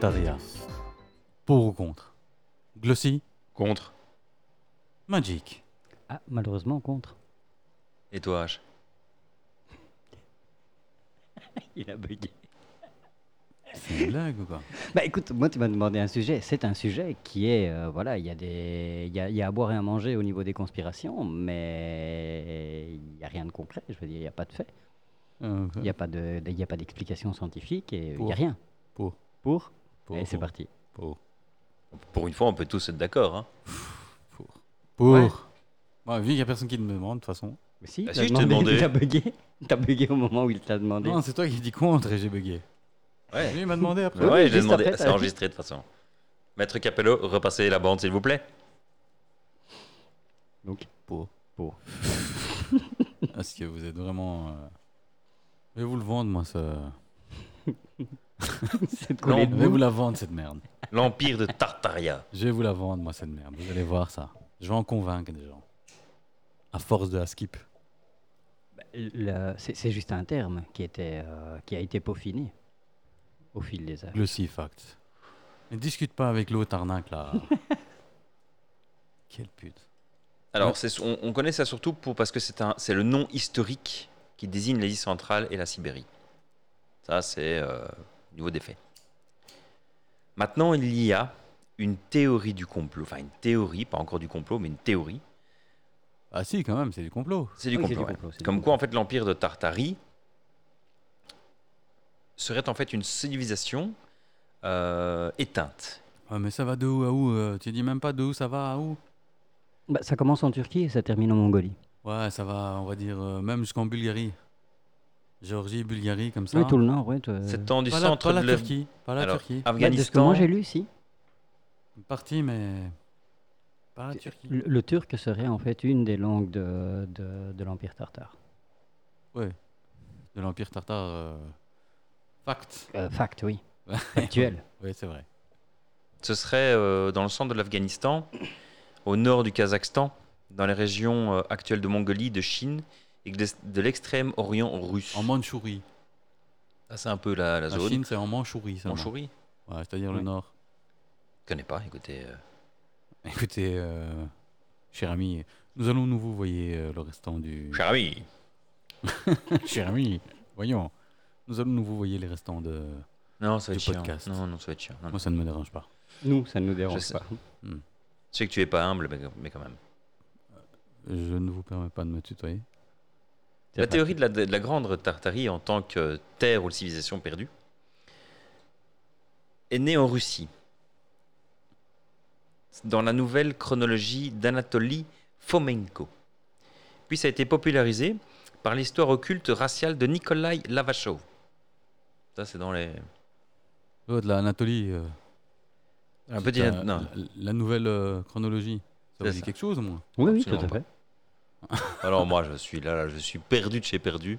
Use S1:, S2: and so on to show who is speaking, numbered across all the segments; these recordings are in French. S1: Taria. Pour ou contre Glossy
S2: Contre.
S1: Magic.
S3: Ah, malheureusement, contre.
S2: Et toi, H
S3: Il a bugué.
S1: C'est une blague ou quoi
S3: Bah écoute, moi tu m'as demandé un sujet. C'est un sujet qui est, euh, voilà, il y, a des- il y, a, il y a à boire et à manger au niveau des conspirations, mais il n'y a rien de concret. Je veux dire, il n'y a pas de fait.
S1: Euh,
S3: Il n'y a pas de- de- il y a pas d'explication scientifique et il n'y
S1: Pour.
S3: a rien.
S1: Pour.
S3: Pour.
S1: pour,
S3: et Eh, c'est
S1: pour,
S3: parti.
S1: Pour.
S2: Pour une fois, on peut tous être d'accord. Hein.
S1: Pour. Pour.
S3: Ouais.
S1: Bah, vu qu'il n'y a personne qui me demande, de toute façon.
S3: Mais si,
S2: Bah
S3: t'as
S2: si, je t'ai demandé.
S3: T'as bugué. T'as bugué au moment où il t'a demandé.
S1: Non, c'est toi qui dis contre et j'ai bugué.
S2: Ouais.
S1: Lui, il m'a demandé après.
S2: Ah Ouais,
S3: oui,
S2: j'ai
S3: juste
S2: demandé.
S3: après,
S2: C'est
S3: t'as-
S2: enregistré de toute façon. Maître Capello, repassez la bande, s'il vous plaît.
S3: Donc,
S1: Pour.
S3: Pour.
S1: Est-ce que vous êtes vraiment. euh, Je vais vous le vendre, moi, ça.
S3: c'est de couler
S1: Je
S3: de
S1: vais vous
S3: boue.
S1: la vendre, cette merde.
S2: L'Empire de Tartaria.
S1: Je vais vous la vendre, moi, cette merde. Vous allez voir ça. Je vais en convaincre des gens. À force de la skip.
S3: Le- C'est c'est juste un terme qui, était, euh, qui a été peaufiné au fil des âges.
S1: Glossy fact. Ne discute pas avec l'autre arnaque, là. Quelle pute.
S2: Alors,
S1: Ouais.
S2: c'est- on, on connaît ça surtout pour, parce que c'est un- c'est le nom historique qui désigne l'Asie centrale et la Sibérie. Ça, c'est euh, au niveau des faits. Maintenant, il y a une théorie du complot. Enfin, une théorie, pas encore du complot, mais une théorie.
S1: Ah, si, quand même, c'est du complot.
S2: C'est du
S3: Oui, c'est
S2: complot.
S3: du
S2: ouais.
S3: complot, c'est du
S2: Comme
S3: complot.
S2: quoi, en fait, l'empire de Tartarie serait en fait une civilisation euh, éteinte.
S1: Ouais, Ah, mais ça va de où à où euh, Tu dis même pas de où ça va à où
S3: Bah, ça commence en Turquie et ça termine en Mongolie.
S1: Ouais, ça va, on va dire, euh, même jusqu'en Bulgarie. Géorgie, Bulgarie, comme ça.
S3: Oui, tout le nord, oui. tout- euh.
S2: C'est temps du
S1: Pas la,
S2: centre
S1: pas la
S2: de la-
S1: Turquie. Pas la
S2: Alors, ah.
S1: Turquie.
S3: Mmh. Bah, de ce que
S2: Afghanistan.
S3: moi j'ai lu, si.
S1: Une partie, mais. Pas la Turquie.
S3: Le, le turc serait en fait une des langues de, de, de l'Empire tartare.
S1: De l'Empire tartare. euh, Fact.
S3: Euh, fact, oui.
S1: Ouais.
S3: Factuel.
S1: Oui, c'est vrai.
S2: Ce serait euh, dans le centre de l'Afghanistan, au nord du Kazakhstan, dans les régions euh, actuelles de Mongolie, de Chine et de, de l'extrême-orient russe.
S1: En Mandchourie.
S2: Ça, c'est un peu la, la
S1: La
S2: zone.
S1: Chine, c'est en Mandchourie. seulement.
S2: Mandchourie Je
S1: Ouais, c'est-à-dire le
S3: Oui.
S1: Nord.
S2: ne connais pas, écoutez. euh,
S1: Écoutez, euh, cher ami, nous allons nous vous voyez euh, le restant du.
S2: Cher ami,
S1: cher ami, voyons. Nous allons nous vous voyez les restants de.
S2: Non, ça va
S1: Du
S2: être chiant.
S1: podcast.
S2: Non, non, ça va être chiant. Non, non.
S1: Moi, ça ne me dérange pas.
S3: Nous, ça ne nous
S2: Je
S3: dérange
S2: sais.
S3: pas.
S2: Je sais que tu es pas humble, mais, mais quand même.
S1: Je ne vous permets pas de me tutoyer.
S2: La théorie de la, de la grande Tartarie en tant que terre ou civilisation perdue est née en Russie, dans la nouvelle chronologie d'Anatoly Fomenko. Puis ça a été popularisé par l'histoire occulte raciale de Nikolai Lavachov. Ça, c'est dans les.
S1: Oh, de l'Anatolie. euh,
S2: Un
S1: c'est
S2: petit.
S1: la,
S2: non.
S1: la- la nouvelle euh, chronologie. Ça vous
S2: C'est
S1: dit
S2: ça.
S1: quelque chose, au moins
S3: Oui, oui, tout
S2: Absolument pas.
S3: à fait.
S2: Alors, moi, je suis là, là, je suis perdu de chez perdu.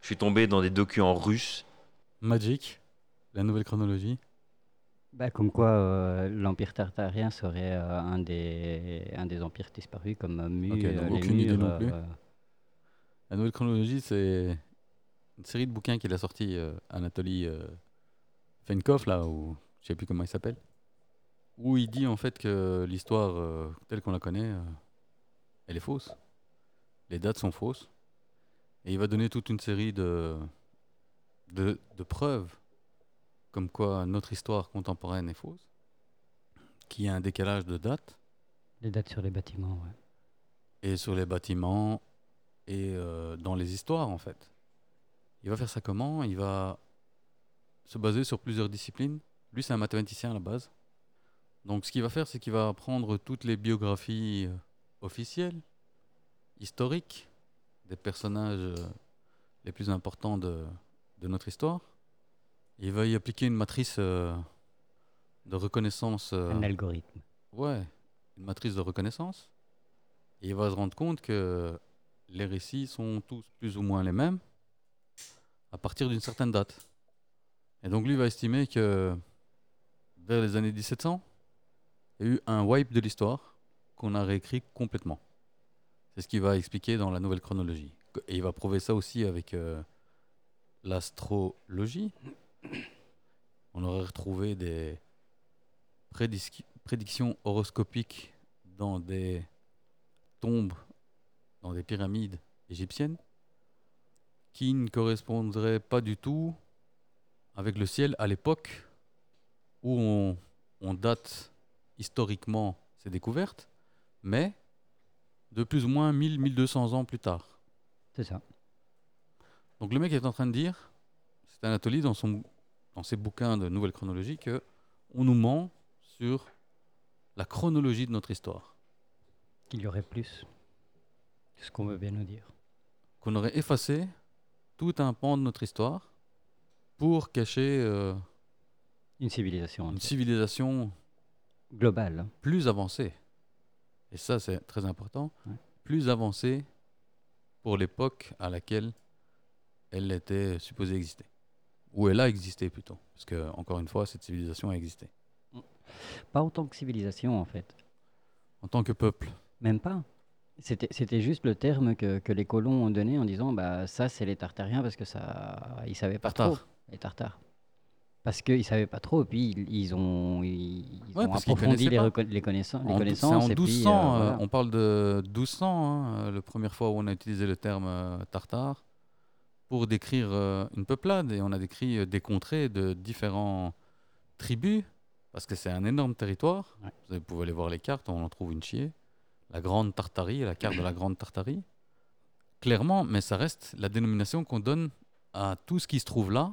S2: Je suis tombé dans des documents russes.
S1: Magic, la nouvelle chronologie.
S3: Bah, comme quoi, euh, l'Empire tartarien serait euh, un, des, un des empires disparus, comme euh, Mu,
S1: Ok, donc
S3: euh, les
S1: aucune idée non
S3: euh,
S1: plus.
S3: euh,
S1: La nouvelle chronologie, c'est une série de bouquins qu'il a sorti euh, Anatoly euh, Fenkov, là, ou je sais plus comment il s'appelle, où il dit en fait que l'histoire euh, telle qu'on la connaît, euh, elle est fausse. Les dates sont fausses. Et il va donner toute une série de, de, de preuves comme quoi notre histoire contemporaine est fausse, qu'il y a un décalage de dates.
S3: les dates sur les bâtiments, ouais.
S1: et sur les bâtiments et euh, dans les histoires en fait. Il va faire ça comment Il va se baser sur plusieurs disciplines. Lui, c'est un mathématicien à la base. Donc, ce qu'il va faire, c'est qu'il va prendre toutes les biographies euh, officielles, historiques, des personnages euh, les plus importants de, de notre histoire. Il va y appliquer une matrice euh, de reconnaissance. euh,
S3: Un algorithme.
S1: Ouais, une matrice de reconnaissance. Et il va se rendre compte que les récits sont tous plus ou moins les mêmes à partir d'une certaine date. Et donc lui va estimer que vers les années 1700, il y a eu un wipe de l'histoire qu'on a réécrit complètement. C'est ce qu'il va expliquer dans la nouvelle chronologie. Et il va prouver ça aussi avec euh, l'astrologie. on aurait retrouvé des prédisqui- prédictions horoscopiques dans des tombes, dans des pyramides égyptiennes, qui ne correspondraient pas du tout avec le ciel à l'époque où on, on date historiquement ces découvertes, mais de plus ou moins 1000-1200 ans plus tard.
S3: C'est ça.
S1: Donc le mec est en train de dire, c'est Anatoly dans, son, dans ses bouquins de nouvelle chronologie, que on nous ment sur la chronologie de notre histoire,
S3: Qu'il y aurait plus. C'est ce qu'on veut bien nous dire.
S1: qu'on aurait effacé tout un pan de notre histoire pour cacher euh,
S3: Une civilisation
S1: une
S3: entière.
S1: civilisation
S3: globale. hein.
S1: plus avancée. Et ça, c'est très important.
S3: Ouais.
S1: Plus avancée pour l'époque à laquelle elle était supposée exister. Ou elle a existé plutôt. Parce que, encore une fois, cette civilisation a existé.
S3: Pas autant que civilisation, en fait.
S1: En tant que peuple,
S3: Même pas. C'était c'était juste le terme que, que les colons ont donné en disant bah ça c'est les Tartariens parce que ça ils savaient pas
S1: Tartares.
S3: trop les Tartares parce qu'ils savaient pas trop et puis ils, ils ont ils, ils
S1: Ouais,
S3: ont
S1: parce qu'ils
S3: approfondi
S1: connaissaient
S3: les,
S1: pas.
S3: reco- les connaissances hein, les
S1: En dou- c'est
S3: connaissances
S1: en
S3: et puis,
S1: 1200,
S3: euh,
S1: euh,
S3: voilà.
S1: on parle de 1200, hein, euh, la première fois où on a utilisé le terme euh, tartare pour décrire euh, une peuplade et on a décrit euh, des contrées de différents tribus parce que c'est un énorme territoire.
S3: Ouais.
S1: Vous pouvez aller voir les cartes, on en trouve une chier. La Grande Tartarie, la carte de la Grande Tartarie. Clairement, mais ça reste la dénomination qu'on donne à tout ce qui se trouve là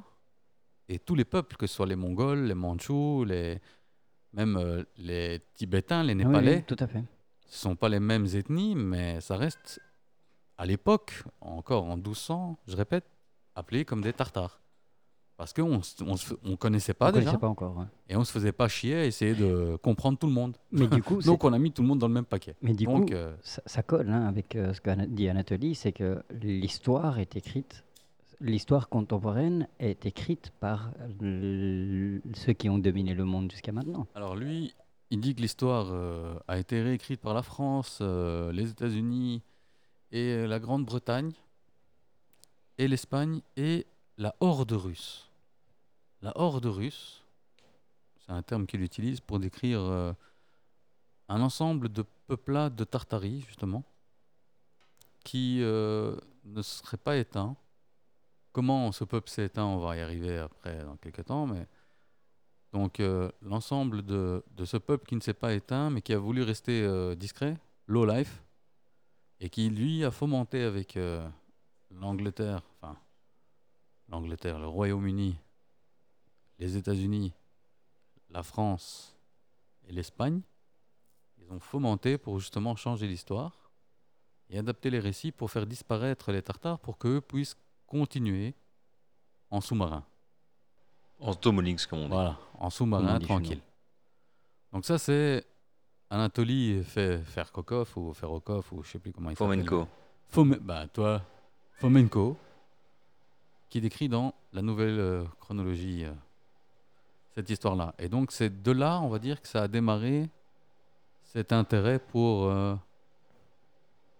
S1: et tous les peuples, que ce soit les Mongols, les Mandchous, les... même euh, les Tibétains, les
S3: Ah oui, oui,
S1: Népalais
S3: tout à fait
S1: ce sont pas les mêmes ethnies, mais ça reste, à l'époque, encore en 1200, je répète, appelé comme des Tartares. Parce qu'on ne connaissait pas
S3: on
S1: déjà,
S3: connaissait pas encore ouais.
S1: et on se faisait pas chier à essayer de comprendre tout le monde.
S3: mais du coup
S1: Donc on a mis tout le monde dans le même paquet.
S3: c'est- mais du
S1: Donc
S3: coup
S1: euh,
S3: ça, ça colle hein, avec euh, ce que Ana- dit Anatoly c'est que l'histoire est écrite l'histoire contemporaine est écrite par l- ceux qui ont dominé le monde jusqu'à maintenant
S1: Alors lui, il dit que l'histoire euh, a été réécrite par la France, euh, les États-Unis et euh, la Grande-Bretagne et l'Espagne et la horde russe. La horde russe, c'est un terme qu'il utilise pour décrire euh, un ensemble de peuplades de Tartarie, justement, qui euh, ne seraient pas éteints. Comment ce peuple s'est éteint, on va y arriver après dans quelques temps, mais donc euh, l'ensemble de, de ce peuple qui ne s'est pas éteint, mais qui a voulu rester euh, discret, low life, et qui lui a fomenté avec euh, l'Angleterre, enfin l'Angleterre, le Royaume-Uni, les États-Unis, la France et l'Espagne, ils ont fomenté pour justement changer l'histoire et adapter les récits pour faire disparaître les Tartares pour qu'eux puissent continuer en sous-marin.
S2: En Tomolinx, comme on dit.
S1: Voilà, en
S3: Comme on
S1: sous-marin
S3: dit chez nous.
S1: tranquille. Donc ça c'est Anatoly fait Ferkokov ou Ferokov ou je sais plus comment il s'appelle.
S2: Fomenko.
S1: Fome- bah toi, Fomenko, qui décrit dans la nouvelle euh, chronologie euh, cette histoire-là. Et donc c'est de là, on va dire, que ça a démarré cet intérêt pour euh,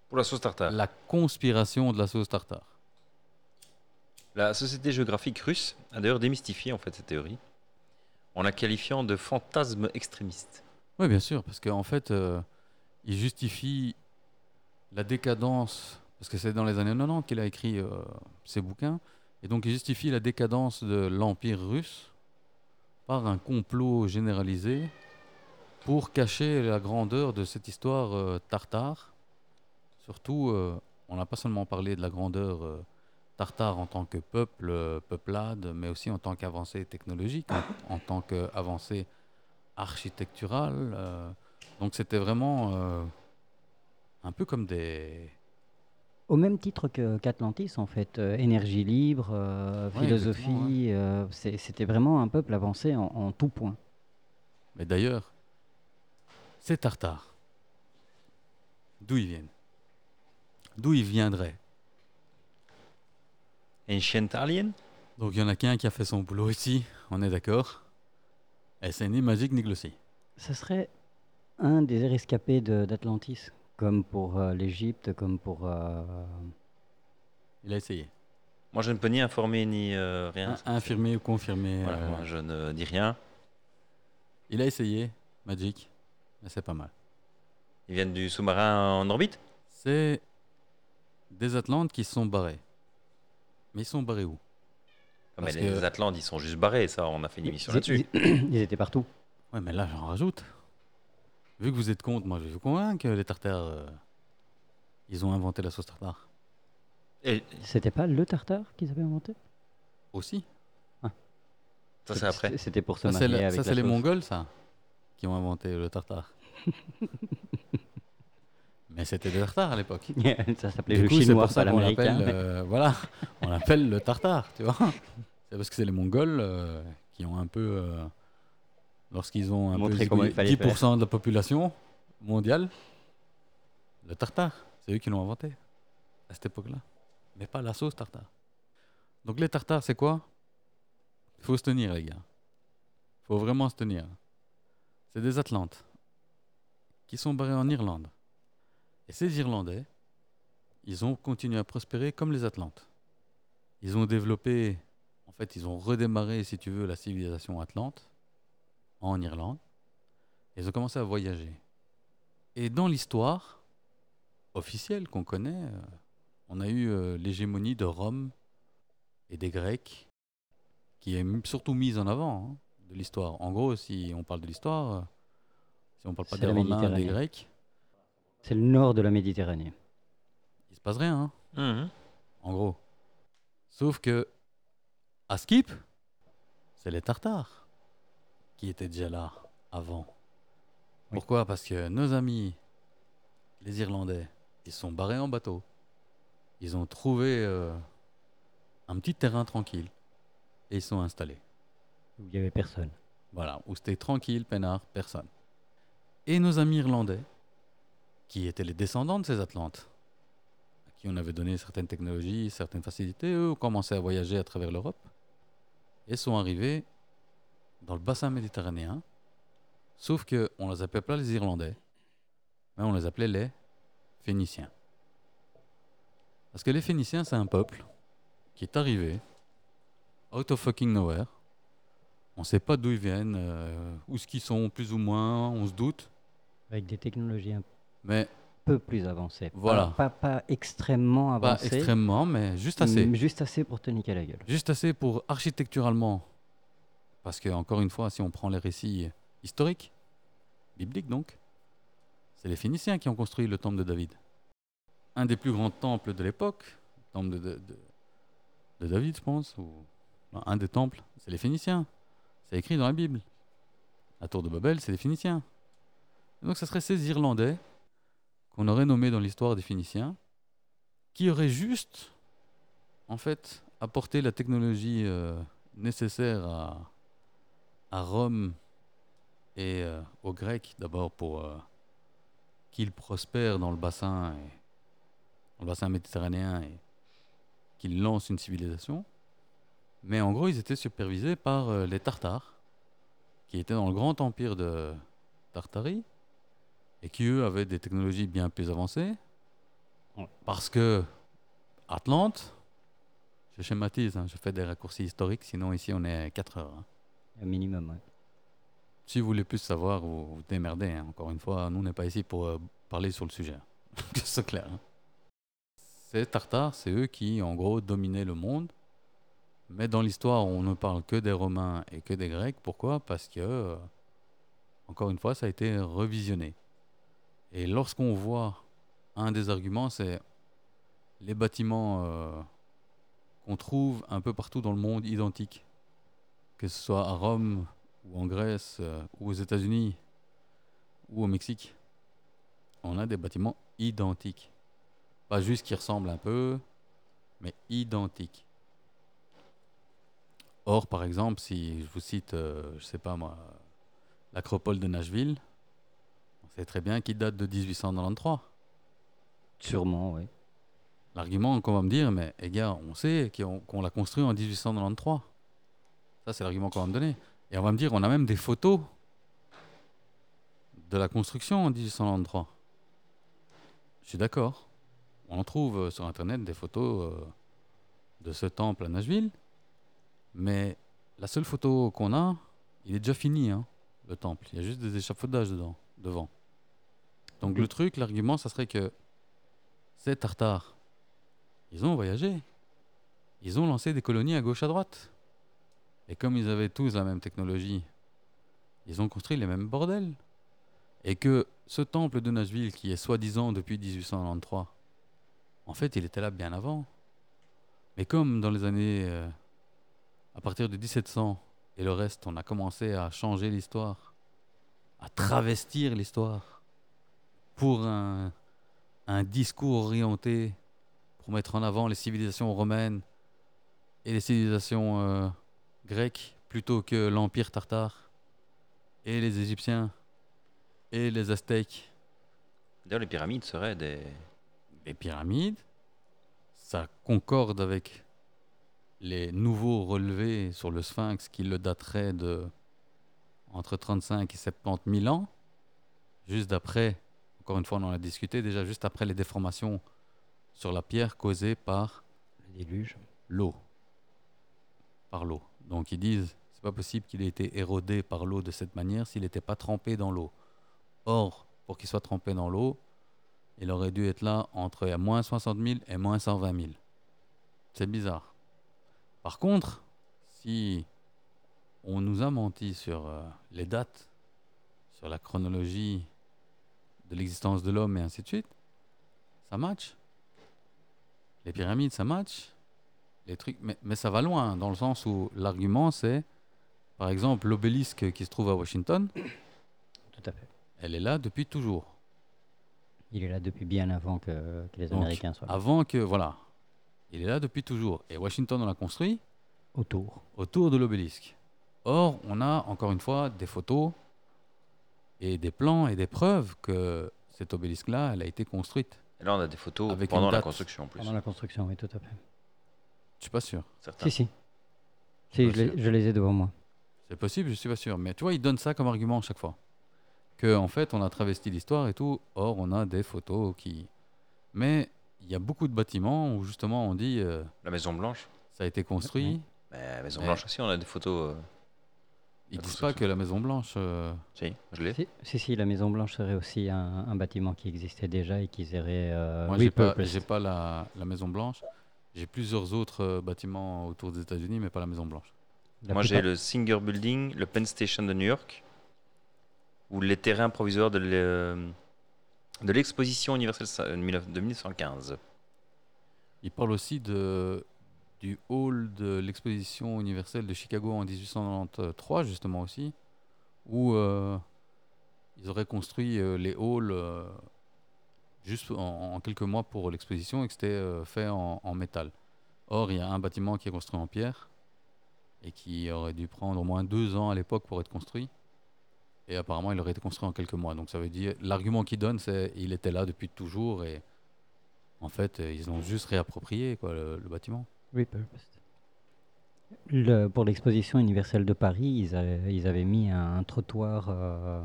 S2: Pour la sauce tartare.
S1: la conspiration de la sauce tartare.
S2: La Société géographique russe a d'ailleurs démystifié en fait cette théorie en la qualifiant de fantasme extrémiste.
S1: Oui, bien sûr, parce qu'en fait, euh, il justifie la décadence, parce que c'est dans les années 90 qu'il a écrit euh, ses bouquins, et donc il justifie la décadence de l'Empire russe par un complot généralisé pour cacher la grandeur de cette histoire euh, tartare. Surtout, euh, on n'a pas seulement parlé de la grandeur euh, tartare en tant que peuple, euh, peuplade, mais aussi en tant qu'avancée technologique, en, en tant qu'avancée architecturale. euh, donc c'était vraiment euh, un peu comme des...
S3: Au même titre que- qu'Atlantis, en fait, euh, énergie libre, euh,
S1: Ouais, exactement,
S3: philosophie, euh, c'est- c'était vraiment un peuple avancé en, en tout point.
S1: Mais d'ailleurs, ces Tartares, d'où ils viennent D'où ils viendraient
S2: Ancient Alien
S1: Donc il y en a qu'un qui a fait son boulot ici, on est d'accord Et c'est ni magique ni glossy.
S3: Ce serait un des rescapés de- d'Atlantis, comme pour euh, l'Égypte, comme pour... euh,
S1: Il a essayé.
S2: Moi, je ne peux ni informer ni euh, rien.
S1: Un- Infirmé ou confirmé.
S2: Voilà,
S1: euh,
S2: moi, je ne dis rien.
S1: Il a essayé, Magic, mais c'est pas mal.
S2: Ils viennent du sous-marin en orbite
S1: C'est des Atlantes qui se sont barrés. Mais ils sont barrés où
S2: Ah, mais
S1: Parce
S2: Les
S1: que-
S2: Atlantes, ils sont juste barrés, ça. On a fait une émission
S3: Ils-
S2: là-dessus.
S3: ils- Ils étaient partout.
S1: Ouais, mais là, j'en rajoute. Vu que vous êtes contre, moi, je vais vous convaincre que les tartares, euh, ils ont inventé la sauce tartare.
S2: Et
S3: C'était pas le tartare qu'ils avaient inventé
S1: Aussi.
S2: ça, c'est après.
S3: C'était- C'était pour se
S1: Ça, c'est
S3: marier
S1: le-
S3: avec
S1: ça,
S3: la
S1: c'est les
S3: sauce.
S1: Mongols, ça, qui ont inventé le tartare. mais c'était des tartares à l'époque.
S3: ça s'appelait
S1: Du
S3: le
S1: coup, c'est
S3: chinois,
S1: pour
S3: pas
S1: ça qu'on l'appelle,
S3: l'américain.
S1: euh, voilà, on l'appelle le tartare, tu vois. C'est parce que c'est les Mongols euh, qui ont un peu, euh, lorsqu'ils ont un
S3: Montré
S1: peu
S3: comment il
S1: exilé
S3: fallait
S1: 10% de la population mondiale, le tartare, c'est eux qui l'ont inventé à cette époque-là, mais pas la sauce tartare. Donc les tartares, c'est quoi Il faut se tenir, les gars. faut vraiment se tenir. C'est des Atlantes qui sont barrés en Irlande. Et ces Irlandais, ils ont continué à prospérer comme les Atlantes. Ils ont développé, en fait, ils ont redémarré, si tu veux, la civilisation atlante en Irlande. Ils ont commencé à voyager. Et dans l'histoire officielle qu'on connaît, euh, on a eu euh, l'hégémonie de Rome et des Grecs, qui est m- surtout mise en avant hein, de l'histoire. En gros, si on parle de l'histoire, euh, si on parle pas
S3: C'est
S1: des
S3: la
S1: Romains, des
S3: Méditerranée.
S1: Grecs, euh,
S3: C'est le nord de la Méditerranée.
S1: il se passe rien. hein.
S2: Mhm.
S1: en gros. Sauf que à Skip, c'est les Tartares qui étaient déjà là avant.
S3: Oui.
S1: Pourquoi Parce que nos amis, les Irlandais, ils se sont barrés en bateau. Ils ont trouvé euh, un petit terrain tranquille et ils sont installés.
S3: Où il n'y avait personne.
S1: Voilà, où c'était tranquille, peinard, personne. Et nos amis irlandais, qui étaient les descendants de ces Atlantes, à qui on avait donné certaines technologies, certaines facilités, eux ont commencé à voyager à travers l'Europe et sont arrivés dans le bassin méditerranéen. Sauf que on les appelait pas les Irlandais, mais on les appelait les Phéniciens. Parce que les Phéniciens, c'est un peuple qui est arrivé out of fucking nowhere, on ne sait pas d'où ils viennent, euh, où ce qu'ils sont, plus ou moins, on se doute.
S3: Avec des technologies un
S1: Mais
S3: peu plus avancées. Pas-
S1: Voilà.
S3: Pas, pas extrêmement
S1: pas
S3: avancées.
S1: extrêmement, mais juste assez.
S3: mais Mm, Juste assez pour te niquer la gueule.
S1: Juste assez pour architecturalement. Parce que, encore une fois, si on prend les récits historiques, bibliques donc, c'est les Phéniciens qui ont construit le temple de David. Un des plus grands temples de l'époque, le temple de, de- de- de David, je pense, ou non, un des temples, c'est les Phéniciens. C'est écrit dans la Bible. La tour de Babel, c'est les Phéniciens. Et donc, ce serait ces Irlandais qu'on aurait nommés dans l'histoire des Phéniciens, qui auraient juste en fait, apporter la technologie euh, nécessaire à, à Rome et euh, aux Grecs, d'abord pour euh, qu'ils prospèrent dans le bassin, et, dans le bassin méditerranéen et qu'ils lancent une civilisation. Mais en gros, ils étaient supervisés par euh, les Tartares, qui étaient dans le grand empire de Tartarie, et qui, eux, avaient des technologies bien plus avancées.
S3: Ouais.
S1: Parce que Atlante, je schématise, hein, je fais des raccourcis historiques, sinon ici on est 4 heures. hein.
S3: Un minimum. ouais.
S1: Si vous voulez plus savoir, vous vous démerdez. hein. Encore une fois, nous on n'est pas ici pour euh, parler sur le sujet. hein. Que c'est clair. hein. Ces Tartares, c'est eux qui en gros dominaient le monde. Mais dans l'histoire, on ne parle que des Romains et que des Grecs. Pourquoi Parce que, euh, encore une fois, ça a été revisionné. Et lorsqu'on voit un des arguments, c'est les bâtiments euh, qu'on trouve un peu partout dans le monde identiques, que ce soit à Rome ou en Grèce euh, ou aux États-Unis ou au Mexique. On a des bâtiments identiques. Pas juste qui ressemblent un peu, mais identiques. Or, par exemple, si je vous cite, euh, je sais pas moi, l'acropole de Nashville, on sait très bien qu'il date de 1893.
S3: Sûrement, oui.
S1: L'argument qu'on va me dire, mais les gars, on sait qu'on qu'on l'a construit en 1893. Ça, c'est l'argument qu'on va me donner. Et on va me dire, on a même des photos de la construction en 1893. Je suis d'accord. On en trouve euh, sur Internet des photos euh, de ce temple à Nashville, mais la seule photo qu'on a, il est déjà fini, hein, le temple. Il y a juste des échafaudages dedans, devant. Donc le truc, l'argument, ça serait que ces Tartares, ils ont voyagé. Ils ont lancé des colonies à gauche, à droite. Et comme ils avaient tous la même technologie, ils ont construit les mêmes bordels. Et que ce temple de Nashville, qui est soi-disant depuis 1893, en fait, il était là bien avant. Mais comme dans les années, euh, à partir de 1700 et le reste, on a commencé à changer l'histoire, à travestir l'histoire pour un, un discours orienté, pour mettre en avant les civilisations romaines et les civilisations euh, grecques plutôt que l'empire tartare et les Égyptiens et les Aztèques.
S2: D'ailleurs, les pyramides seraient des.
S1: les pyramides, ça concorde avec les nouveaux relevés sur le sphinx qui le dateraient de entre 35 et 70 000 ans, juste après, encore une fois on en a discuté, déjà juste après les déformations sur la pierre causées par
S3: Le déluge.
S1: l'eau. Par l'eau. Donc ils disent, c'est pas possible qu'il ait été érodé par l'eau de cette manière s'il n'était pas trempé dans l'eau. Or, pour qu'il soit trempé dans l'eau, il aurait dû être là entre à moins 60 000 et moins 120 000. C'est bizarre. Par contre, si on nous a menti sur euh, les dates, sur la chronologie de l'existence de l'homme et ainsi de suite, ça match. Les pyramides, ça match les trucs, mais, mais ça va loin, hein, dans le sens où l'argument c'est, par exemple, l'obélisque qui se trouve à Washington,
S3: Tout à fait.
S1: elle est là depuis toujours.
S3: Il est là depuis bien avant que, que les
S1: Donc,
S3: Américains soient là.
S1: Avant que, voilà, il est là depuis toujours. Et Washington, on l'a construit
S3: autour.
S1: autour de l'obélisque. Or, on a encore une fois des photos et des plans et des preuves que cet obélisque-là, elle a été construite.
S2: Et là, on a des photos
S1: Avec
S2: pendant
S1: une
S2: la
S1: date.
S2: construction en plus.
S3: Pendant la construction, oui, tout à fait.
S1: Je suis pas sûr.
S2: Certains.
S3: Si, si. Si, je les, je les ai devant moi.
S1: C'est possible, je suis pas sûr. Mais tu vois, ils donnent ça comme argument à chaque fois. Que en fait, on a travesti l'histoire et tout. Or, on a des photos qui. Mais il y a beaucoup de bâtiments où justement on dit euh,
S2: La Maison Blanche.
S1: ça a été construit.
S2: Mais la Maison
S1: Mais-
S2: Blanche aussi, on a des photos. euh,
S1: Ils
S2: La
S1: disent pas
S2: construction.
S1: que la Maison Blanche. euh,
S2: Si, je l'ai.
S3: Si, si, si, la Maison Blanche serait aussi un, un bâtiment qui existait déjà et qu'ils auraient euh,
S1: Moi, j'ai pas,
S3: repurposed.
S1: j'ai pas la, la Maison Blanche. J'ai plusieurs autres euh, bâtiments autour des États-Unis, mais pas la Maison Blanche.
S3: La
S2: Moi, j'ai
S3: plupart-
S2: le Singer Building, le Penn Station de New York, ou les terrains provisoires de l'e- de l'exposition universelle sa- de 19- de 1915.
S1: Il parle aussi de, du hall de l'exposition universelle de Chicago en 1893, justement aussi, où euh, ils auraient construit euh, les halls euh, juste en, en quelques mois pour l'exposition et que c'était euh, fait en, en métal. Or, il y a un bâtiment qui est construit en pierre et qui aurait dû prendre au moins deux ans à l'époque pour être construit. Et apparemment, il aurait été construit en quelques mois. Donc, ça veut dire, l'argument qu'il donne, c'est il était là depuis toujours et en fait, euh, ils ont juste réapproprié quoi, le, le bâtiment.
S3: Repurposed. Le- pour l'exposition universelle de Paris, ils, avaient- ils avaient mis un, trottoir euh,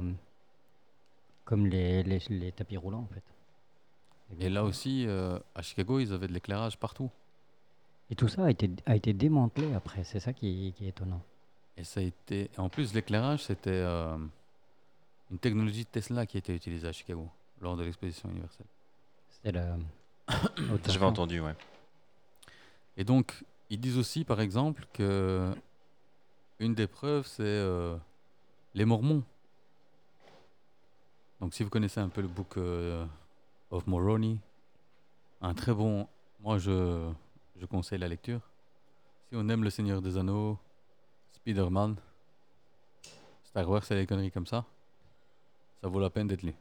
S3: comme les, les- les tapis roulants, en fait.
S1: Et là aussi, euh, à Chicago, ils avaient de l'éclairage partout.
S3: Et tout ça a été, a été démantelé après, c'est ça qui, qui est étonnant.
S1: Et ça a été. et en plus, l'éclairage, c'était euh, une technologie de Tesla qui était utilisée à Chicago lors de l'exposition universelle.
S3: C'était la... au
S2: J'avais
S3: Tafan.
S2: entendu, ouais.
S1: Et donc, ils disent aussi, par exemple, que une des preuves, c'est euh, les Mormons. Donc, si vous connaissez un peu le book euh, of Moroni, un très bon. Moi, je, je conseille la lecture. Si on aime Le Seigneur des Anneaux, Spider-Man, Star Wars et les conneries comme ça, ça vaut la peine d'être lu.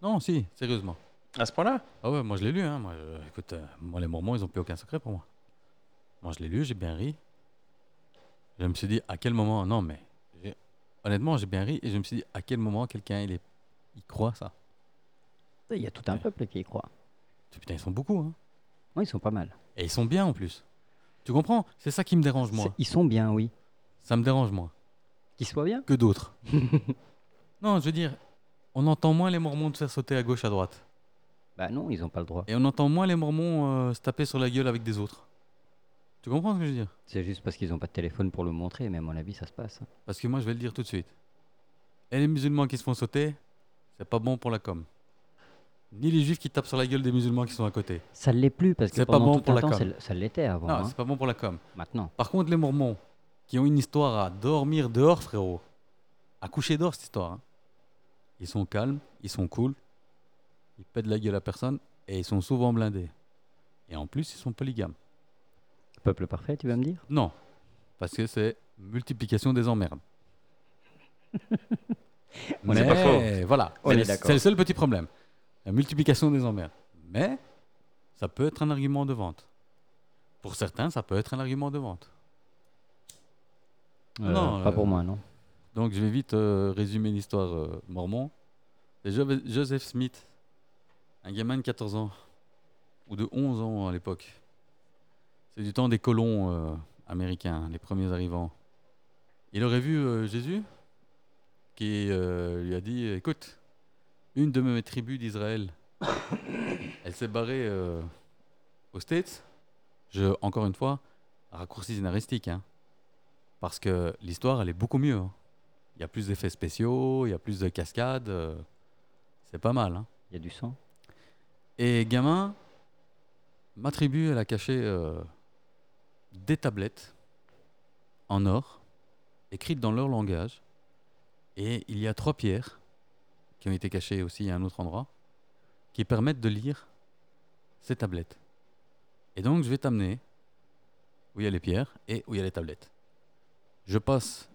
S1: Non, si, sérieusement.
S2: À ce point-là
S1: Ah ouais, moi je l'ai lu, hein. Moi, je- écoute, euh, moi les Mormons, ils ont plus aucun secret pour moi. Moi je l'ai lu, j'ai bien ri. Je me suis dit à quel moment, non mais j'ai- honnêtement, j'ai bien ri et je me suis dit à quel moment quelqu'un il est, il croit ça.
S3: Il y a tout un peuple qui y croit.
S1: Tu- Putain, ils sont beaucoup, hein.
S3: Moi, ils sont pas mal.
S1: Et ils sont bien en plus. Tu comprends C'est ça qui me dérange moi.
S3: C'est- Ils sont bien, oui.
S1: Ça me dérange moi.
S3: Qu'ils soient bien
S1: Que d'autres. non, je veux dire, on entend moins les Mormons se faire sauter à gauche, à droite.
S3: Bah non, ils n'ont pas le droit.
S1: Et on entend moins les Mormons euh, se taper sur la gueule avec des autres. Tu comprends ce que je veux dire
S3: C'est juste parce qu'ils n'ont pas de téléphone pour le montrer, mais à mon avis, ça se passe. hein.
S1: Parce que moi, je vais le dire tout de suite. Et les musulmans qui se font sauter, c'est pas bon pour la com. Ni les juifs qui tapent sur la gueule des musulmans qui sont à côté.
S3: Ça ne l'est plus parce que
S1: C'est pas
S3: pendant
S1: bon
S3: tout
S1: pour
S3: un
S1: la
S3: temps,
S1: com.
S3: c'est- ça l'était avant.
S1: non,
S3: hein.
S1: c'est pas bon pour la com.
S3: Maintenant,
S1: Par contre, les mormons, qui ont une histoire à dormir dehors, frérot, à coucher dehors, cette histoire, hein. ils sont calmes, ils sont cool, ils pètent la gueule à personne et ils sont souvent blindés. Et en plus, ils sont polygames.
S3: peuple parfait, tu vas me dire
S1: Non, parce que c'est multiplication des emmerdes.
S3: On
S2: est pas
S1: Mais voilà,
S3: On
S1: c'est
S3: est
S1: le-
S3: d'accord.
S1: c'est le seul petit problème. La multiplication des emmerdes. Mais ça peut être un argument de vente. Pour certains, ça peut être un argument de vente.
S3: Euh,
S1: Non,
S3: Pas
S1: euh,
S3: pour moi, non.
S1: Donc je vais vite euh, résumer l'histoire euh, mormon. C'est Jo- Joseph Smith, un gamin de 14 ans, ou de 11 ans à l'époque. C'est du temps des colons euh, américains, les premiers arrivants. Il aurait vu euh, Jésus qui euh, lui a dit, écoute, une de mes tribus d'Israël, elle s'est barrée euh, aux States. Je, encore une fois, raccourci scénaristique, hein, parce que l'histoire, elle est beaucoup mieux. hein. Il y a plus d'effets spéciaux, il y a plus de cascades. euh, c'est pas mal. hein.
S3: Il y a du sang.
S1: Et gamin, ma tribu, elle a caché euh, des tablettes en or, écrites dans leur langage. Et il y a trois pierres qui ont été cachées aussi à un autre endroit, qui permettent de lire ces tablettes. Et donc, je vais t'amener où il y a les pierres et où il y a les tablettes. Je passe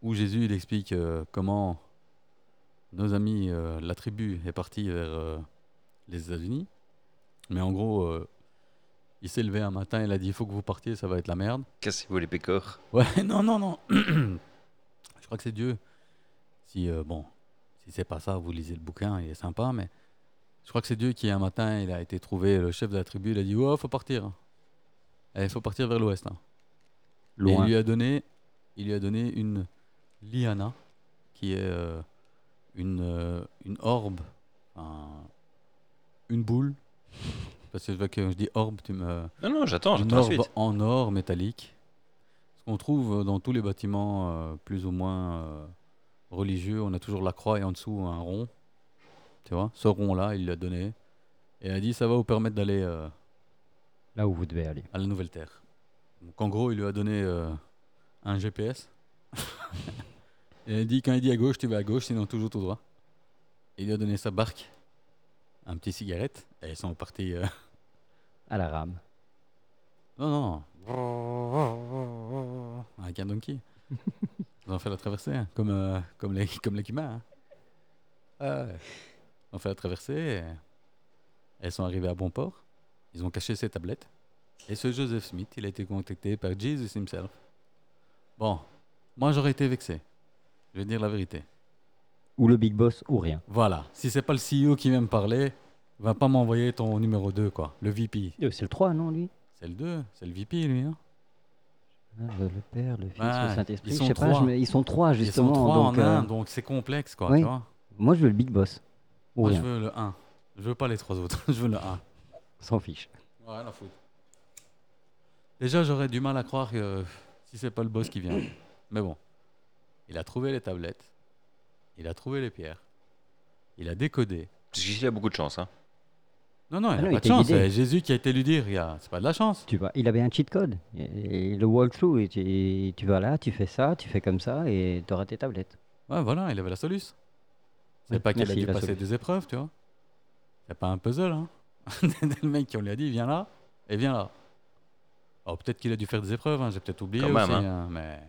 S1: où Jésus il explique euh, comment nos amis, euh, la tribu, est partie vers euh, les États-Unis. Mais en gros, euh, il s'est levé un matin, il a dit il faut que vous partiez, ça va être la merde.
S2: Cassez-vous les pécores.
S1: Ouais, non, non, non. je crois que c'est Dieu. Si, euh, bon, si c'est pas ça, vous lisez le bouquin, il est sympa, mais je crois que c'est Dieu qui, un matin, il a été trouvé, le chef de la tribu, il a dit Ouais, faut partir. Il faut partir vers l'ouest. hein. Et il
S3: Loin.
S1: lui a donné, il lui a donné une liana, qui est euh, une, euh, une orbe, un- une boule. Parce que je vois que je dis orbe, tu me
S2: Non, non, j'attends,
S1: une
S2: j'attends la
S1: orbe
S2: suite.
S1: en or métallique. Ce qu'on trouve dans tous les bâtiments euh, plus ou moins euh, religieux, on a toujours la croix et en dessous un rond. Tu vois, ce rond-là, il l'a donné. Et il a dit, ça va vous permettre d'aller euh,
S3: Là où vous devez aller.
S1: à la Nouvelle Terre. Donc en gros, il lui a donné euh, un GPS. et il a dit, quand il dit à gauche, tu vas à gauche, sinon toujours tout droit. Et il lui a donné sa barque, un petit cigarette, et ils sont partis... euh,
S3: À la rame.
S1: Non, non. Avec un donkey. Ils ont fait la traversée, hein, comme, euh, comme les, comme les Cubains, hein. Ah ouais. Ils ont fait la traversée. et Elles sont arrivées à bon port. Ils ont caché ces tablettes. Et ce Joseph Smith, il a été contacté par Jesus himself. Bon, moi j'aurais été vexé. Je vais dire la vérité.
S3: Ou le Big Boss ou rien.
S1: Voilà, si c'est pas le CEO qui vient me parler, va pas m'envoyer ton numéro 2, quoi. Le VP.
S3: Euh, C'est le 3, non, lui
S1: C'est le 2, c'est le VP, lui, hein.
S3: Ah, Le le Père, le Fils,
S1: Ouais,
S3: le Saint-Esprit.
S1: ils
S3: Je
S1: sont
S3: sais pas,
S1: trois.
S3: je me- ils sont trois, justement.
S1: Ils sont trois
S3: donc,
S1: en
S3: euh,
S1: un, donc c'est complexe, quoi.
S3: oui.
S1: Tu vois
S3: Moi, je veux le Big Boss. Ou
S1: Moi, je
S3: rien.
S1: veux le 1. Je veux pas les trois autres. je veux le 1.
S3: On s'en fiche.
S1: Ouais, la foutre. Déjà, j'aurais du mal à croire que si c'est pas le boss qui vient. Mais bon, il a trouvé les tablettes. Il a trouvé les pierres. Il a décodé.
S2: Parce qu'ici, il a beaucoup de chance. Hein.
S1: Non, non, il
S3: Ah
S1: n'y a
S3: non, il
S1: pas de
S3: t'a
S1: chance.
S3: guidé.
S1: C'est Jésus qui a été lui dire, il y a- c'est pas de la chance.
S3: Tu vas, il avait un cheat code. Et, et le walkthrough, et tu, et tu vas là, tu fais ça, tu fais comme ça, et tu auras tes tablettes.
S1: Ouais, voilà, il avait la soluce. C'est
S3: Ouais,
S1: pas qu'il a
S3: merci,
S1: dû
S3: la
S1: passer
S3: soluce.
S1: des épreuves, tu vois. C'est pas un puzzle, hein. le mec qui on lui a dit, viens là, et viens là. Alors peut-être qu'il a dû faire des épreuves, hein, j'ai peut-être oublié
S2: Quand même,
S1: aussi, hein, mais...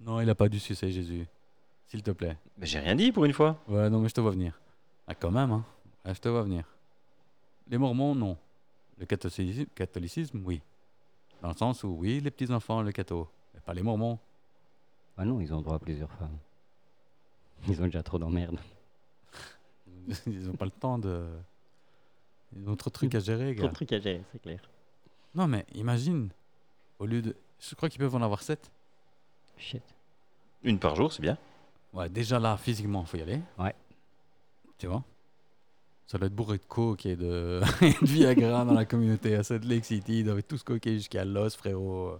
S1: Non, il a pas dû sucer Jésus. S'il te plaît.
S2: Mais j'ai rien dit pour une fois.
S1: Ouais, non, mais je te vois venir. Ah, quand même, hein. Ah, je te vois venir. Les mormons, non. Le catholicisme, catholicisme, oui. Dans le sens où, oui, les petits-enfants, le catho. Mais pas les mormons.
S3: Ah non, ils ont droit à plusieurs femmes. Ils ont déjà trop d'emmerdes.
S1: Ils n'ont pas le temps de... Ils ont trop de trucs à gérer, gars.
S3: truc à gérer, c'est clair.
S1: Non, mais imagine, au lieu de. Je crois qu'ils peuvent en avoir 7.
S3: Shit.
S2: Une par jour, c'est bien.
S1: Ouais, déjà là, physiquement, faut y aller.
S3: Ouais.
S1: Tu vois Ça doit être bourré de coke et de, et de Viagra dans la communauté à Salt Lake City. Ils doivent tous coquer jusqu'à l'os, frérot.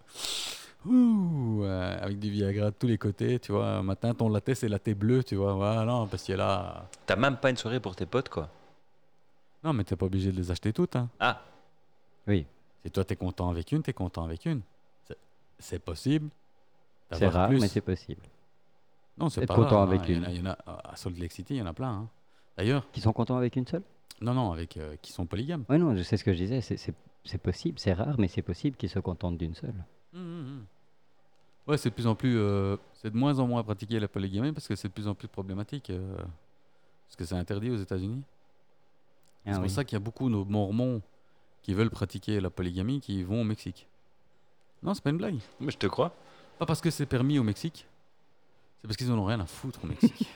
S1: Ouh, euh, avec du Viagra de tous les côtés, tu vois. Matin, ton latte, c'est latte bleu, tu vois. Voilà, non, parce que là.
S2: T'as même pas une soirée pour tes potes, quoi.
S1: Non, mais t'es pas obligé de les acheter toutes. Hein.
S2: Ah.
S3: Oui.
S1: Si toi, t'es content avec une, t'es content avec une. C'est- C'est possible.
S3: C'est
S1: d'avoir
S3: rare,
S1: plus.
S3: mais c'est possible.
S1: Non, c'est
S3: Être
S1: pas
S3: content
S1: rare, hein.
S3: avec
S1: Il y en
S3: une.
S1: a- il y en a- à Salt Lake City, il y en a plein. hein. D'ailleurs,
S3: Qui sont contents avec une seule
S1: non, non, avec euh, qui sont polygames.
S3: Oui, non, je sais ce que je disais. c'est- C'est c'est possible, c'est rare, mais c'est possible qu'ils se contentent d'une seule. Hein,
S1: Mm, mm, mm. Ouais, c'est de plus en plus. euh, c'est de moins en moins pratiqué la polygamie parce que c'est de plus en plus problématique. euh, parce que c'est interdit aux États-Unis.
S3: Ah
S1: c'est pour
S3: oui.
S1: ça qu'il y a beaucoup de mormons qui veulent pratiquer la polygamie qui vont au Mexique. Non, c'est pas une blague.
S2: Mais je te crois.
S1: Pas parce que c'est permis au Mexique, c'est parce qu'ils en ont rien à foutre au Mexique.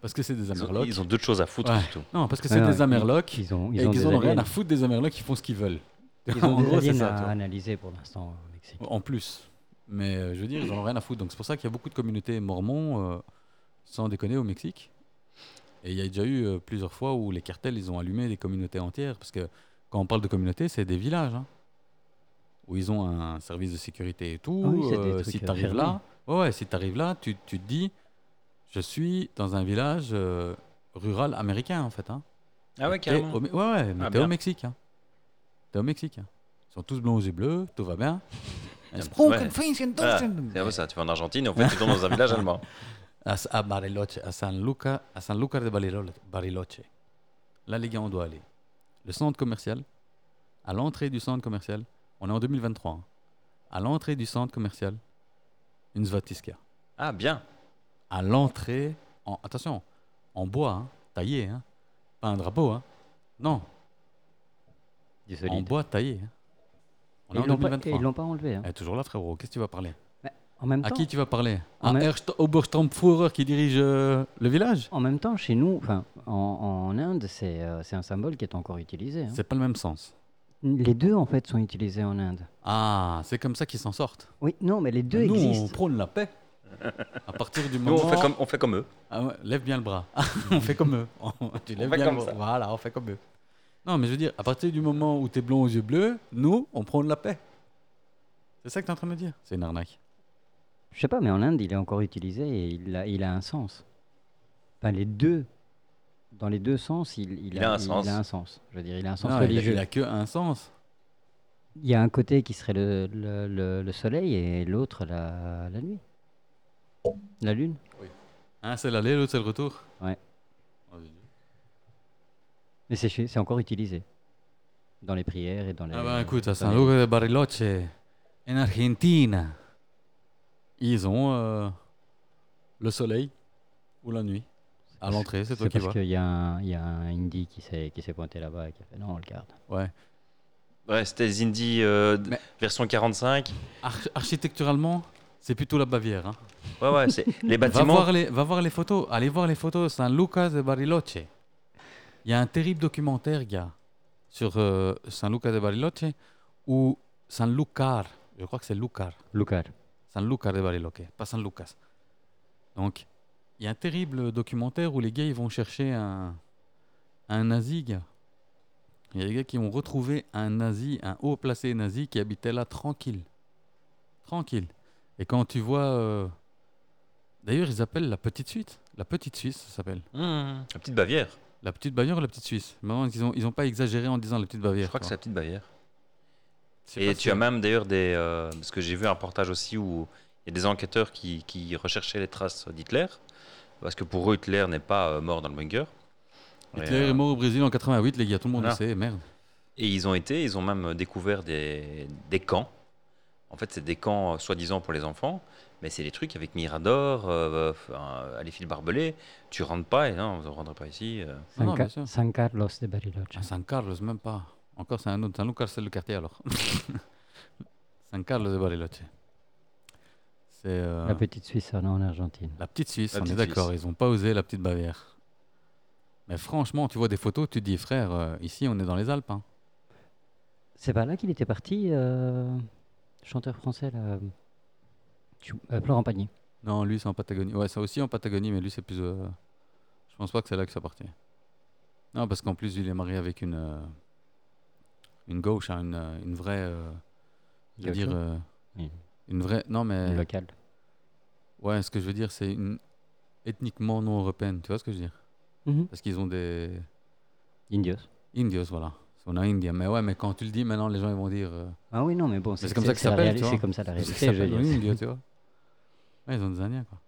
S1: parce que c'est des
S2: Ils ont-
S1: Amerlocs.
S2: Ils ont d'autres choses à foutre,
S1: Ouais.
S2: surtout.
S1: Non, parce que
S3: Ouais,
S1: c'est
S3: non,
S1: des
S3: Ah, ils-
S1: Amerlocs.
S3: Ils ont,
S1: et qu'ils en ont rien
S3: aliens-
S1: à foutre des Amerlocs qui font ce qu'ils veulent.
S3: Ils ont
S1: en
S3: des
S1: gros, c'est
S3: aliens
S1: ça. tu
S3: à
S1: vois.
S3: analyser pour l'instant au Mexique.
S1: En plus. Mais euh, je veux dire, ils en ont rien à foutre. Donc c'est pour ça qu'il y a beaucoup de communautés mormons, euh, sans déconner, au Mexique. Et il y a déjà eu euh, plusieurs fois où les cartels, ils ont allumé des communautés entières. Parce que quand on parle de communauté, c'est des villages. hein, où ils ont un service de sécurité et tout.
S3: Ah oui, c'est des
S1: Euh,
S3: trucs,
S1: si
S3: euh,
S1: tu arrives
S3: fermés.
S1: là, ouais, ouais, si t'arrives là tu, tu te dis, je suis dans un village euh, rural américain, en fait. hein.
S2: Ah ouais,
S1: T'es au, Me- ouais, ouais, mais
S2: Ah,
S1: t'es au
S2: bien.
S1: Mexique. Hein. T'es au Mexique. hein. Ils sont tous blonds aux yeux bleus, tout va bien.
S2: Ouais.
S1: Spoken French and
S3: Ah.
S2: Voilà.
S1: Deutschen.
S2: Ah, C'est un peu ça. Tu vas en Argentine et en fait, tu tombes dans un village allemand.
S1: À, S- Ah, à Bariloche, à San Luca, à San Lucar de Barilo- Bariloche. Là, les gars, on doit aller. Le centre commercial, à l'entrée du centre commercial, on est en 2023. hein. À l'entrée du centre commercial, une Svatiska.
S2: Ah, bien.
S1: à l'entrée, en, attention, en bois, hein, taillé, hein, pas un drapeau, hein, non,
S3: Du
S1: en
S3: solide.
S1: bois taillé. hein. On
S3: Et
S1: est
S3: ils
S1: en
S3: l'ont pas- et
S1: 2023.
S3: ils l'ont pas enlevé. hein.
S1: Elle est toujours là, frérot, qu'est-ce que tu vas parler
S3: En même
S1: À
S3: temps,
S1: qui tu vas parler
S3: En
S1: À
S3: même-
S1: Ernst Obersturmführer qui dirige euh, le village
S3: En même temps, chez nous, enfin, en, en Inde, c'est euh, c'est un symbole qui est encore utilisé. hein.
S1: C'est pas le même sens.
S3: Les deux, en fait, sont utilisés en Inde.
S1: Ah, c'est comme ça qu'ils s'en sortent.
S3: Oui, non, mais les deux
S1: Nous, on
S3: existent.
S1: prône la paix. À partir du
S2: Nous,
S1: moment.
S2: on fait comme, on fait comme eux.
S1: Ah ouais, lève bien le bras. on fait comme eux. tu lèves
S2: fait
S1: bien
S2: comme
S1: le bras.
S2: ça.
S1: Voilà, on fait comme eux. Non, mais je veux dire, à partir du moment où t'es blond aux yeux bleus, nous, on prône la paix. C'est ça que t'es en train de me dire C'est une arnaque.
S3: Je sais pas, mais en Inde, il est encore utilisé et il a, il a un sens. Enfin, les deux, dans les deux sens, il, il
S2: Il a un sens.
S3: Il a un sens. Je veux dire, il a un sens
S1: Non, il, a,
S3: religieux.
S1: il a que un sens.
S3: Il y a un côté qui serait le, le- le- le soleil et l'autre la, la nuit. La lune.
S1: Un, c'est l'aller, l'autre, c'est le retour. Oh,
S3: Ouais. Mais c'est chez- c'est encore utilisé. Dans les prières et dans les.
S1: Ah bah écoute, à
S3: dans
S1: San
S3: les-
S1: Luca de Bariloche, en Argentine, ils ont euh, le soleil ou la nuit. À l'entrée, c'est toi
S3: C'est
S1: qui
S3: parce
S1: vois.
S3: qu'il y, a un- il y a un Indie qui s'est qui s'est pointé là-bas et qui a fait non, on le garde.
S1: Ouais.
S2: Ouais, c'était les Indies euh, d-
S1: Mais-
S2: version 45.
S1: Arch- architecturalement, c'est plutôt la Bavière. hein.
S2: Ouais, ouais, c'est les
S1: Va
S2: bâtiments.
S1: voir, les, va voir les photos, allez voir les photos San Lucas de Bariloche. Il y a un terrible documentaire, gars, sur euh, San Lucas de Bariloche, ou San Lucar, je crois que c'est Lucar,
S3: Lucar.
S1: San Lucar de Bariloche, pas San Lucas. Donc, il y a un terrible documentaire où les gars, ils vont chercher un, un nazi, gars. Il y a des gars qui ont retrouvé un nazi, un haut placé nazi qui habitait là tranquille. Tranquille. Et quand tu vois... euh, D'ailleurs, ils appellent la petite Suisse. La petite Suisse, ça s'appelle.
S2: Mmh. La petite Bavière.
S1: La petite Bavière ou la petite Suisse Maintenant, ils n'ont ils ont pas exagéré en disant la petite Bavière.
S2: Je crois que c'est
S1: quoi.
S2: la petite Bavière.
S1: Je sais
S2: Et
S1: pas si-
S2: tu as même d'ailleurs des. euh, parce que j'ai vu un reportage aussi où il y a des enquêteurs qui, qui recherchaient les traces d'Hitler. Parce que pour eux, Hitler n'est pas euh, mort dans le bunker. Et,
S1: Hitler
S2: euh,
S1: est mort au Brésil en 88, les gars, tout le monde le
S2: Voilà.
S1: sait, merde.
S2: et ils ont été, ils ont même euh, découvert des, des camps. En fait, c'est des camps euh, soi-disant pour les enfants, mais c'est des trucs avec Mirador, euh, euh, à les fils barbelés. Tu rentres pas, et non, vous ne rentrez pas ici. euh.
S1: Non, Ah non,
S3: San, Ca-
S1: bien sûr. Ah,
S3: San Carlos de Bariloche.
S1: À San Carlos, même pas. Encore, c'est un autre. San Lucas, c'est le quartier alors. San Carlos de Bariloche. C'est euh,
S3: La petite Suisse en- en Argentine.
S1: la petite Suisse,
S2: La
S1: on
S2: petite
S1: est d'accord.
S2: Suisse.
S1: Ils n'ont pas osé la petite Bavière. Mais franchement, tu vois des photos, tu te dis, frère, euh, ici, on est dans les Alpes. hein.
S3: C'est pas là qu'il était parti, euh, chanteur français, là. euh, tu- euh, Florent Pagny.
S1: Non, lui, c'est en Patagonie. Ouais, ça aussi en Patagonie, mais lui, c'est plus. euh, Je pense pas que c'est là que ça partit. Non, parce qu'en plus, il est marié avec une, euh, une gauche, hein, une, euh, une vraie. euh, je veux
S3: Gaucho.
S1: dire. euh,
S3: Oui.
S1: Une vraie. Non, mais.
S3: Local.
S1: Ouais, ce que je veux dire, c'est une ethniquement non européenne. Tu vois ce que je veux dire
S3: Mhm.
S1: Parce qu'ils ont des.
S3: Indios.
S1: Indios, voilà. On a Indien. Mais ouais, mais quand tu le dis maintenant, les gens ils vont dire. euh,
S3: Ah oui, non, mais bon, c'est
S1: c'est comme ça que ça
S3: la
S1: s'appelle,
S3: réali-
S1: tu vois.
S3: C'est comme ça la
S1: Parce que
S3: réalité.
S1: ça
S3: je veux
S1: s'appelle
S3: dire.
S1: Indio, tu vois. Ouais, ils ont des Indiens, quoi.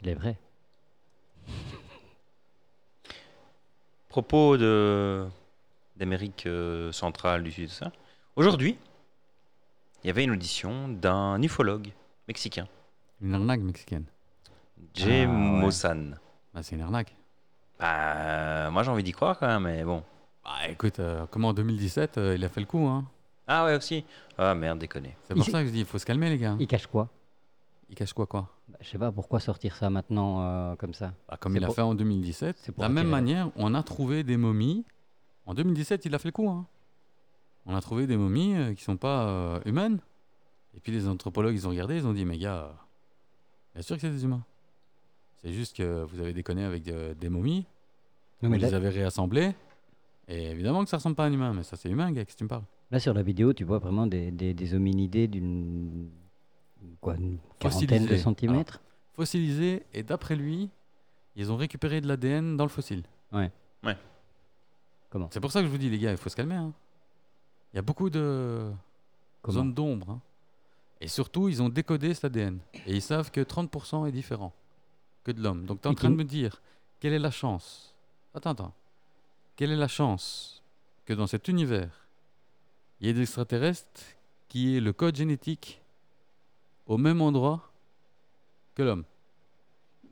S3: Il est vrai.
S2: Propos de d'Amérique euh, centrale, du Sud, tout ça. Aujourd'hui, il y avait une audition d'un ufologue mexicain,
S1: Ah, Une arnaque mexicaine.
S2: Jay
S3: Ah, ouais.
S2: Mossan.
S1: Bah, c'est une arnaque.
S2: Bah, moi j'ai envie d'y croire quand même, mais bon.
S1: Bah, écoute, euh, comment en 2017, euh, il a fait le coup, hein
S2: Ah ouais aussi. Ah merde, déconné.
S1: C'est
S3: Il
S1: pour
S3: s'est-
S1: ça que je dis, il faut se calmer, les gars.
S3: Il cache quoi
S1: Il cache quoi, quoi
S3: Bah, Je sais pas pourquoi sortir ça maintenant euh, comme ça.
S1: Bah, Comme
S3: C'est
S1: il a
S3: pour-
S1: fait en 2017.
S3: c'est
S1: De
S3: pour
S1: la même
S3: attirer-
S1: manière, on a trouvé des momies. En 2017, il a fait le coup. hein. On a trouvé des momies euh, qui sont pas euh, humaines. Et puis les anthropologues, ils ont regardé, ils ont dit, mais gars, euh, bien sûr que c'est des humains. C'est juste que vous avez déconné avec de- des momies, vous
S3: Non, mais là,
S1: les avez réassemblées. Et évidemment que ça ressemble pas à un humain, mais ça c'est humain, gars, qu'est-ce que tu me parles
S3: là, sur la vidéo, tu vois vraiment des, des, des hominidés d'une quoi, une quarantaine
S1: Fossilisés.
S3: de centimètres.
S1: Fossilisé, et d'après lui, ils ont récupéré de l'ADN dans le fossile.
S3: Comment
S1: C'est pour ça que je vous dis, les gars, il faut se calmer. hein. Il y a beaucoup de...
S3: Comment
S1: zone d'ombre. hein. Et surtout, ils ont décodé cet ADN. Et ils savent que 30% est différent que de l'homme. Donc, tu es en
S3: Et
S1: train de
S3: qui-
S1: me dire, quelle est la chance Attends, attends. Quelle est la chance que dans cet univers, il y ait des extraterrestres qui aient le code génétique au même endroit que l'homme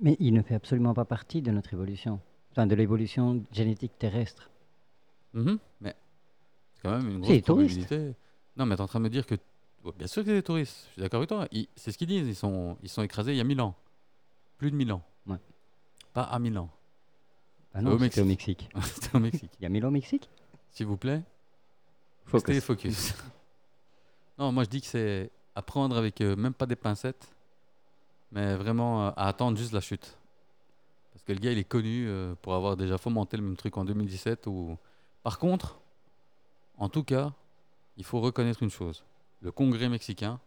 S3: Mais il ne fait absolument pas partie de notre évolution. Enfin, de l'évolution génétique terrestre.
S1: Mhm. Mais c'est quand même une
S3: Mm-hmm. C'est
S1: grosse
S3: des touristes.
S1: probabilité. Non, mais t'es en train de me dire que. Ouais, bien sûr que c'est des touristes, je suis d'accord avec toi. Ils- C'est ce qu'ils disent, ils sont, ils sont écrasés il y a 1000 ans. Plus de 1000 ans.
S3: Ouais.
S1: Pas à 1000 ans.
S3: Ah
S1: Au
S3: non, c'était au Mexique.
S1: C'était au Mexique.
S3: Il y a mille ans au Mexique
S1: S'il vous plaît,
S3: Focus.
S1: stay focus. non, moi je dis que c'est à prendre avec euh, même pas des pincettes, mais vraiment euh, à attendre juste la chute. Parce que le gars, il est connu euh, pour avoir déjà fomenté le même truc en 2017. Ou... Par contre, en tout cas, il faut reconnaître une chose. Le Congrès mexicain,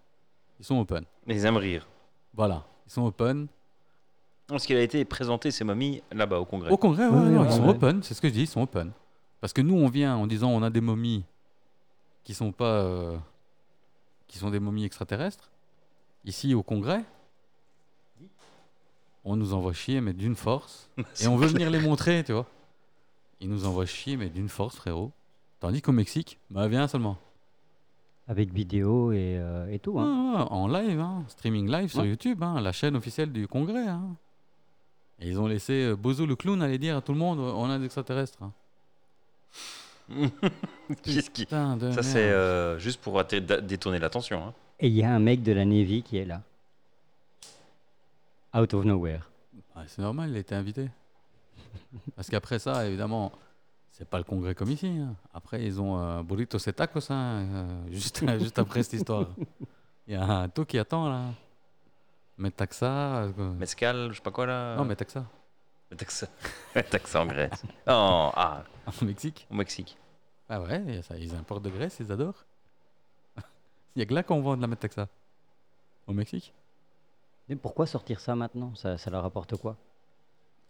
S1: ils sont open.
S2: Mais ils aiment rire.
S1: Voilà, ils sont open.
S2: Parce qu'il a été présenté ses mamies là-bas au Congrès.
S1: Au Congrès, ouais,
S3: Ouais,
S1: ouais,
S3: ouais,
S1: ils sont
S3: ouais.
S1: open, c'est ce que je dis, ils sont open. Parce que nous, on vient en disant on a des momies qui sont pas. euh, qui sont des momies extraterrestres. Ici, au Congrès, on nous envoie chier, mais d'une force. Et on veut venir les montrer, tu vois. Ils nous envoient chier, mais d'une force, frérot. Tandis qu'au Mexique, bah viens seulement.
S3: Avec vidéo et, euh, et tout. Hein.
S1: Ouais, ouais, en live, hein, streaming live sur
S3: Ouais.
S1: YouTube, hein, la chaîne officielle du Congrès. hein. Et ils ont laissé euh, Bozo le clown aller dire à tout le monde euh, on a des extraterrestres. hein.
S2: Qu'est-ce qui-
S1: Putain de
S2: Ça
S1: merde.
S2: c'est euh, juste pour atter- da- détourner l'attention. hein.
S3: Et il y a un mec de la Navy qui est là. Out of nowhere.
S2: euh,
S1: Ouais, Ah, c'est normal, il a été invité. Parce qu'après ça, évidemment, c'est pas le congrès comme ici. hein. Après, ils ont euh, Burrito et tacos, hein, euh, juste, juste après cette histoire. Il y a un taux qui attend, là. Mais taxa. euh, quoi.
S2: Mezcal, je sais pas quoi là.
S1: Non, mais taxa.
S2: Le Texas. Le Texas en Grèce. Oh, ah,
S1: Au Mexique.
S2: au Mexique.
S1: Ah ouais, y a ça, ils importent de Grèce, ils adorent. Il y a que là qu'on vend de la metaxa. Au Mexique
S3: Mais pourquoi sortir ça maintenant ça, ça leur apporte quoi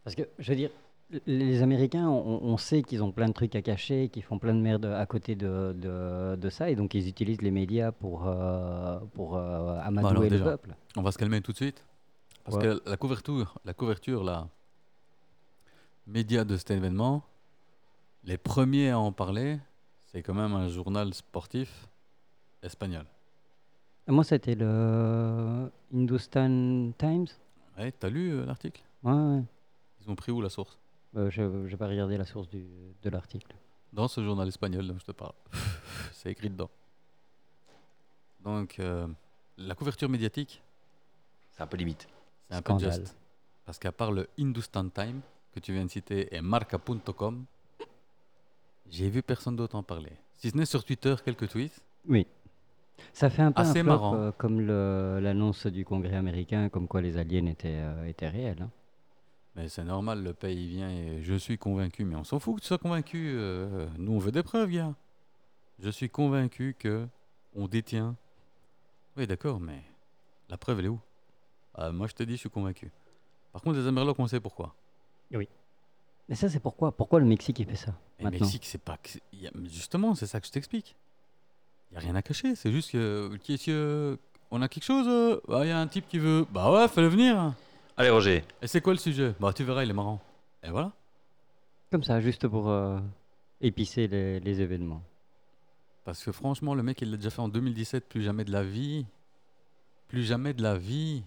S3: Parce que, je veux dire, l- les Américains, on, on sait qu'ils ont plein de trucs à cacher, qu'ils font plein de merde à côté de, de, de ça, et donc ils utilisent les médias pour, euh, pour euh, amadouer
S1: alors,
S3: le
S1: déjà.
S3: peuple.
S1: On va se calmer tout de suite. Parce
S3: Ouais.
S1: que la couverture, la couverture, la média de cet événement, les premiers à en parler, c'est quand même un journal sportif espagnol.
S3: Moi, c'était le Hindustan Times.
S1: Ouais, t'as lu euh, l'article
S3: Ouais, ouais.
S1: Ils ont pris où la source
S3: Euh, je n'ai pas regardé la source du, de l'article.
S1: Dans ce journal espagnol dont je te parle. C'est écrit dedans. Donc, euh, la couverture médiatique,
S2: C'est un peu limite.
S1: C'est un peu
S3: Scandale.
S1: juste. Parce qu'à part le Hindustan Time que tu viens de citer et marca.com, j'ai vu personne d'autre en parler. Si ce n'est sur Twitter quelques tweets.
S3: Oui. Ça fait un peu un
S1: Assez
S3: flop,
S1: marrant.
S3: euh, comme le- l'annonce du Congrès américain, comme quoi les aliens étaient, euh, étaient réels. hein.
S1: Mais c'est normal, le pays vient et je suis convaincu, mais on s'en fout que tu sois convaincu. euh, nous, on veut des preuves, gars. Je suis convaincu que on détient. Oui, d'accord, mais la preuve, elle est où Ah, Moi, je te dis, je suis convaincu. Par contre, les Amerlocs, on sait pourquoi.
S3: Mais ça, c'est pourquoi Pourquoi le Mexique, il fait ça
S1: Et le
S3: maintenant
S1: Mexique, c'est pas. que c'est- il y a- mais Justement, c'est ça que je t'explique. Il n'y a rien à cacher. C'est juste que. qu'est-ce que- On a quelque chose euh Bah, Il y a un type qui veut. Bah ouais, fais-le venir.
S2: Allez, Roger.
S1: Et c'est quoi le sujet Bah, tu verras, il est marrant. Et voilà.
S3: Comme ça, juste pour euh, épicer les, les événements.
S1: Parce que franchement, le mec, il l'a déjà fait en 2017, plus jamais de la vie. Plus jamais de la vie.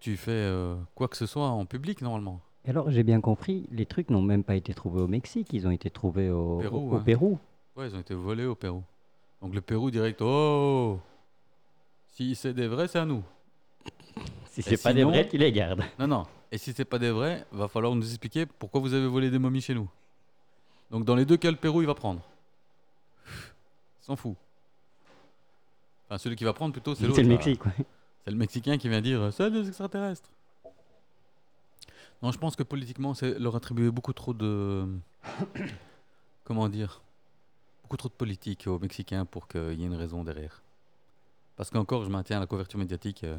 S1: Tu fais euh, quoi que ce soit en public, normalement.
S3: Et alors, j'ai bien compris, les trucs n'ont même pas été trouvés au Mexique, ils ont été trouvés au au- au Pérou.
S1: Pérou, hein. Ouais, ils ont été volés au Pérou. Donc le Pérou direct, oh Si c'est des vrais, c'est à nous.
S3: Si
S1: c'est pas des sinon- vrais,
S3: tu les gardes.
S1: Non, non. Et si c'est pas des vrais, va falloir nous expliquer pourquoi vous avez volé des momies chez nous. Donc dans les deux cas, le Pérou, il va prendre. S'en fout. Enfin, celui qui va prendre plutôt, c'est l'autre. hein.
S3: C'est le
S1: là.
S3: Mexique, ouais.
S1: C'est le Mexicain qui vient dire euh, c'est des extraterrestres. Non, je pense que politiquement, c'est leur attribuer beaucoup trop de. Comment dire Beaucoup trop de politique aux Mexicains pour qu'il y ait une raison derrière. Parce qu'encore, je maintiens la couverture médiatique, euh,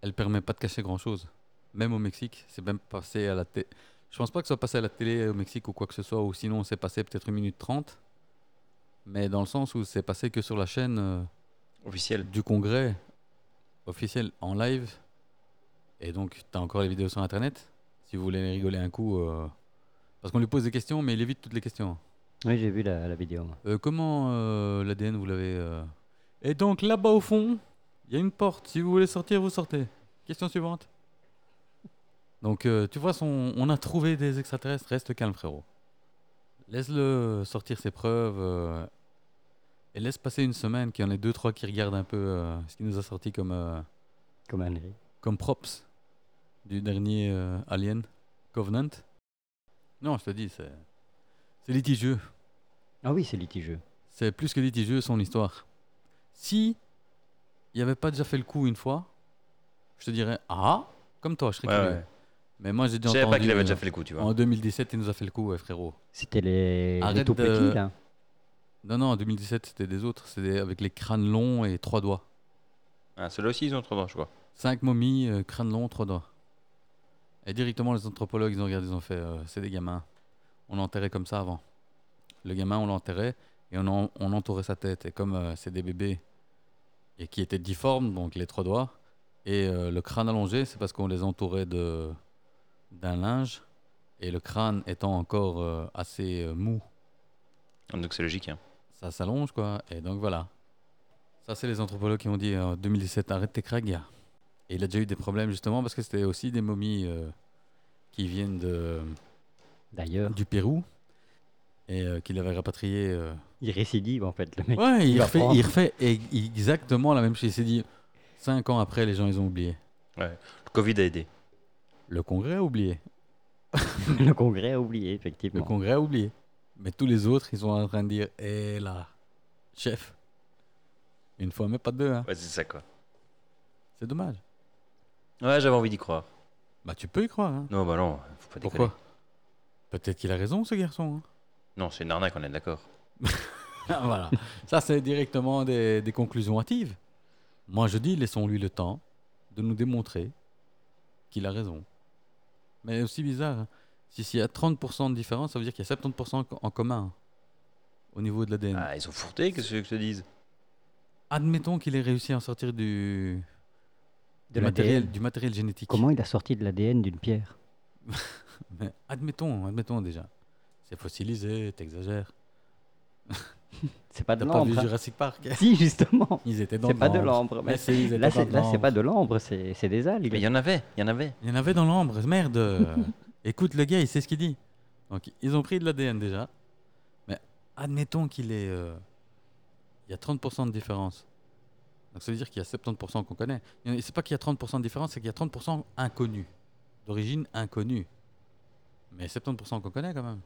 S1: elle permet pas de cacher grand chose. Même au Mexique, c'est même passé à la télé. Je pense pas que ce soit passé à la télé au Mexique ou quoi que ce soit, ou sinon c'est passé peut-être une minute trente. Mais dans le sens où c'est passé que sur la chaîne. euh,
S2: Officiel.
S1: du congrès officiel en live. Et donc, tu as encore les vidéos sur Internet. Si vous voulez rigoler un coup. euh, Parce qu'on lui pose des questions, mais il évite toutes les questions.
S3: Oui, j'ai vu la, la vidéo. moi.
S1: Euh, comment euh, l'ADN, vous l'avez. euh, Et donc, là-bas au fond, il y a une porte. Si vous voulez sortir, vous sortez. Question suivante. Donc, euh, tu vois, son... on a trouvé des extraterrestres. Reste calme, frérot. Laisse-le sortir ses preuves. euh, Et laisse passer une semaine qu'il y en ait deux, trois qui regardent un peu euh, ce qu'il nous a sorti comme. euh,
S3: Comme Henry.
S1: comme props du dernier euh, Alien Covenant. Non, je te dis, c'est c'est litigieux.
S3: Ah oui, c'est litigieux.
S1: C'est plus que litigieux son histoire. Si il avait pas déjà fait le coup une fois, je te dirais ah, comme toi, je serais
S2: Ouais,
S1: curieux.
S2: ouais.
S1: Mais moi j'ai
S2: Je
S1: déjà
S2: savais
S1: entendu.
S2: pas qu'il avait
S1: euh,
S2: déjà fait le coup, tu vois.
S1: En 2017, il nous a fait le coup, ouais, frérot.
S3: C'était les, les
S1: Arrête
S3: tout
S1: de-
S3: petits, là.
S1: Non, non, en 2017, c'était des autres. C'était avec les crânes longs et trois doigts.
S2: Ah, Celui-là aussi, ils ont trop droit, je crois.
S1: Cinq momies, euh, crâne long, trois doigts. Et directement, les anthropologues, ils ont regardé, ils ont fait euh, c'est des gamins. On l'enterrait comme ça avant. Le gamin, on l'enterrait et on, en- on entourait sa tête. Et comme euh, c'est des bébés et qui étaient difformes, donc les trois doigts, et euh, le crâne allongé, c'est parce qu'on les entourait de d'un linge. Et le crâne étant encore euh, assez euh, mou,
S2: Donc c'est logique. hein.
S1: ça s'allonge, quoi. Et donc voilà. Ça, c'est les anthropologues qui ont dit euh, en 2017, arrête tes craques, gars. Et il a déjà eu des problèmes, justement, parce que c'était aussi des momies euh, qui viennent de,
S3: D'ailleurs,
S1: du Pérou et euh, qu'il avait rapatrié. euh.
S3: il récidive, en fait, le mec.
S1: Ouais, il,
S3: va
S1: refait,
S3: prendre.
S1: il refait e- exactement la même chose. Il s'est dit, cinq ans après, les gens, ils ont oublié.
S2: Le Covid a aidé.
S1: Le Congrès a oublié.
S3: le congrès a oublié,
S1: Le
S3: effectivement.
S1: Congrès a oublié. Mais tous les autres, ils sont en train de dire, hé là, chef. Une fois, mais pas deux. hein.
S2: Ouais, c'est ça, quoi.
S1: C'est dommage.
S2: Ouais, j'avais envie d'y croire.
S1: Bah, tu peux y croire. hein.
S2: Non, bah non, faut pas déconner.
S1: Pourquoi Peut-être qu'il a raison, ce garçon. hein.
S2: Non, c'est une arnaque, on est d'accord.
S1: Ah, voilà. Ça, c'est directement des, des conclusions hâtives. Moi, je dis, laissons-lui le temps de nous démontrer qu'il a raison. Mais aussi bizarre, hein. si s'il y a 30% de différence, ça veut dire qu'il y a 70% en commun hein, au niveau de l'ADN.
S2: Ah, ils ont fourté, qu'est-ce que je te dise
S1: Admettons qu'il ait réussi à en sortir du,
S3: De
S1: du matériel,
S3: l'ADN.
S1: du matériel génétique.
S3: Comment il a sorti de l'ADN d'une pierre
S1: Mais admettons, admettons déjà. C'est fossilisé, t'exagères.
S3: C'est pas de
S1: T'as pas vu
S3: l'ambre. hein.
S1: Jurassic Park
S3: Si, justement.
S1: Ils étaient dans
S3: C'est pas de
S1: l'ambre.
S3: l'ambre. mais-
S1: Mais si, ils étaient
S3: Là,
S1: dans
S3: c'est là, c'est
S1: l'ambre.
S3: pas de l'ambre, c'est c'est des algues.
S2: Mais il y en avait, il y en avait.
S1: Il y en avait dans l'ombre, merde. euh, Écoute le gars, il sait ce qu'il dit. Donc ils ont pris de l'ADN déjà. Mais admettons qu'il est... euh, Il y a 30% de différence. Donc ça veut dire qu'il y a 70% qu'on connaît. Il y en a- C'est pas qu'il y a 30% de différence, c'est qu'il y a 30% inconnus. D'origine inconnue. Mais 70% qu'on connaît quand même.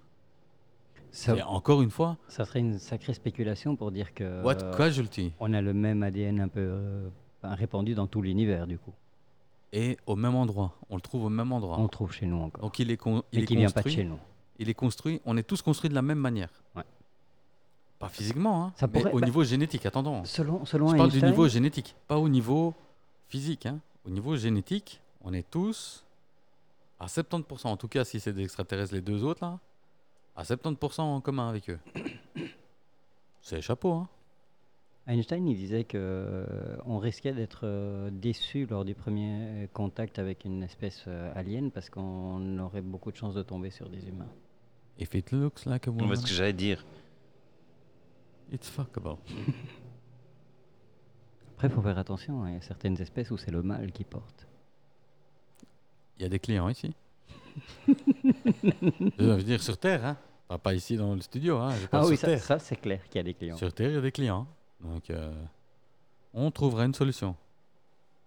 S3: Ça,
S1: Et encore une fois,
S3: ça serait une sacrée spéculation pour dire que
S1: what casualty
S3: euh, on a le même ADN un peu euh, enfin, répandu dans tout l'univers, du coup.
S1: et au même endroit. On le trouve au même endroit.
S3: On le trouve chez nous encore.
S1: Donc il est, con- Oh. il
S3: mais
S1: est
S3: qui vient pas de
S1: construit.
S3: chez nous.
S1: il est construit. On est tous construits de la même manière.
S3: Ouais.
S1: Pas physiquement, hein,
S3: Ça
S1: mais
S3: pourrait-
S1: au
S3: bah-
S1: niveau génétique. Attendons.
S3: Selon, selon
S1: Je parle du
S3: Einstein-
S1: niveau génétique, pas au niveau physique. hein. Au niveau génétique, on est tous à 70%, en tout cas si c'est des extraterrestres les deux autres, là, à 70% en commun avec eux. C'est chapeau, hein
S3: Einstein, il disait que euh, on risquait d'être euh, déçu lors du premier euh, contact avec une espèce euh, alien parce qu'on aurait beaucoup de chances de tomber sur des humains.
S1: If it looks like a woman,
S2: ce que j'allais dire.
S1: it's fuckable.
S3: Après, il faut faire attention, hein, il y a certaines espèces où c'est le mâle qui porte.
S1: Il y a des clients ici. je veux dire sur Terre, hein Enfin, pas ici dans le studio, hein. je parle
S3: Ah oui,
S1: sur
S3: ça,
S1: Terre.
S3: ça, c'est clair qu'il y a des clients.
S1: Sur Terre, il y a des clients. Donc, euh, on trouvera une solution.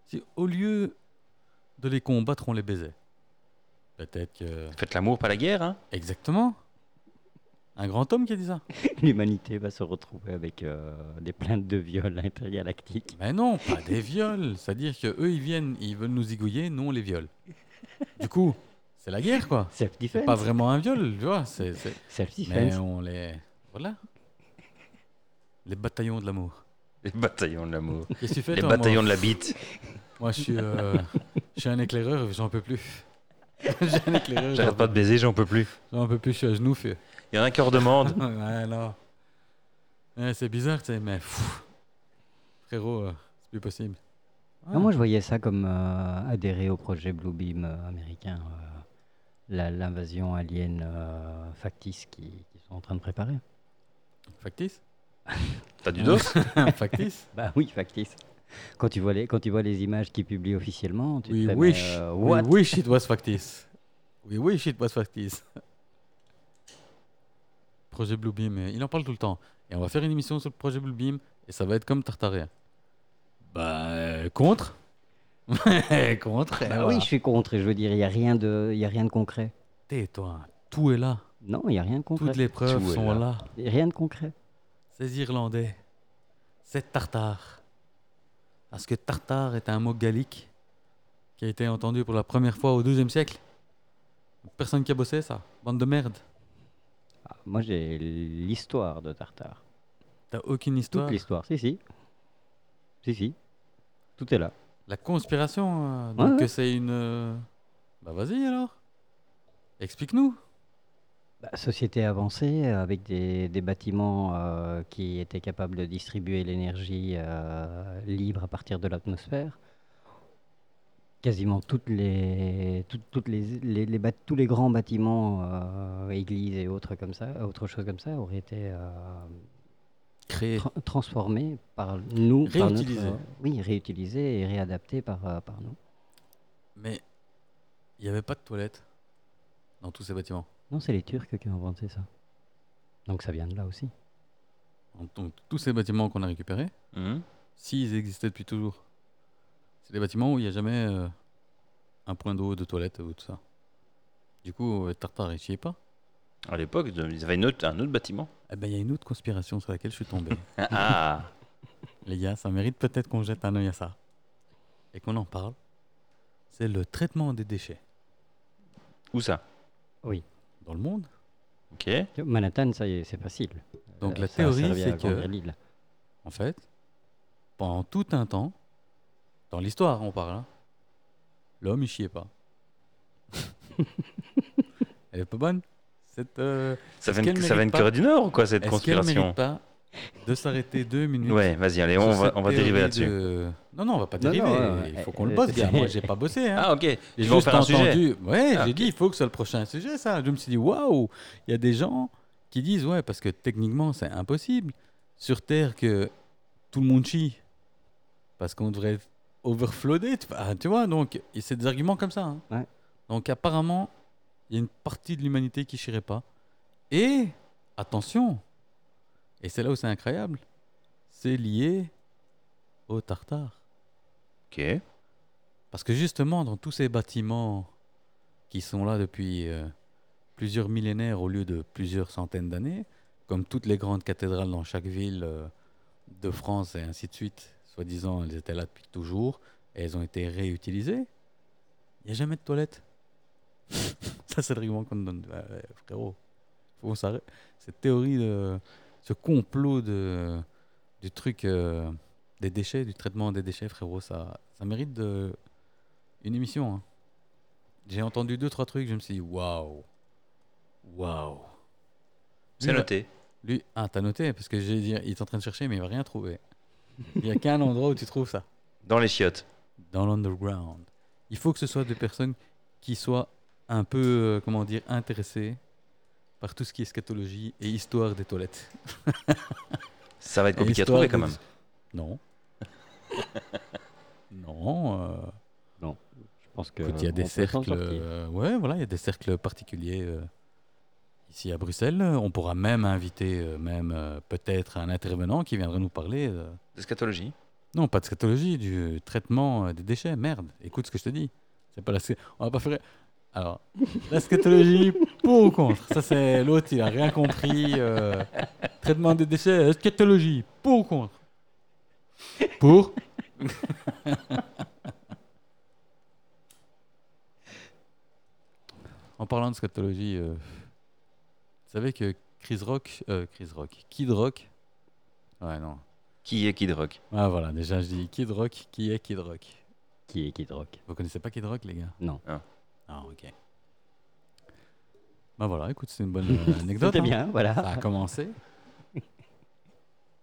S1: Si au lieu de les combattre, on les baisait. Peut-être que.
S2: Faites l'amour, pas la guerre. Hein.
S1: Exactement Un grand homme qui a dit ça
S3: L'humanité va se retrouver avec euh, des plaintes de viol intergalactiques.
S1: Mais non, pas des viols C'est-à-dire que eux ils viennent, ils veulent nous zigouiller, nous on les viole. Du coup, c'est la guerre quoi C'est
S3: Self-defense.
S1: pas vraiment un viol, tu vois c'est, c'est- Mais
S3: Self-defense.
S1: on les. Voilà Les bataillons de l'amour.
S2: Les bataillons de l'amour.
S1: Qu'est-ce que tu fais
S2: Les
S1: toi, moi
S2: bataillons de la bite.
S1: Moi, je suis, euh, je suis un éclaireur, j'en peux plus. J'ai un éclaireur, j'en
S2: J'arrête pas
S1: peux,
S2: de baiser, j'en peux plus.
S1: j'en peux plus, euh, je suis à genoux. Fait.
S2: Il y en a un qui redemande.
S1: ouais, non. Ouais, c'est bizarre, tu sais, mais pfff. frérot, euh, c'est plus possible.
S3: Ah, moi, je voyais ça comme euh, adhérer au projet Bluebeam euh, américain, euh, la- l'invasion alien euh, factice qui- qu'ils sont en train de préparer.
S1: Factice
S2: T'as
S1: Mmh.
S2: du dos
S1: Factice
S3: Bah oui, factice. Quand tu vois les, quand tu vois les images qu'ils publient officiellement, tu
S1: We
S3: te fais, mais,
S1: wish,
S3: euh,
S1: we
S3: what
S1: wish it was factice. We wish it was factice. Projet Bluebeam, euh, il en parle tout le temps. Et on va faire une émission sur le projet Bluebeam et ça va être comme Tartaria. Bah, euh, contre Contre. et
S3: Bah
S1: voilà.
S3: oui, je suis contre. et Je veux dire, il n'y a, rien de- il y a rien de concret.
S1: Tais-toi, tout est là.
S3: Non, il n'y a rien de concret.
S1: Toutes les preuves
S2: Tout est
S1: sont
S2: là.
S1: là.
S3: Rien de concret.
S1: Ces Irlandais, ces Tartares. Parce que Tartare est un mot gallique qui a été entendu pour la première fois au XIIe siècle. Personne qui a bossé ça. Bande de merde.
S3: Ah, moi, j'ai l'histoire de Tartare.
S1: T'as aucune
S3: Toute
S1: histoire.
S3: l'histoire. Si, si. Si, si. Tout est là.
S1: La conspiration, euh, donc
S3: Ouais,
S1: que
S3: ouais.
S1: c'est une. euh, Bah vas-y alors. Explique-nous.
S3: Bah, société avancée euh, avec des, des bâtiments euh, qui étaient capables de distribuer l'énergie euh, libre à partir de l'atmosphère. Quasiment toutes les, tout- toutes les, les- les bât- tous les grands bâtiments, euh, églises et autres comme ça, autre chose comme ça, auraient été euh,
S1: Créer.
S3: tra- transformés par nous, par notre- euh,
S1: Réutilisés.
S3: oui, réutilisés et réadaptés par, euh, par nous.
S1: Mais il n'y avait pas de toilette dans tous ces bâtiments.
S3: Non, c'est les Turcs qui ont inventé ça. Donc ça vient de là aussi.
S1: Donc tous ces bâtiments qu'on a récupérés,
S2: Hum.
S1: S'ils existaient depuis toujours. C'est des bâtiments où il n'y a jamais euh, un point d'eau, de toilette ou tout ça. Du coup, euh, Tartare, il s'y est pas.
S2: À l'époque, ils avaient une autre- un autre bâtiment.
S1: Eh ben, il y a une autre conspiration sur laquelle je suis tombé.
S2: Ah, Ah
S1: Les gars, ça mérite peut-être qu'on jette un œil à ça. Et qu'on en parle. C'est le traitement des déchets.
S2: Où ça
S1: Dans le monde
S2: Ok.
S3: Manhattan, ça y est, c'est facile.
S1: Donc
S3: Euh,
S1: la
S3: ça a
S1: théorie,
S3: servi à
S1: c'est que,
S3: agrandir l'île.
S1: en fait, pendant tout un temps, dans l'histoire, on parle, hein, l'homme, il chiait pas. Elle est pas bonne cette, euh,
S2: Ça
S1: Est-ce
S2: vient, de-
S1: qu'elle
S2: ça vient
S1: mérite
S2: de
S1: pas-
S2: Corée du Nord ou quoi cette
S1: Est-ce qu'elle mérite
S2: conspiration
S1: pas de s'arrêter deux minutes
S2: Ouais, vas-y, allez,
S1: sur
S2: on va,
S1: cette
S2: on va dériver
S1: théorie
S2: là-dessus.
S1: de- Non, non, on va pas
S3: Non,
S1: dériver.
S3: non, ouais, ouais.
S1: Il faut qu'on
S3: Euh,
S1: le bosse, gars.
S3: c'est-
S1: Moi, j'ai pas bossé. Hein.
S2: Ah, ok.
S1: J'ai
S2: Ils vont
S1: juste
S2: faire un sujet.
S1: entendu- Ouais,
S2: Ah,
S1: j'ai
S2: ok.
S1: dit, il faut que ce soit le prochain sujet, ça. Je me suis dit, waouh, il y a des gens qui disent, ouais, parce que techniquement, c'est impossible. Sur Terre, que tout le monde chie, parce qu'on devrait être overflowé. Tu ah, tu vois, donc, et c'est des arguments comme ça. hein.
S3: Ouais.
S1: Donc, apparemment, il y a une partie de l'humanité qui chierait pas. Et, attention, et c'est là où c'est incroyable, c'est lié au tartare.
S2: Ok.
S1: Parce que justement, dans tous ces bâtiments qui sont là depuis euh, plusieurs millénaires au lieu de plusieurs centaines d'années, comme toutes les grandes cathédrales dans chaque ville euh, de France et ainsi de suite, soi-disant, elles étaient là depuis toujours et elles ont été réutilisées. Il n'y a jamais de toilette. ça, c'est le règlement qu'on te donne. Ouais, ouais, frérot, faut qu'on s'arrête. Cette théorie, de, ce complot de, du truc euh, des déchets, du traitement des déchets, frérot, ça, ça mérite de, une émission. hein. J'ai entendu deux, trois trucs, je me suis dit, waouh, waouh.
S2: C'est
S1: Lui, là-
S2: noté.
S1: Lui, ah, t'as noté, parce que j'ai dit, il est en train de chercher, mais il va rien trouver. Il n'y a qu'un endroit où tu trouves ça.
S2: Dans les chiottes.
S1: Dans l'underground. Il faut que ce soit des personnes qui soient un peu, euh, comment dire, intéressées par tout ce qui est scatologie et histoire des toilettes.
S2: Ça va être
S1: Et
S2: compliqué à
S1: histoire
S2: trouver quand
S1: de-
S2: même.
S1: Non. non. euh,
S3: Je pense que.
S1: écoute, il y a
S3: on
S1: des
S3: peut s'en
S1: cercles.
S3: sortir.
S1: euh, ouais, voilà, il y a des cercles particuliers euh, ici à Bruxelles. On pourra même inviter, euh, même euh, peut-être un intervenant qui viendra nous parler. euh,
S2: De scatologie.
S1: Non, pas de scatologie, du traitement euh, des déchets. Merde, écoute ce que je te dis. C'est pas la... sc- On va pas faire. Alors, la scatologie, pour ou contre Ça, c'est l'autre, il a rien compris. euh, Traitement des déchets, euh, scatologie, pour ou contre Pour En parlant de scatologie, euh, vous savez que Chris Rock, euh, Chris Rock, Kid Rock, ouais, non,
S2: Qui est Kid Rock
S1: ah voilà, déjà je dis Kid Rock, qui est Kid Rock
S3: Qui est Kid Rock
S1: Vous connaissez pas Kid Rock les gars
S3: Non.
S2: Non.
S1: Ah ok. Bah voilà, écoute, c'est une bonne euh, anecdote.
S3: C'était
S1: hein.
S3: bien,
S1: Ça a
S3: voilà.
S1: commencé.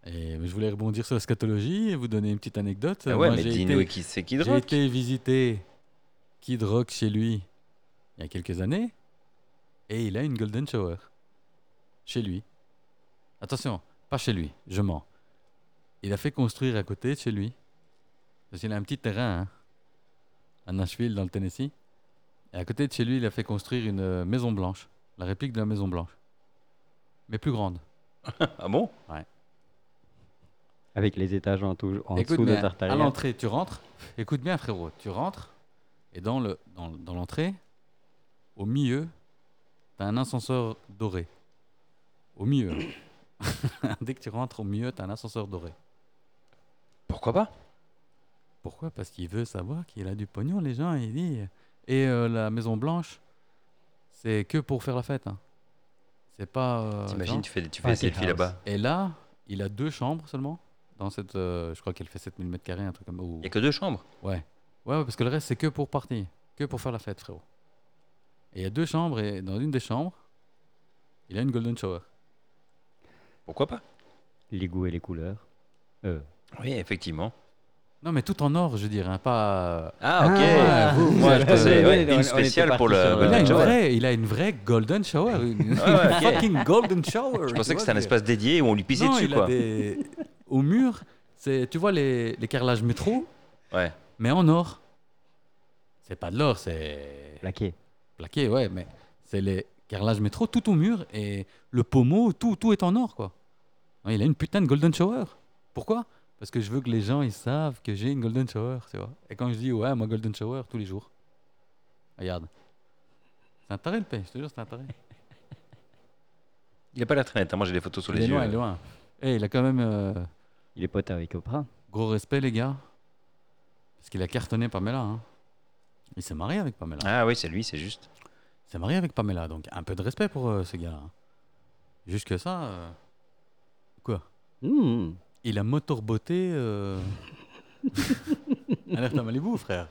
S1: Et je voulais rebondir sur la scatologie et vous donner une petite anecdote.
S2: Ah ouais,
S1: Moi,
S2: mais
S1: j'ai
S2: dis-nous
S1: été-
S2: qui c'est Kid
S1: j'ai
S2: Rock.
S1: été visiter Kid Rock chez lui il y a quelques années et il a une Golden Shower chez lui. Attention, pas chez lui, je mens. Il a fait construire à côté de chez lui. Parce qu'il a un petit terrain hein, à Nashville, dans le Tennessee. Et à côté de chez lui, il a fait construire une euh, maison blanche, la réplique de la maison blanche, mais plus grande.
S2: Ah bon
S3: Avec les étages en, tou- en
S1: Écoute,
S3: dessous de
S1: mais à- à
S3: l'artère.
S1: l'entrée, tu rentres. Écoute bien, frérot, tu rentres. Et dans le dans, dans l'entrée, au milieu, t'as un ascenseur doré. Au milieu. Dès que tu rentres au milieu, t'as un ascenseur doré.
S2: Pourquoi pas
S1: Pourquoi Parce qu'il veut savoir qu'il a du pognon, les gens. Il dit. Et euh, la Maison Blanche, c'est que pour faire la fête. hein. C'est pas. euh, genre-
S2: T'imagines, tu fais, tu fais
S3: Ah,
S2: des selfies
S3: Penthouse.
S2: là-bas.
S1: Et là, il a deux chambres seulement. Dans cette, euh, je crois qu'elle fait 7000 mètres carrés, un truc comme. ou-
S2: Il n'y a que deux chambres.
S1: Ouais. ouais. ouais, parce que le reste, c'est que pour partir, que pour faire la fête, frérot. Et il y a deux chambres, et dans une des chambres, il a une golden shower.
S2: Pourquoi pas
S3: Les goûts et les couleurs. Euh,
S2: Oui, effectivement.
S1: Non, mais tout en or, je veux dire, hein, pas.
S2: Ah, ok.
S3: Ah,
S1: vous, vous
S2: Moi, je
S1: êtes- ouais,
S2: pensais ouais,
S3: on- on
S2: une
S3: était
S2: spéciale
S3: parti
S2: pour
S3: sur
S2: le.
S1: il,
S3: le-
S1: a
S2: Golden
S1: une
S2: Shower.
S1: vraie, il a une vraie golden shower, une, une
S2: Ah ouais, ok.
S1: fucking golden shower.
S2: Je pensais que c'était un espace dédié où on lui pissait dessus, quoi.
S1: Au mur, c'est, tu vois les, les carrelages métro,
S2: Ouais.
S1: mais en or. C'est pas de l'or, c'est.
S3: plaqué.
S1: plaqué, ouais, mais c'est les carrelages métro, tout au mur, et le pommeau, tout, tout est en or, quoi. Ouais, Il a une putain de golden shower. Pourquoi Parce que je veux que les gens, ils savent que j'ai une golden shower, tu vois. Et quand je dis, ouais, moi, golden shower, tous les jours. Regarde. C'est un taré, le pêche, je te jure, c'est un taré.
S2: Il a pas l'air très net. hein. Moi, j'ai des photos sous
S1: Il
S2: les
S1: est loin,
S2: yeux.
S1: il est loin. Eh, il a quand même euh,
S3: Il est pote avec Oprah.
S1: gros respect, les gars. Parce qu'il a cartonné Pamela, hein. Il s'est marié avec Pamela.
S2: Ah oui, c'est lui, c'est juste.
S1: Il s'est marié avec Pamela, donc un peu de respect pour euh, ce gars-là. Juste que ça... euh, Quoi
S3: Hmm.
S1: Il a motorboté. Euh... Alerte à Malibu, frère.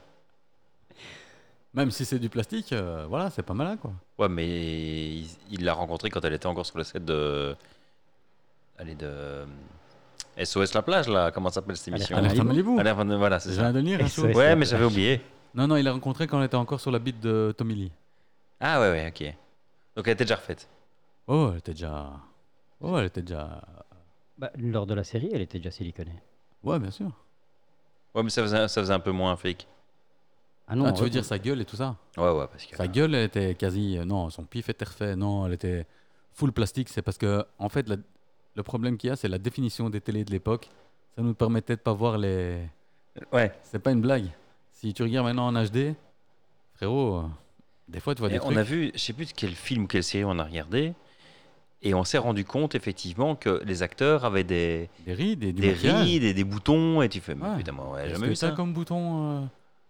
S1: Même si c'est du plastique, euh, voilà, c'est pas malin, quoi.
S2: Ouais, mais il il l'a rencontré quand elle était encore sur le set de. Allez, de. euh, SOS La Plage, là. Comment s'appelle cette émission
S1: Alerte à Malibu.
S2: Alerte à- Voilà, c'est
S1: J'ai
S2: ça.
S1: un délire, un
S3: SOS.
S1: jour.
S2: Ouais, mais j'avais oublié.
S1: Non, non, il l'a rencontré quand on était encore sur la bite de Tommy Lee.
S2: Ah ouais, ouais, ok. Donc elle était déjà refaite.
S1: Oh, elle était déjà. Oh, elle était déjà.
S3: Bah, lors de la série, elle était déjà siliconée.
S1: Ouais, bien sûr.
S2: Ouais, mais ça faisait, ça faisait un peu moins fake.
S3: Ah non,
S1: Ah, tu
S3: euh,
S1: veux dire sa gueule et tout ça
S2: Ouais, ouais, parce que.
S1: Sa gueule, elle était quasi. euh, Non, son pif était refait. Non, elle était full plastique. C'est parce que, en fait, la- le problème qu'il y a, c'est la définition des télés de l'époque. Ça nous permettait de pas voir les.
S2: euh, Ouais.
S1: C'est pas une blague. Si tu regardes maintenant en HD, frérot, euh, des fois tu
S3: Eh,
S1: vois
S2: Et
S1: des
S2: on
S1: trucs.
S2: a vu, je sais plus de quel film ou quelle série on a regardé, et on s'est rendu compte effectivement que les acteurs avaient des,
S1: Des rides et du
S2: des
S1: maquillage.
S2: rides et des boutons, et tu fais, mais
S1: Ouais.
S2: putain, moi, ouais,
S1: Qu'est-ce
S2: jamais
S1: que
S2: vu ça.
S1: t'as comme bouton euh,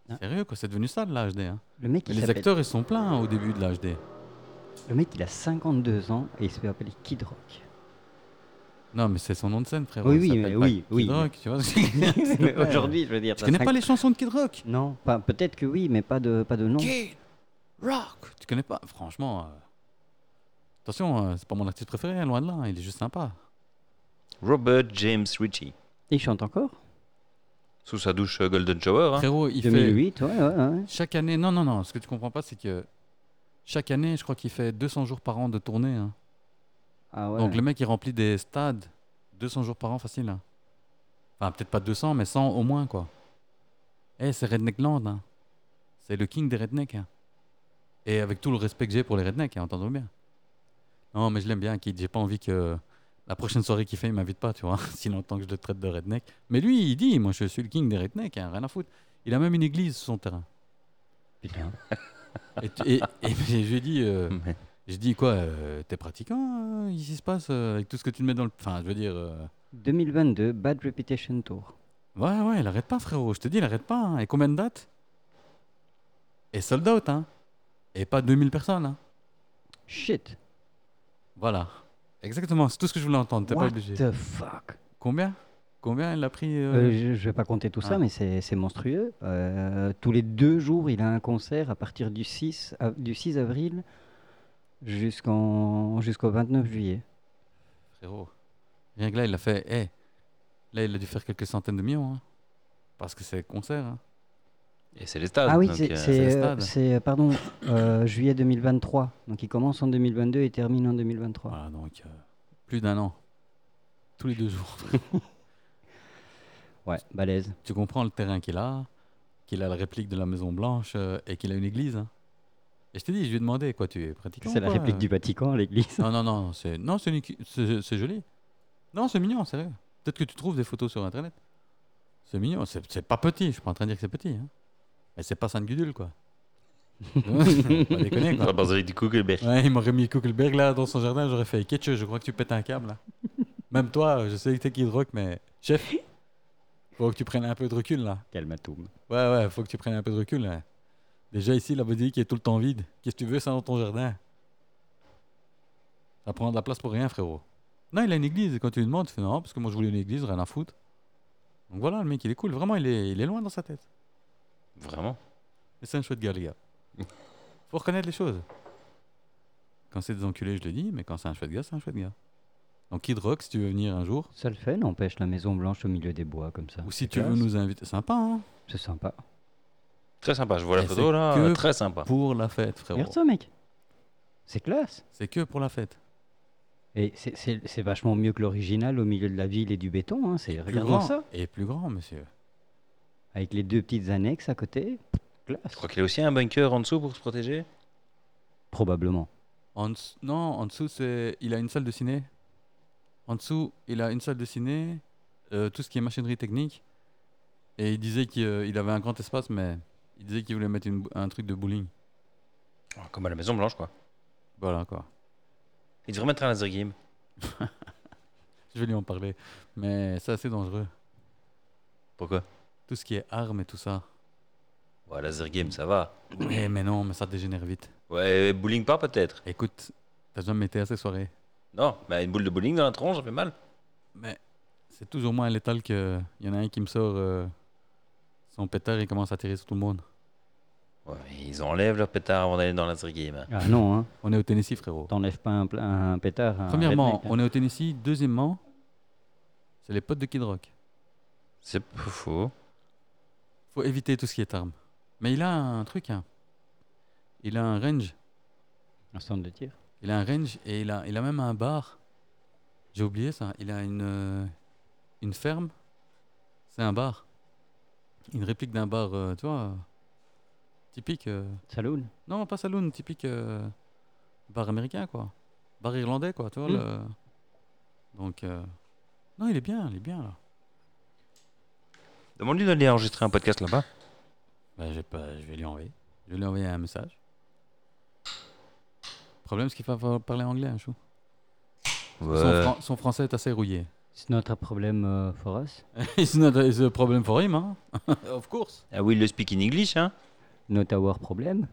S3: Hein.
S1: Sérieux, quoi, c'est devenu ça de l'HD.
S3: Le mec, il
S1: hein. Les
S3: s'appelle-
S1: acteurs, ils sont pleins hein, au début de l'HD.
S3: le mec, il a 52 ans et il se fait appeler Kid Rock.
S1: Non, mais c'est son nom de scène, frère.
S3: Oui, oui, mais oui, oui.
S1: tu vois. C'est
S3: Mais
S1: vrai.
S3: Aujourd'hui, je veux dire.
S1: Tu
S3: t'as
S1: connais
S3: cinq-
S1: pas les chansons de Kid Rock
S3: Non, pas- peut-être que oui, mais pas de, pas de nom.
S1: Kid Rock Tu connais pas Franchement. euh, Attention, euh, c'est pas mon artiste préféré, hein, loin de là. hein, Il est juste sympa.
S2: Robert James Ritchie.
S3: Il chante encore
S2: Sous sa douche euh, Golden Shower. hein.
S1: Frérot, il fait.
S3: 2008, ouais, ouais, ouais.
S1: Chaque année. Non, non, non. Ce que tu comprends pas, c'est que. Chaque année, je crois qu'il fait 200 jours par an de tournée. hein.
S3: Ah ouais.
S1: Donc le mec, il remplit des stades 200 jours par an facile. hein. Enfin, peut-être pas 200, mais 100 au moins, quoi. Eh, c'est Redneck Land. hein. C'est le king des rednecks. hein. Et avec tout le respect que j'ai pour les rednecks, hein, entendons bien. Non, mais je l'aime bien, Kid. J'ai pas envie que la prochaine soirée qu'il fait, il m'invite pas, tu vois. S'il entend que je le traite de redneck. Mais lui, il dit, moi, je suis le king des rednecks, hein, rien à foutre. Il a même une église sur son terrain.
S3: Putain.
S1: Et, tu- et, et je lui ai dit... euh,
S2: Mais
S1: je dis quoi, euh, t'es pratiquant, euh, ici se passe, euh, avec tout ce que tu mets dans le... Enfin, je veux dire... euh,
S3: 2022, Bad Reputation Tour.
S1: Ouais, ouais, il arrête pas, frérot, je te dis, il arrête pas. hein. Et combien de dates Et sold out, hein Et pas 2000 personnes, hein
S3: Shit.
S1: Voilà. Exactement, c'est tout ce que je voulais entendre, t'es pas
S3: What
S1: obligé.
S3: the fuck
S1: Combien Combien il a pris euh,
S3: Euh, je, je vais pas compter tout
S1: ah.
S3: ça, mais c'est c'est monstrueux. Euh, tous les deux jours, il a un concert à partir du 6, av- du 6 avril jusqu'en jusqu'au 29 juillet.
S1: Frérot. Rien que là, il a fait... eh, Là, il a dû faire quelques centaines de millions, hein. Parce que c'est concert, hein.
S2: Et c'est les stades.
S3: Ah oui,
S2: donc,
S3: c'est-
S2: euh,
S1: le
S3: c'est euh,
S1: stade.
S3: c'est, euh, pardon euh, juillet 2023. Donc il commence en 2022 et termine en 2023.
S1: Voilà, donc... euh, plus d'un an. Tous les deux jours.
S3: Ouais, balèze.
S1: tu comprends le terrain qu'il a, qu'il a la réplique de la Maison Blanche euh, et qu'il a une église. hein. Et je t'ai dit, je lui ai demandé, quoi, tu es pratiquant
S3: C'est la
S1: quoi,
S3: réplique
S1: euh
S3: du Vatican à l'église.
S1: Non, non, non, c'est non, c'est une équi- c'est- c'est joli. Non, c'est mignon, sérieux. Peut-être que tu trouves des photos sur Internet. C'est mignon, c'est c'est pas petit, je suis pas en train de dire que c'est petit. hein. Mais c'est pas Sainte-Gudule, quoi. Faut pas déconner,
S2: Dans la
S1: quoi.
S2: basilique du Kugelberg.
S1: Ouais, il m'aurait mis Kuckelberg là dans son jardin, j'aurais fait Ketchup, je crois que tu pètes un câble là. Même toi, je sais que t'es Kid Rock, mais chef, faut que tu prennes un peu de recul là.
S3: Calmatoum.
S1: Ouais, ouais, faut que tu prennes un peu de recul. là. Déjà ici, la basilique est tout le temps vide. Qu'est-ce que tu veux, ça, dans ton jardin Ça prend de la place pour rien, frérot. Non, il a une église, et quand tu lui demandes, tu fais non, parce que moi je voulais une église, rien à foutre. Donc voilà, le mec, il est cool. Vraiment, il est, il est loin dans sa tête.
S2: Vraiment.
S1: Mais c'est un chouette gars, les gars. Faut reconnaître les choses. Quand c'est des enculés, je le dis, mais quand c'est un chouette gars, c'est un chouette gars. Donc Kid Rock, si tu veux venir un jour,
S3: Ça le fait, n'empêche, la Maison Blanche au milieu des bois comme ça.
S1: ou si
S3: C'est
S1: tu veux
S3: classe.
S1: nous inviter, sympa, hein
S3: C'est sympa.
S2: Très sympa. Je vois
S1: Et
S2: la photo
S1: c'est
S2: là.
S1: que-
S2: Très sympa.
S1: Pour la fête, frérot.
S3: Regarde ça, mec. C'est classe.
S1: C'est que pour la fête.
S3: Et c'est- c'est c'est vachement mieux que l'original au milieu de la ville et du béton. Hein. C'est
S1: Plus
S3: regardons
S1: grand.
S3: ça.
S1: Et plus grand, monsieur.
S3: Avec les deux petites annexes à côté.
S2: Je
S3: Classe.
S2: crois qu'il y a aussi un bunker en dessous pour se protéger.
S3: Probablement.
S1: En dess- non, en dessous, c'est... il a une salle de ciné. En dessous, il a une salle de ciné, euh, tout ce qui est machinerie technique. Et il disait qu'il euh, il avait un grand espace, mais il disait qu'il voulait mettre une bou- un truc de bowling.
S2: Oh, Comme à la Maison Blanche quoi.
S1: Voilà quoi.
S2: Il devrait mettre un laser game.
S1: Je vais lui en parler. Mais c'est assez dangereux.
S2: Pourquoi
S1: Tout ce qui est armes et tout ça.
S2: Ouais, laser game, ça va.
S1: Eh, mais non, mais ça dégénère vite.
S2: Ouais, bowling pas peut-être.
S1: Écoute, t'as jamais été à ces soirées.
S2: Non, mais une boule de bowling dans la tronche, ça fait mal.
S1: Mais c'est toujours moins létal que. Il y en a un qui me sort euh, son pétard et commence à tirer sur tout le monde.
S2: Ouais, mais ils enlèvent leur pétard avant d'aller dans la laser game. hein.
S3: Ah non, hein.
S1: On est au Tennessee, frérot.
S3: t'enlèves pas un, pla- un pétard. à un
S1: Premièrement,
S3: redneck, hein.
S1: on est au Tennessee. Deuxièmement, c'est les potes de Kid Rock.
S2: C'est pas faux.
S1: Faut éviter tout ce qui est armes. Mais il a un truc. hein. Il a un range.
S3: un stand de tir.
S1: Il a un range et il a, il a même un bar. J'ai oublié ça. Il a une, euh, une ferme. C'est un bar. Une réplique d'un bar, euh, tu vois, euh, typique. euh,
S3: Saloon.
S1: Non, pas saloon, typique euh, bar américain, quoi. Bar irlandais, quoi, tu vois.
S3: Mm.
S1: le- Donc, euh, non, il est bien, il est bien, là.
S2: Demande-lui d'aller enregistrer un podcast là-bas.
S1: Bah, j'ai pas, je vais lui envoyer. Je vais lui envoyer un message. Le problème, c'est qu'il va falloir parler anglais, un chou. Son,
S2: Ouais.
S1: fran- son français est assez rouillé.
S3: It's not a problem euh, for us.
S1: It's not a, it's a problem for him, hein? of course.
S2: I will speak in English, hein
S3: Not our problem.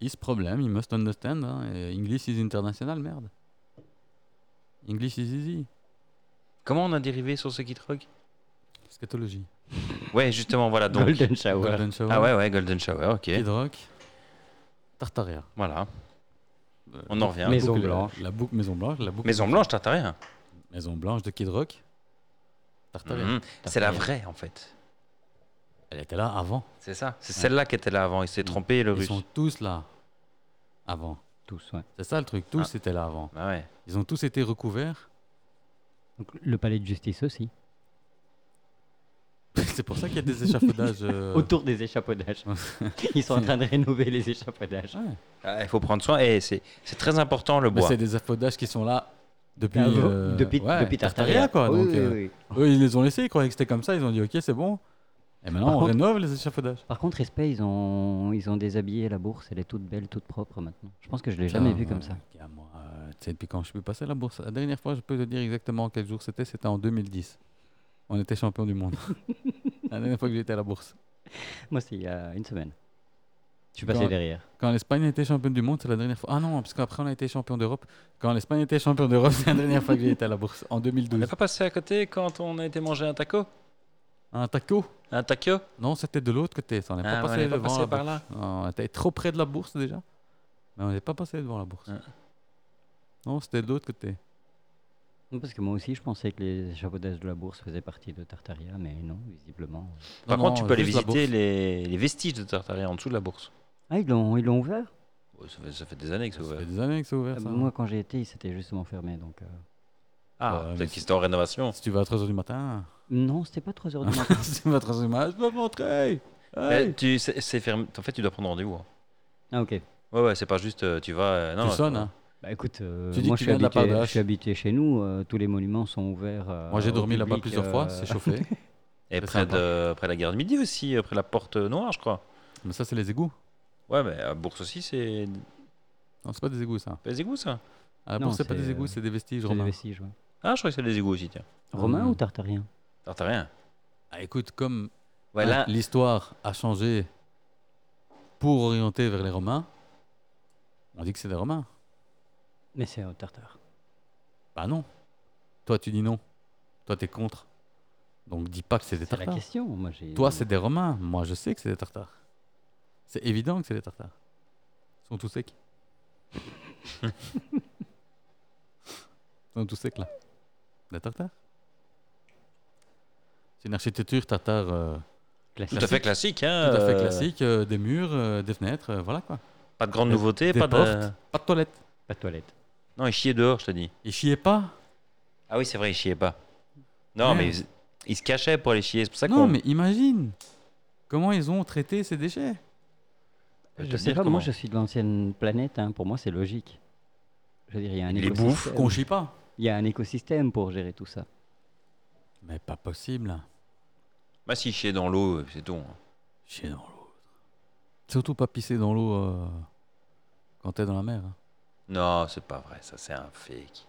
S1: His problem, he must understand. hein, et English is international, merde. English is easy.
S2: Comment on a dérivé sur ce qui truc
S1: Scatologie.
S2: Ouais, justement, voilà. Donc...
S3: Golden shower.
S1: Golden Shower.
S2: Ah ouais, ouais, Golden Shower, ok.
S1: Kid Rock. Tartaria.
S2: Voilà.
S1: Euh,
S2: On en revient.
S1: La
S3: Maison
S1: boucle-
S3: Blanche.
S1: La boucle Maison Blanche. La boucle
S2: Maison Blanche, Tartaria.
S1: Maison Blanche de Kid Rock. Tartaria.
S2: Mhm. C'est la
S1: Tartaria.
S2: vraie, en fait.
S1: Elle était là avant.
S2: C'est ça. C'est celle-là qui était là avant. Il s'est trompé, le
S1: Ils
S2: russe.
S1: sont tous là avant.
S3: Tous, ouais.
S1: C'est ça le truc. Tous étaient là avant.
S2: Ah ouais.
S1: Ils ont tous été recouverts.
S3: Donc, le palais de justice aussi.
S1: C'est pour ça qu'il y a des échafaudages. euh,
S3: Autour des échafaudages. Ils sont en train de rénover les échafaudages.
S1: ouais.
S2: Ah, Il faut prendre soin. Et c'est c'est très important, le
S1: Mais
S2: bois.
S1: c'est des échafaudages qui sont là depuis,
S3: Ah,
S1: euh,
S3: depuis,
S1: ouais,
S3: depuis
S1: Tartaria. quoi.
S3: Oui,
S1: donc,
S3: oui,
S1: euh,
S3: oui.
S1: Eux, ils les ont laissés, ils croyaient que c'était comme ça, ils ont dit ok, c'est bon. Et maintenant,
S3: Par
S1: on
S3: contre-
S1: rénove les échafaudages.
S3: Par contre, respect, ils ont, ils ont déshabillé la bourse. Elle est toute belle, toute propre maintenant. Je pense que je l'ai jamais
S1: Putain,
S3: vue comme ça.
S1: gars, moi, euh, tu sais, depuis quand je suis passé à la bourse, la dernière fois, je peux te dire exactement quel jour c'était, c'était en 2010. On était champion du monde. la dernière fois que j'étais à la bourse.
S3: Moi, c'est il y a une semaine. Je suis passé
S1: Quand-
S3: derrière.
S1: Quand l'Espagne était championne du monde, c'est la dernière fois. Ah non, parce qu'après, on a été champion d'Europe. Quand l'Espagne était champion d'Europe, c'est la dernière fois que j'ai été à la bourse, en
S2: On
S1: 2012.
S2: n'est pas passé à côté quand on a été manger un taco
S1: Un taco
S2: Un taco
S1: Non, c'était de l'autre côté, ça, on n'est
S2: Ah,
S1: pas
S2: On
S1: passé
S2: n'est pas
S1: devant la
S2: passé
S1: bourse.
S2: par là.
S1: Non, on était trop près de la bourse déjà. Mais on n'est pas passé devant la bourse.
S2: Ah.
S1: Non, c'était de l'autre côté.
S3: Non, Parce que moi aussi, je pensais que les échafaudages de la bourse faisaient partie de Tartaria, mais non, visiblement.
S2: Par
S1: Non,
S2: contre,
S1: non,
S2: tu peux aller
S1: juste la
S2: visiter
S1: bourse.
S2: les, les vestiges de Tartaria en dessous de la bourse.
S3: Ah, ils l'ont, ils l'ont ouvert
S2: Ouais, Ça fait, ça fait des années que c'est
S1: Ça
S2: ouvert.
S1: fait des années que c'est ouvert.
S3: Euh,
S1: ça.
S3: Moi, quand j'ai été, ils s'étaient justement fermés. Donc, euh,
S2: Ah,
S1: Ouais, mais
S2: peut-être
S1: c'est-
S2: qu'ils étaient en rénovation.
S1: Si tu vas à 3h du matin,
S3: Non, c'était pas 3 heures du matin.
S1: si tu vas à 3h du matin, je peux pas rentrer.
S2: Mais
S1: Hey.
S2: tu, c'est- c'est fermé. En fait, tu dois prendre rendez-vous. hein.
S3: ah, ok.
S2: Ouais, ouais, c'est pas juste euh, tu vas. euh, non,
S1: Tu
S2: ouais,
S1: sonnes.
S2: ouais.
S1: hein.
S3: Bah écoute, euh,
S1: Tu dis
S3: moi
S1: que
S3: je
S1: tu viens
S3: suis,
S1: de la
S3: habitué,
S1: Pardage.
S3: je suis habitué chez nous, euh, tous les monuments sont ouverts. euh,
S1: Moi, j'ai
S3: au
S1: dormi là-bas
S3: public,
S1: plusieurs
S3: euh,
S1: fois, c'est chauffé.
S2: Et
S1: C'est
S2: près
S1: sympa.
S2: de, près de la gare du Midi aussi, euh, près de la porte euh, noire, je crois.
S1: Mais ça, c'est les égouts.
S2: Ouais, mais à Bourse aussi, c'est
S1: Non, c'est pas des égouts, ça.
S2: pas des égouts, ça
S1: À la
S3: Non,
S1: bourse, c'est Ah, pas
S3: c'est,
S1: des
S3: euh,
S1: égouts, c'est des vestiges
S3: c'est des
S1: romains.
S3: vestiges, ouais.
S2: Ah, je crois que c'est des égouts aussi, tiens.
S3: Romain
S1: Euh,
S3: ou tartarien
S2: Alors, t'as rien.
S1: Ah, écoute, comme
S2: Ouais,
S1: hein,
S2: là,
S1: l'histoire a changé pour orienter vers les Romains, on dit que c'est des Romains.
S3: Mais c'est au tartare.
S1: Bah non. Toi, tu dis non. Toi, t'es contre. Donc, dis pas que c'est des
S3: C'est la
S1: tartares.
S3: question. Moi, j'ai...
S1: Toi, c'est des Romains. Moi, je sais que c'est des tartares. C'est évident que c'est des tartares. Ils sont tous secs. Ils sont tous secs, là. Des tartares. C'est une architecture tartare euh,
S2: tout à fait classique, hein.
S1: tout à fait
S2: euh,
S1: classique. euh, des murs, euh, des fenêtres, euh, voilà quoi.
S2: Pas de grande nouveauté,
S1: des
S2: pas de.
S1: portes. Pas de toilette.
S3: Pas de toilette.
S2: Non, il chiait dehors, je te dis.
S1: Et chiez pas.
S2: Ah oui, c'est vrai, il chiait pas. Non,
S1: Merde.
S2: mais il, il se cachait pour aller chier. C'est pour ça
S1: Non,
S2: qu'on.
S1: mais imagine comment ils ont traité ces déchets.
S2: Je
S3: Je
S2: te
S3: sais
S2: dire
S3: pas,
S2: comment.
S3: moi je suis de l'ancienne planète, hein, pour moi c'est logique. Je veux dire, il y a un
S2: Ils les bouffent,
S3: écosystème.
S1: Qu'on chie pas.
S3: Il y a un écosystème pour gérer tout ça.
S1: Mais pas possible.
S2: Bah, s'il chiait dans l'eau, c'est tout. hein.
S1: Chier dans l'eau. Surtout pas pisser dans l'eau euh, quand t'es dans la mer. hein.
S2: Non, c'est pas vrai, ça, c'est un fake.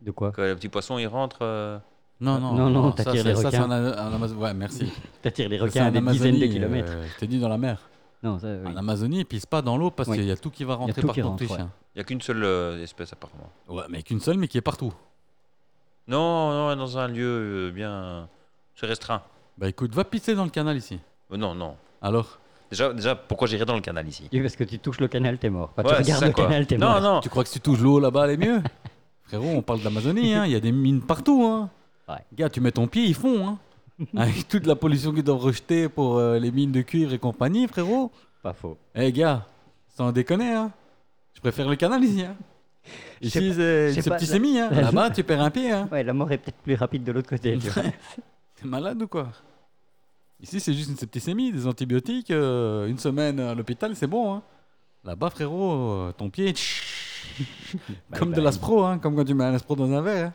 S3: De quoi
S2: Que le petit poisson, il rentre. euh,
S1: Non, non,
S3: non, non,
S1: ça,
S3: t'attires
S1: c'est-
S3: les
S1: ça, c'est
S3: requins.
S1: en Ana- en Amazonie. Ouais, merci.
S3: T'attires les
S1: Ça, c'est
S3: requins à
S1: en
S3: des dizaines de
S1: Amazonie,
S3: kilomètres.
S1: euh, je t'ai dit dans la mer.
S3: Non, ça, oui.
S1: En Amazonie, ils pissent pas dans l'eau parce
S3: Oui.
S1: qu'il y a tout qui va rentrer
S3: tout
S1: par
S3: qui
S1: contre
S3: rentre,
S1: les
S3: ouais.
S1: chiens.
S2: Il n'y a qu'une seule euh, espèce, apparemment.
S1: Ouais, mais qu'une seule, mais qui est partout.
S2: Non, non, dans un lieu euh, bien. C'est restreint.
S1: Bah écoute, va pisser dans le canal ici.
S2: Euh, Non, non.
S1: Alors,
S2: Déjà, déjà pourquoi j'irais dans le canal ici
S3: Oui, parce que tu touches le canal, t'es mort. Enfin,
S2: Ouais,
S3: Bah,
S2: c'est
S3: tu regardes
S2: ça,
S3: le
S2: quoi.
S3: canal, t'es
S2: Non,
S3: mort.
S2: non.
S1: tu crois que si tu touches l'eau là-bas, elle est mieux Frérot, on parle d'Amazonie, hein, il y a des mines partout. Hein.
S3: Ouais.
S1: Gars, tu mets ton pied, ils font. Hein. Avec toute la pollution qu'ils doivent rejeter pour euh, les mines de cuivre et compagnie, frérot.
S3: Pas faux.
S1: Eh gars, sans déconner, hein. Je préfère le canal ici. Hein.
S3: Je sais
S1: Ici,
S3: je sais
S1: c'est
S3: pas,
S1: petit
S3: la-
S1: sémi. Hein.
S3: la-
S1: Là-bas, tu perds un pied. Hein.
S3: Ouais, la mort est peut-être plus rapide de l'autre côté. tu vois.
S1: T'es malade ou quoi Ici, c'est juste une septicémie, des antibiotiques, euh, une semaine à l'hôpital, c'est bon. hein. Là-bas, frérot, euh, ton pied, comme de
S3: bye.
S1: l'aspro, hein, comme quand tu mets un aspro dans un verre. hein.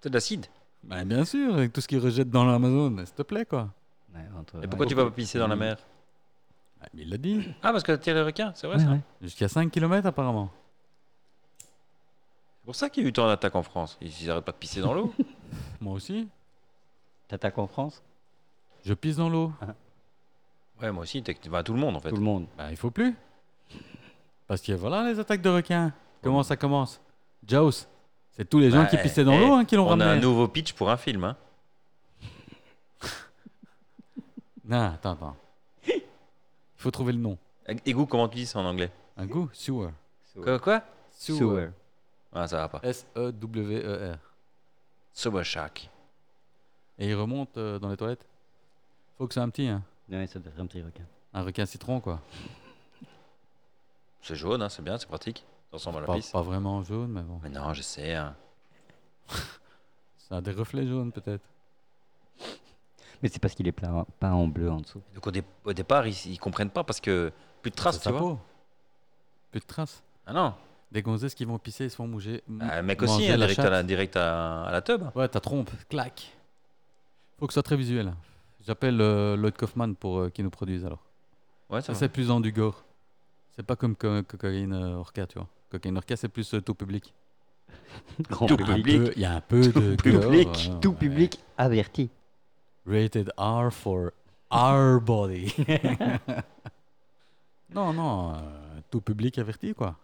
S2: C'est de l'acide.
S1: Ben, bien sûr, avec tout ce qu'ils rejettent dans l'Amazon, s'il te plaît, quoi.
S3: Ouais, entre-
S2: Et pourquoi
S3: ouais.
S2: tu vas pas pisser dans la mer
S1: Ah, mais il l'a dit,
S2: Ah, parce que t'attires les requins, c'est vrai
S3: Ouais,
S2: ça
S3: ouais.
S1: jusqu'à 5 km apparemment.
S2: C'est pour ça qu'il y a eu tant d'attaques en France. Ils ils arrêtent pas de pisser dans l'eau.
S1: Moi aussi.
S3: T'attaques en France
S1: Je pisse dans l'eau.
S2: Ouais, moi aussi, techniquement, tout le monde en fait.
S3: Tout le monde.
S1: Ben, il faut plus. Parce que voilà les attaques de requins. Comment ça commence Jaws, c'est tous les gens
S2: Bah,
S1: qui
S2: eh,
S1: pissaient dans
S2: eh,
S1: l'eau hein, qui l'ont
S2: On a un
S1: ramené.
S2: nouveau pitch pour un film. Hein.
S1: Non, attends, attends. Il faut trouver le nom.
S2: Égout, comment tu dis ça en anglais
S1: Un goût Sewer.
S2: Quoi, quoi
S1: Sewer. E
S2: Ah, ça va pas.
S1: S-E-W-E-R.
S2: Sober Shark.
S1: Et il remonte euh, dans les toilettes Faut que c'est un petit, hein.
S3: Ouais, ça doit être un petit requin.
S1: Un requin citron, quoi.
S2: C'est jaune, hein, c'est bien, c'est pratique. Ça ressemble à la
S1: Pas,
S2: piste.
S1: pas vraiment jaune, mais bon.
S2: Mais non, je sais. hein.
S1: Ça a des reflets jaunes, peut-être.
S3: Mais c'est parce qu'il est plein, pas en bleu en dessous.
S2: Donc au, dé- au départ, ils, ils comprennent pas parce que plus de traces,
S1: C'est
S2: tu
S1: sa
S2: vois.
S1: peau. Plus de traces.
S2: Ah non.
S1: Des gonzesses qui vont pisser, ils se font bouger.
S2: Ah,
S1: Mais
S2: le mec aussi, hein, direct, à la, direct à, à la tub.
S1: Ouais, ta trompe, clac. Faut que ce soit très visuel. J'appelle euh, Lloyd Kaufman pour euh, qu'il nous produise alors.
S2: Ouais, ça
S1: Ça,
S2: va.
S1: c'est plus dans du gore. C'est pas comme co- Cocaine euh, Orca, tu vois. Cocaine Orca, c'est plus euh, tout public.
S3: Grand
S2: Tout
S1: Il y a un
S3: public.
S2: public.
S1: peu- Il y a un peu de.
S2: public.
S1: gore, ouais,
S3: Tout
S1: ouais.
S3: public averti.
S1: Rated R for our body. non, non. euh, tout public averti, quoi.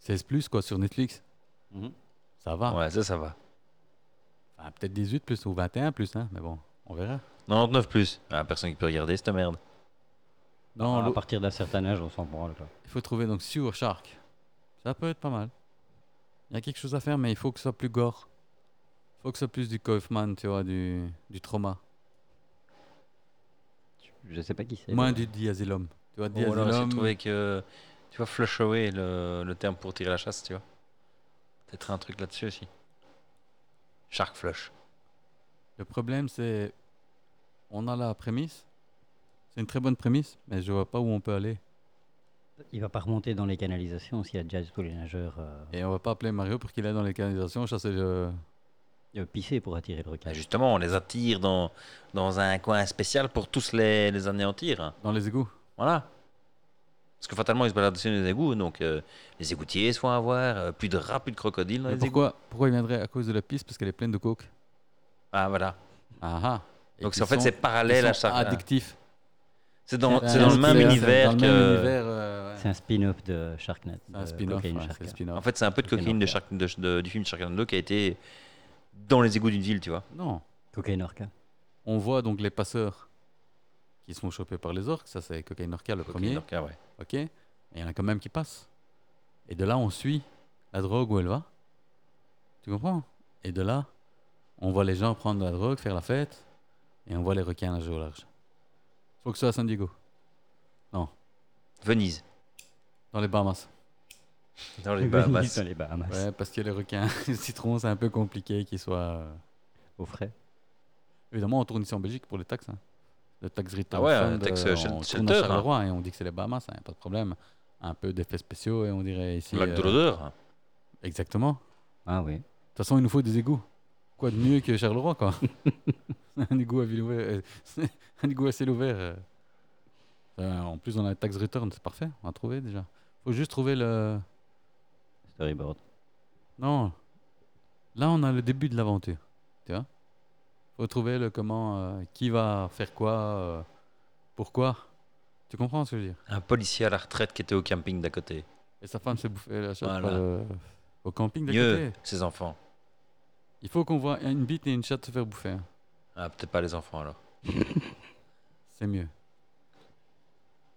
S1: 16 plus, quoi, sur Netflix.
S3: Mhm.
S1: Ça va.
S2: Ouais, ça, ça va.
S1: Ah, Peut-être 18 plus ou 21 plus, hein. Mais bon, on verra.
S2: 99 plus. Ah, personne qui peut regarder cette merde.
S1: Non,
S3: à
S1: l'eau-
S3: partir d'un certain âge, on s'en branle. Quoi.
S1: Il faut trouver donc Sewer Shark. Ça peut être pas mal. Il y a quelque chose à faire, mais il faut que ce soit plus gore. Il faut que ce soit plus du Kaufman, tu vois, du, du trauma.
S3: Je sais pas qui c'est.
S1: Moins
S3: mais-
S1: du Diazilum. Tu vois,
S2: Ou alors,
S1: Diazilum.
S2: Oh j'ai trouvé que. Tu vois, flush away le, le terme pour tirer la chasse, tu vois. Peut-être un truc là-dessus aussi. Shark flush.
S1: le problème, c'est. On a la prémisse. C'est une très bonne prémisse, mais je vois pas où on peut aller.
S3: Il va pas remonter dans les canalisations s'il y a déjà tous les nageurs euh,
S1: Et on va pas appeler Mario pour qu'il aille dans les canalisations chasser le.
S3: euh, pissés pour attirer le requin.
S2: Bah, justement, on les attire dans, dans un coin spécial pour tous les, les anéantir. hein.
S1: dans les égouts.
S2: Voilà. Parce que fatalement, ils se baladent sur les égouts, donc euh, les égoutiers se font avoir, euh, plus de rats, plus de crocodiles dans
S1: Mais
S2: les égouts.
S1: pourquoi, pourquoi il viendrait à cause de la piste Parce qu'elle est pleine de coke.
S2: Ah voilà.
S1: Ah ah. Et
S2: donc
S1: qu'ils
S2: c'est- en fait,
S1: sont-
S2: c'est
S1: ils
S2: parallèle à
S1: sont
S2: chaque.
S1: Addictifs.
S2: C'est dans,
S1: Ouais,
S2: c'est dans le
S1: c'est-
S2: même
S1: c'est dans
S2: univers
S1: le même
S2: que.
S1: univers, euh, ouais.
S3: C'est un spin-off de Sharknet.
S1: C'est un
S3: de
S1: spin-off.
S3: Cocaine
S1: ouais,
S3: Shark.
S1: c'est le spin-off.
S2: En fait, c'est un peu de
S3: Cocaine
S2: cocaine de
S3: Orca.
S2: Shark- de- de- du film Sharknado qui a été dans les égouts d'une ville, tu vois.
S1: Non.
S3: Cocaine Orca.
S1: On voit donc les passeurs qui sont chopés par les orques. Ça, c'est Cocaine Orca le
S2: Cocaine
S1: premier.
S2: Orca, ouais.
S1: Ok. Et il y en a quand même qui passent. Et de là, on suit la drogue où elle va. Tu comprends Et de là, on voit les gens prendre de la drogue, faire la fête. Et on voit les requins nager au large. Faut que ce soit à San Diego.
S2: Venise.
S1: Dans les Bahamas.
S2: Dans les
S3: Venise
S2: Bahamas.
S3: dans les bah, Bahamas.
S1: Ouais, parce que les requins citron, c'est un peu compliqué qu'ils soient. euh,
S3: Au frais.
S1: Évidemment, on tourne ici en Belgique pour les taxes. hein. Le tax return
S2: Ah ouais,
S1: fund,
S2: le tax,
S1: euh,
S2: euh,
S1: on
S2: shel-
S1: tourne à
S2: shelter, hein.
S1: Charleroi et on dit que c'est les Bahamas, hein, pas de problème. Un peu d'effets spéciaux et on dirait ici.
S2: Lac
S1: euh,
S2: de l'odeur.
S1: exactement. De
S3: Ah oui.
S1: toute façon, il nous faut des égouts. Quoi de mieux que Charleroi, quoi Un égout à ville ouverte, euh, un égout à ciel ouvert. euh. Euh, en plus, on a le tax return, c'est parfait, on a trouvé déjà. Faut juste trouver le.
S3: Storyboard.
S1: Non. Là, on a le début de l'aventure. Tu vois Faut trouver le comment, euh, qui va faire quoi, euh, pourquoi. Tu comprends ce que je veux dire
S2: Un policier à la retraite qui était au camping d'à côté.
S1: Et sa femme s'est bouffée la chatte par
S2: Voilà.
S1: le- euh, au camping d'à
S2: Mieux,
S1: côté.
S2: ses enfants.
S1: Il faut qu'on voit une bite et une chatte se faire bouffer. hein.
S2: Ah, peut-être pas les enfants alors.
S1: C'est mieux.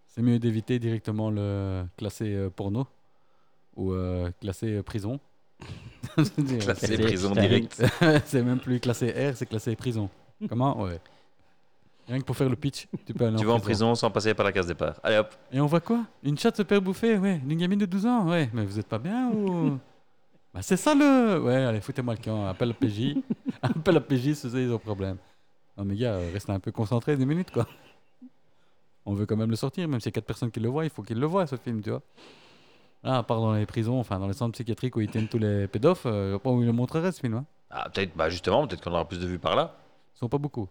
S1: C'est mieux d'éviter directement le classé euh, porno ou euh, classé euh, prison. Je veux dire,
S2: Classé
S3: Classé
S2: prison
S3: Starring.
S2: directe.
S1: c'est même plus classé R, c'est classé prison. Comment Ouais. Rien que pour faire le pitch, tu peux aller
S2: Tu vas en prison sans passer par la case départ. Allez hop.
S1: Et on voit quoi Une chatte se perd bouffer, ouais. D'une gamine de 12 ans, ouais. Mais vous êtes pas bien ou Bah c'est ça le. Ouais, allez, foutez-moi le camp. Appelle la PJ. Appelle la PJ, si vous avez des problèmes. Non mais gars, euh, restez un peu concentrés des minutes quoi. On veut quand même le sortir, même s'il y a 4 personnes qui le voient, il faut qu'ils le voient ce film, tu vois. Là, à part dans les prisons, enfin dans les centres psychiatriques où ils tiennent tous les pédophiles, euh, je vois pas où ils le montreraient ce film. Hein.
S2: Ah, peut-être, bah justement, peut-être qu'on aura plus de vues par là.
S1: Ils sont pas beaucoup,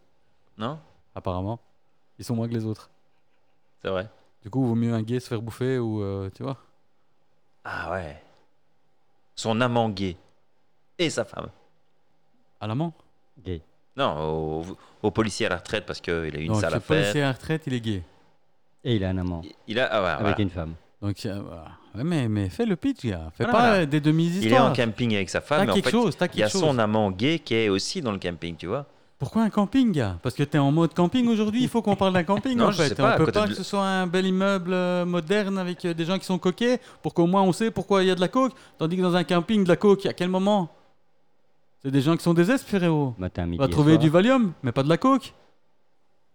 S2: Non
S1: apparemment. Ils sont moins que les autres.
S2: C'est vrai.
S1: Du coup, vaut mieux un gay se faire bouffer ou. euh, tu vois
S2: Ah ouais. Son amant gay. Et sa femme.
S1: À l'amant
S3: Gay.
S2: Non, au, au policier à la retraite parce qu'il a eu une
S1: Donc,
S2: sale
S1: le
S2: affaire.
S1: policier à la retraite, il est gay.
S3: Et il a un amant
S2: Il- Il, a, ah, voilà,
S3: avec
S2: voilà.
S3: une femme.
S1: Donc, euh, voilà. Ouais, mais, mais fais le pitch, gars. Fais
S2: Voilà,
S1: pas
S2: voilà.
S1: euh, des
S2: Il est en
S1: demi-histoires.
S2: camping avec sa femme,
S1: T'as
S2: mais en
S1: Ah, quelque
S2: fait,
S1: chose, t'as
S2: il y a
S1: quelque chose.
S2: son amant gay qui est aussi dans le camping, tu vois.
S1: Pourquoi un camping, gars Parce que t'es en mode camping aujourd'hui, il faut qu'on parle d'un camping
S2: Non,
S1: en
S2: je
S1: fait.
S2: sais pas, à
S1: on peut
S2: côté
S1: pas
S2: de-
S1: que ce soit un bel immeuble euh, moderne avec euh, des gens qui sont coquets pour qu'au moins on sait pourquoi il y a de la coke. Tandis que dans un camping, de la coke, à quel moment C'est des gens qui sont désespérés, oh. frérot.
S3: Matin,
S1: On
S3: midi.
S1: va
S3: et
S1: trouver
S3: soir.
S1: du Valium, mais pas de la coke.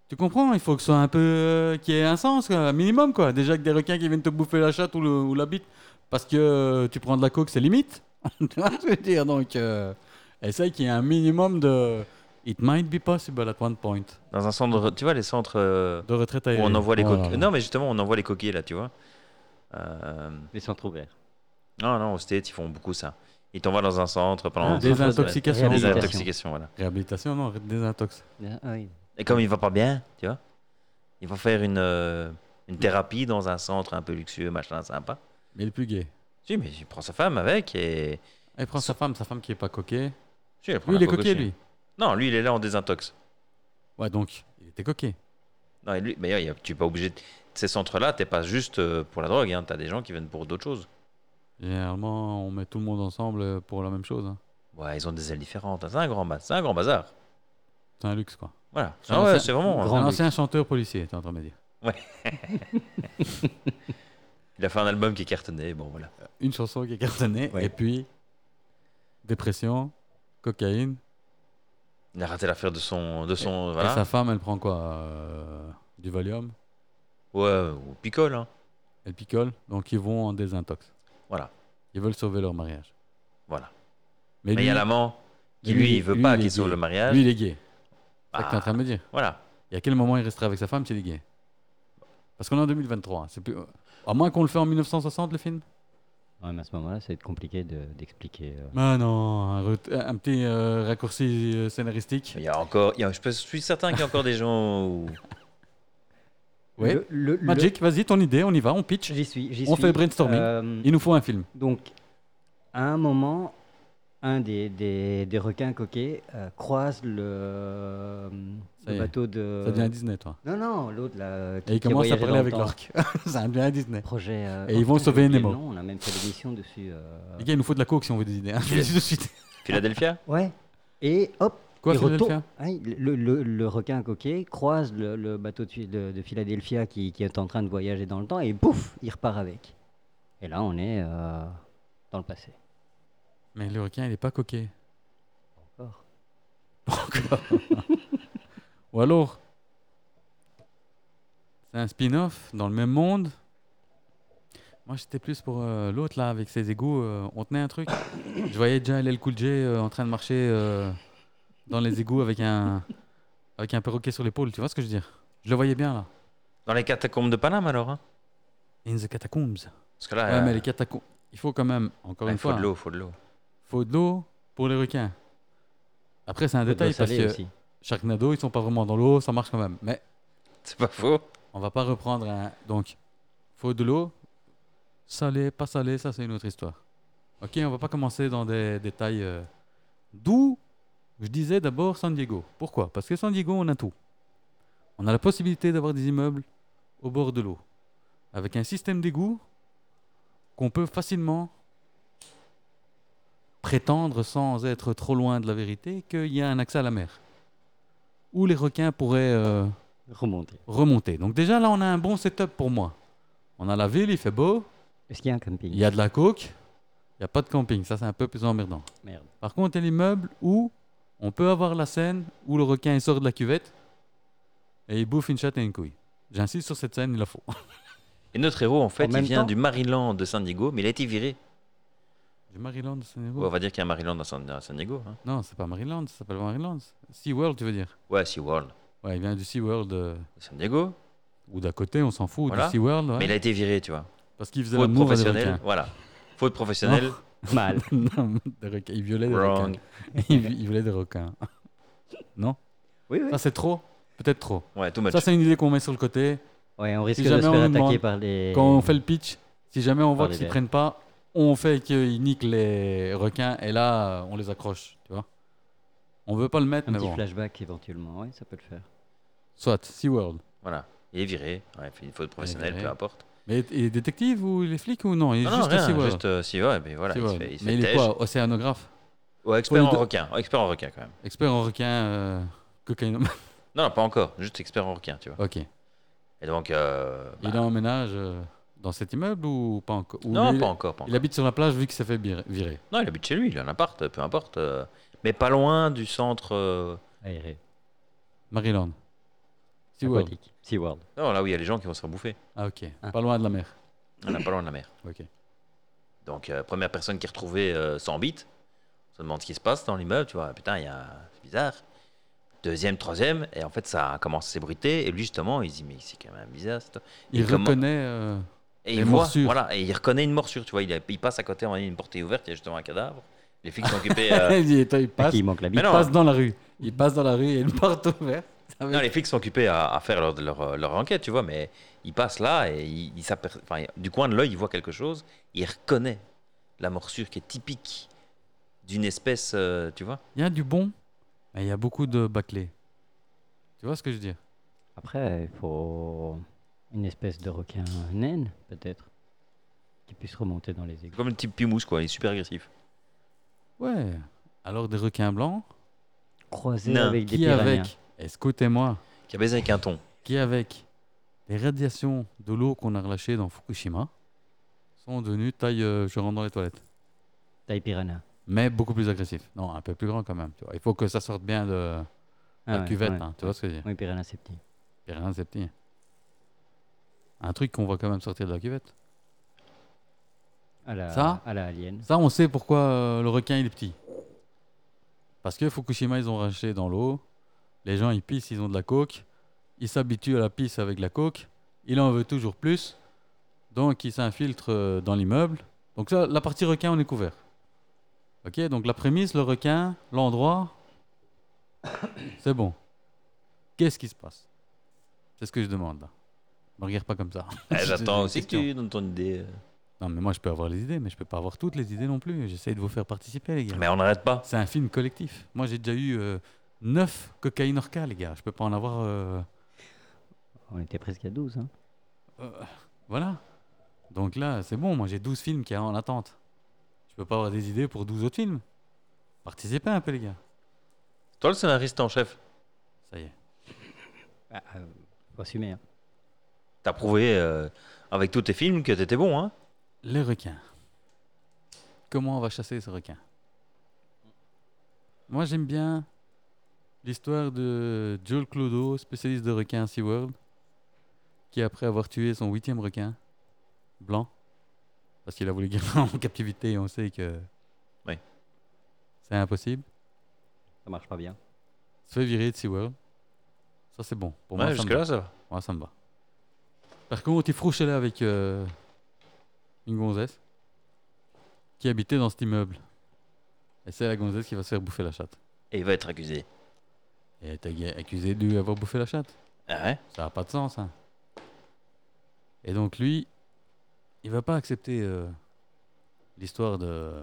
S1: Tu comprends Il faut que ce soit un peu. euh, qu'il y ait un sens, quoi, un minimum, quoi. Déjà que des requins qui viennent te bouffer la chatte ou, le- ou la bite parce que euh, tu prends de la coke, c'est limite. tu vois ce que je veux dire Donc, euh, essaye qu'il y ait un minimum de. It might be possible at one point.
S2: Dans un centre, tu vois, les centres euh,
S1: De retraite
S2: où
S1: aérienne.
S2: on envoie les
S1: Voilà.
S2: coquilles. Non, mais justement, on envoie les coquilles là, tu vois. Euh,
S3: Les centres ouverts.
S2: Non, non, aux States, ils font beaucoup ça. Ils t'envoient dans un centre pendant
S3: Ah,
S2: des,
S3: des-
S1: Désintoxication.
S3: Réhabilitation.
S2: intoxications, voilà.
S1: Réhabilitation, non, désintox.
S3: Ah oui.
S2: Et comme il va pas bien, tu vois, ils vont faire une, euh, une thérapie dans un centre un peu luxueux, machin, sympa.
S1: Mais le plus gay.
S2: Si, mais il prend sa femme avec et.
S1: Elle prend sa femme, sa femme qui est pas coquée.
S2: Si, elle prend
S1: Lui, il
S2: la
S1: est
S2: coque
S1: coquet,
S2: aussi.
S1: lui.
S2: Non, lui, il est là en désintox.
S1: Ouais, donc, il était coquet.
S2: Non, et lui, mais il y a- tu es pas obligé. de- Ces centres-là, t'es pas juste euh, pour la drogue, hein. t'as des gens qui viennent pour d'autres choses.
S1: Généralement, on met tout le monde ensemble pour la même chose. hein.
S2: Ouais, ils ont des ailes différentes. hein. C'est un grand, ba- c'est un grand bazar.
S1: C'est un luxe, quoi.
S2: Voilà.
S1: C'est
S2: Ah
S1: un
S2: ouais,
S1: ancien-
S2: c'est vraiment.
S3: grand
S1: un
S3: luxe.
S1: ancien chanteur policier, t'es en train de me dire.
S2: Il a fait un album qui est cartonné, bon voilà.
S1: Une chanson qui est cartonnée,
S3: Ouais.
S1: et puis dépression, cocaïne.
S2: Il a raté l'affaire de son. De son
S1: Et
S2: voilà.
S1: sa femme, elle prend quoi euh, Du Valium,
S2: Ouais, ou picole, hein.
S1: elle picole, donc ils vont en désintox.
S2: Voilà.
S1: Ils veulent sauver leur mariage.
S2: Voilà.
S1: Mais,
S2: Mais il
S1: lui,
S2: y a l'amant qui,
S1: lui,
S2: lui, il veut
S1: lui,
S2: pas
S1: il est
S2: qu'il sauve
S1: gay.
S2: le mariage.
S1: lui, il est gay. C'est ça que t'es en
S2: Bah,
S1: train de me dire.
S2: voilà.
S1: Et à quel moment il restera avec sa femme s'il est gay Parce qu'on est en 2023. hein, C'est plus... À moins qu'on le fait en 1960, le film
S3: Ouais, mais à ce moment-là, ça va être compliqué de- d'expliquer. euh.
S1: Bah non, un, ret- un petit euh, raccourci euh, scénaristique.
S2: Il y a encore. il y a- je peux- je suis certain qu'il y a encore des gens. Où...
S1: Ouais.
S3: Le- le- le-
S1: Magic, vas-y, ton idée, on y va, on pitch.
S3: J'y suis. j'y
S1: On
S3: suis.
S1: fait brainstorming.
S3: Euh,
S1: Il nous faut un film.
S3: Donc, à un moment, un des, des, des requins coquets euh, croise le,
S1: Ça
S3: le
S1: y est.
S3: bateau de.
S1: Ça devient Disney, toi.
S3: Non, non, l'autre là. euh, qui-
S1: Et ils
S3: qui
S1: commencent à
S3: voyageait
S1: parler
S3: dans le
S1: avec
S3: temps.
S1: l'orque. Ça devient Disney.
S3: Projet. euh,
S1: Et ils vont
S3: putain, j'ai
S1: sauver
S3: oublié le
S1: Nemo.
S3: nom, On a même fait l'émission dessus. euh.
S1: Les gars, il nous faut de la coke si on veut des idées. hein, je vous le dis tout de suite.
S2: Philadelphia
S3: Ouais. Et hop,
S1: Quoi,
S3: il
S1: Philadelphia
S3: retourne. Ouais, le, le- le requin coquet croise le, le bateau de, Phil- de- de Philadelphia qui, qui est en train de voyager dans le temps et bouf, il repart avec. Et là, on est euh, dans le passé.
S1: Mais le requin, il est pas coquet.
S3: Encore.
S1: Ou alors C'est un spin-off dans le même monde. Moi, j'étais plus pour euh, l'autre, là, avec ses égouts. euh, on tenait un truc. Je voyais déjà LL Cool J euh, en train de marcher euh, dans les égouts avec un, avec un perroquet sur l'épaule. Tu vois ce que je veux dire Je le voyais bien, là.
S2: Dans les catacombes de Paname alors. hein.
S1: In the catacombs.
S2: Parce que là,
S1: Ouais,
S2: euh,
S1: mais les catacombes... Il faut quand même, encore
S2: ah, il
S1: une
S2: faut
S1: fois, hein.
S2: de l'eau, faut de l'eau.
S1: faut de l'eau pour les requins. Après, c'est un
S3: Faut de l'eau
S1: détail parce
S3: salée
S1: que
S3: aussi.
S1: Sharknado, ils sont pas vraiment dans l'eau, ça marche quand même. Mais
S2: C'est pas faux.
S1: on va pas reprendre un. Donc, faut de l'eau, salé, pas salé, ça c'est une autre histoire. Ok, on va pas commencer dans des détails. euh, D'où je disais d'abord San Diego. Pourquoi Parce que San Diego, on a tout. On a la possibilité d'avoir des immeubles au bord de l'eau, avec un système d'égout qu'on peut facilement prétendre sans être trop loin de la vérité qu'il y a un accès à la mer, où les requins pourraient euh,
S3: Remonter.
S1: remonter. Donc déjà là, on a un bon setup pour moi. On a la ville, il fait beau,
S3: Est-ce qu'il y a un
S1: il
S3: camping
S1: y a de la coke, il n'y a pas de camping, ça c'est un peu plus emmerdant.
S3: Merde.
S1: Par contre, il y a l'immeuble où on peut avoir la scène où le requin il sort de la cuvette et il bouffe une chatte et une couille. J'insiste sur cette scène, il la faut.
S2: Et notre héros, en fait,
S3: En
S2: il
S3: même
S2: vient
S3: temps-
S2: du Maryland de San Diego, mais il a été viré.
S1: Du Maryland, c'est nouveau.
S2: Ouais, on va dire qu'il y a un Maryland à San, à San Diego. Hein.
S1: Non, c'est pas Maryland, ça s'appelle Maryland. SeaWorld, tu veux dire
S2: Ouais, SeaWorld
S1: Ouais, il vient du SeaWorld euh,
S2: de San Diego.
S1: ou d'à côté, on s'en fout,
S2: Voilà.
S1: du SeaWorld. ouais.
S2: Mais il a été viré, tu vois.
S1: Parce qu'il faisait
S2: Faute
S1: l'amour à des
S2: professionnelle.
S1: requins.
S2: Voilà. Faute professionnelle.
S1: Ah,
S3: Mal.
S1: non, des requins. Il violait des
S2: Wrong.
S1: requins. Il, vi- il violait des requins. non
S3: Oui, oui.
S1: Ça, Ah, c'est trop Peut-être trop.
S2: Ouais, too much.
S1: Ça, c'est une idée qu'on met sur le côté.
S3: Ouais, on risque
S1: Si
S3: de se
S1: jamais
S3: faire
S1: on nous
S3: attaquer
S1: demande,
S3: par les.
S1: Quand on fait le pitch, si jamais on voit
S3: Par les
S1: qu'ils ne
S3: vers.
S1: prennent pas, on fait qu'ils niquent les requins et là, on les accroche, tu vois. On veut pas le mettre,
S3: Un
S1: mais
S3: petit
S1: Ah bon.
S3: flashback éventuellement, oui, ça peut le faire.
S1: Soit, SeaWorld.
S2: Voilà. Il est viré. Ouais, il fait une faute professionnelle,
S1: viré.
S2: peu importe.
S1: Mais il est détective ou il est flic ou non Il est
S2: Non, non,
S1: juste à
S2: rien,
S1: SeaWorld.
S2: juste euh, si, ouais, mais voilà, il se
S1: SeaWorld.
S2: fait, il se
S1: mais
S2: fait
S1: il est
S2: têche.
S1: quoi Océanographe
S2: Ouais, expert
S1: Pour
S2: en
S1: les deux-
S2: requin. ouais, Expert en requin, quand même.
S1: Expert en requin euh, cocaïnomane.
S2: Non, non, pas encore. Juste expert en requin, tu vois.
S1: ok.
S2: Et donc. euh, bah,
S1: Il est en ménage euh, dans cet immeuble ou pas encore Ou
S2: non,
S1: lui,
S2: pas encore.
S1: Il
S2: Pas encore.
S1: habite sur la plage vu qu'il s'est fait vir- virer.
S2: Non, il habite chez lui, il a un appart, peu importe. euh, mais pas loin du centre. euh,
S3: Aéré.
S1: Maryland. SeaWorld.
S3: Aquatique. SeaWorld.
S2: Non, là où il y a les gens qui vont se faire bouffer.
S1: Ah, ok.
S3: Ah.
S1: Pas loin de la mer.
S2: On est pas loin de la mer.
S1: Ok.
S2: Donc, euh, première personne qui est retrouvée euh, sans bite, on se demande ce qui se passe dans l'immeuble, tu vois. Ah, Putain, il y a. C'est bizarre. Deuxième, troisième, et en fait, ça commence à s'ébruiter. Et lui, justement, il se dit, mais c'est quand même bizarre. cette-
S1: Il,
S2: Et comment-
S1: reconnaît. euh,
S2: Et
S1: Les
S2: il voit,
S1: morsures.
S2: voilà, et il reconnaît une morsure, tu vois. Il, a- il passe à côté, on a une portée ouverte, il y a justement un cadavre. Les flics sont occupés. euh,
S1: il, est- il
S3: À
S1: passe,
S3: qui il manque la
S1: il
S3: bite
S2: non.
S1: passe dans la rue. Il passe dans la rue et une porte ouverte.
S2: non, les flics sont occupés à, à faire leur, leur, leur enquête, tu vois. Mais il passe là et il, il s'aper- enfin, du coin de l'œil, il voit quelque chose. Il reconnaît la morsure qui est typique d'une espèce, euh, tu vois.
S1: Il y a du bon, mais il y a beaucoup de bâclés. Tu vois ce que je veux dire
S3: Après, il faut une espèce de requin naine, peut-être, qui puisse remonter dans les
S2: C'est
S3: égouts.
S2: Comme le type Pimousse, quoi. Il est super agressif.
S1: Ouais. Alors des requins blancs.
S3: Croisé
S2: Nain.
S3: avec des
S1: Qui
S3: piranhas.
S1: avec Écoutez-moi.
S2: Qui a baisé avec un ton.
S1: Qui avec les radiations de l'eau qu'on a relâchées dans Fukushima sont devenues taille euh, je rentre dans les toilettes.
S3: Taille piranha.
S1: mais beaucoup plus agressif. Non, un peu plus grand quand même. Tu vois. Il faut que ça sorte bien de
S3: Ah
S1: la
S3: ouais,
S1: cuvette.
S3: ouais.
S1: hein, tu vois ce que je veux dire
S3: Oui, piranha, c'est petit.
S1: Puis Rien, c'est petit. Un truc qu'on voit quand même sortir de la cuvette.
S3: À la,
S1: Ça
S3: à la alien.
S1: Ça, on sait pourquoi euh, le requin il est petit. Parce que Fukushima, ils ont racheté dans l'eau. Les gens, ils pissent, ils ont de la coke. Ils s'habituent à la pisse avec la coke. Il en veut toujours plus. Donc, il s'infiltre euh, dans l'immeuble. Donc, ça, la partie requin, on est couvert. Ok, donc la prémisse, le requin, l'endroit, c'est bon. Qu'est-ce qui se passe C'est ce que je demande là. Me regarde pas comme ça.
S2: Eh,
S1: Je te
S2: J'attends
S1: dis
S2: aussi que
S1: question.
S2: tu donnes ton idée. euh.
S1: Non, mais moi, je peux avoir les idées, mais je peux pas avoir toutes les idées non plus. J'essaye de vous faire participer, les gars.
S2: Mais on n'arrête pas.
S1: C'est un film collectif. Moi, j'ai déjà eu 9 cocaïne orca, les gars. Je peux pas en avoir. euh,
S3: On était presque à 12. Hein.
S1: euh, voilà. Donc là, c'est bon. Moi, j'ai 12 films qui sont en attente. Je peux pas avoir des idées pour 12 autres films. Participez un peu, les gars.
S2: Toi, le scénariste en chef,
S1: Ça y est.
S3: Bah, euh, faut assumer. hein.
S2: t'as prouvé euh, avec tous tes films que t'étais bon, hein.
S1: Les requins. Comment on va chasser ce requin Moi, j'aime bien l'histoire de Joel Clodo, spécialiste de requins à SeaWorld, qui, après avoir tué son huitième requin, blanc, parce qu'il a voulu garder en captivité, et on sait que
S2: Ouais.
S1: c'est impossible,
S3: Ça marche pas bien.
S1: se fait virer de SeaWorld. Ça, c'est bon. Pour
S2: Ouais,
S1: moi, ça me va.
S2: jusque-là, ça va.
S1: Moi, ça me va. Par contre, il frouchelait avec euh, une gonzesse qui habitait dans cet immeuble. Et c'est la gonzesse qui va se faire bouffer la chatte.
S2: Et il va être accusé.
S1: Et elle était accusée de lui avoir bouffé la chatte.
S2: Ah ouais
S1: Ça n'a pas de sens. hein. Et donc, lui, il va pas accepter euh, l'histoire de,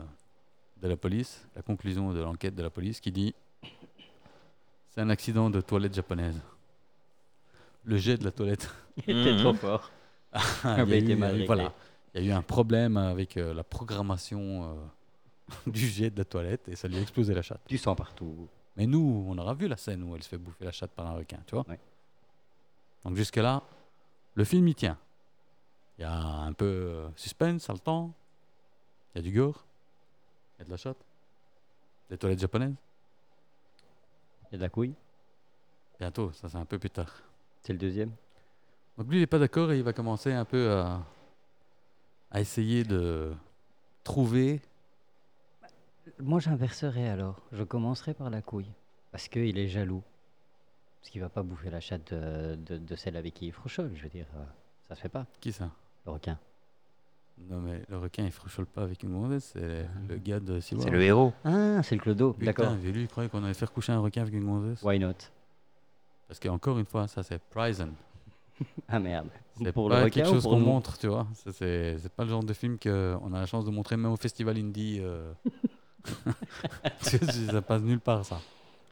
S1: de la police, la conclusion de l'enquête de la police qui dit c'est un accident de toilette japonaise. Le jet de la toilette.
S3: Il était
S2: Mhm.
S3: trop fort.
S1: Ah,
S3: Ah,
S1: il y
S3: bah,
S1: a
S3: il était
S1: eu,
S3: mal
S1: euh,
S3: réglé.
S1: voilà. Il y a eu un problème avec euh, la programmation euh, du jet de la toilette et ça lui a explosé la chatte.
S3: Du sang partout.
S1: Mais nous, on aura vu la scène où elle se fait bouffer la chatte par un requin, tu vois.
S3: Ouais.
S1: Donc jusque-là, le film y tient. Il y a un peu euh, suspense, ça le temps. Il y a du gore. Il y a de la chatte. Des toilettes japonaises.
S3: Il y a de la couille.
S1: Bientôt, ça c'est un peu plus tard.
S3: C'est le deuxième.
S1: Donc lui, il n'est pas d'accord et il va commencer un peu à, à essayer de trouver
S3: Moi, j'inverserai alors. Je commencerai par la couille. Parce qu'il est jaloux. Parce qu'il va pas bouffer la chatte de, de- de celle avec qui il frouchole, je veux dire. euh, Ça se fait pas,
S1: qui ça
S3: le requin.
S1: Non, mais le requin, il frouchole pas avec une gonzesse, c'est
S3: Mhm.
S1: le gars de SeaWorld.
S2: C'est le héros.
S3: Ah, c'est le clodo,
S1: Putain,
S3: d'accord.
S1: mais lui, il croyait qu'on allait faire coucher un requin avec une gonzesse.
S3: Why not
S1: Parce qu'encore une fois, ça, c'est prison.
S3: Ah merde.
S1: C'est
S3: Pour le
S1: pas
S3: requin
S1: quelque
S3: ou
S1: chose
S3: pour
S1: qu'on
S3: nous
S1: montre, tu vois. Ça, C'est c'est pas le genre de film qu'on a la chance de montrer même au festival indie. euh. Tu sais, ça passe nulle part, ça.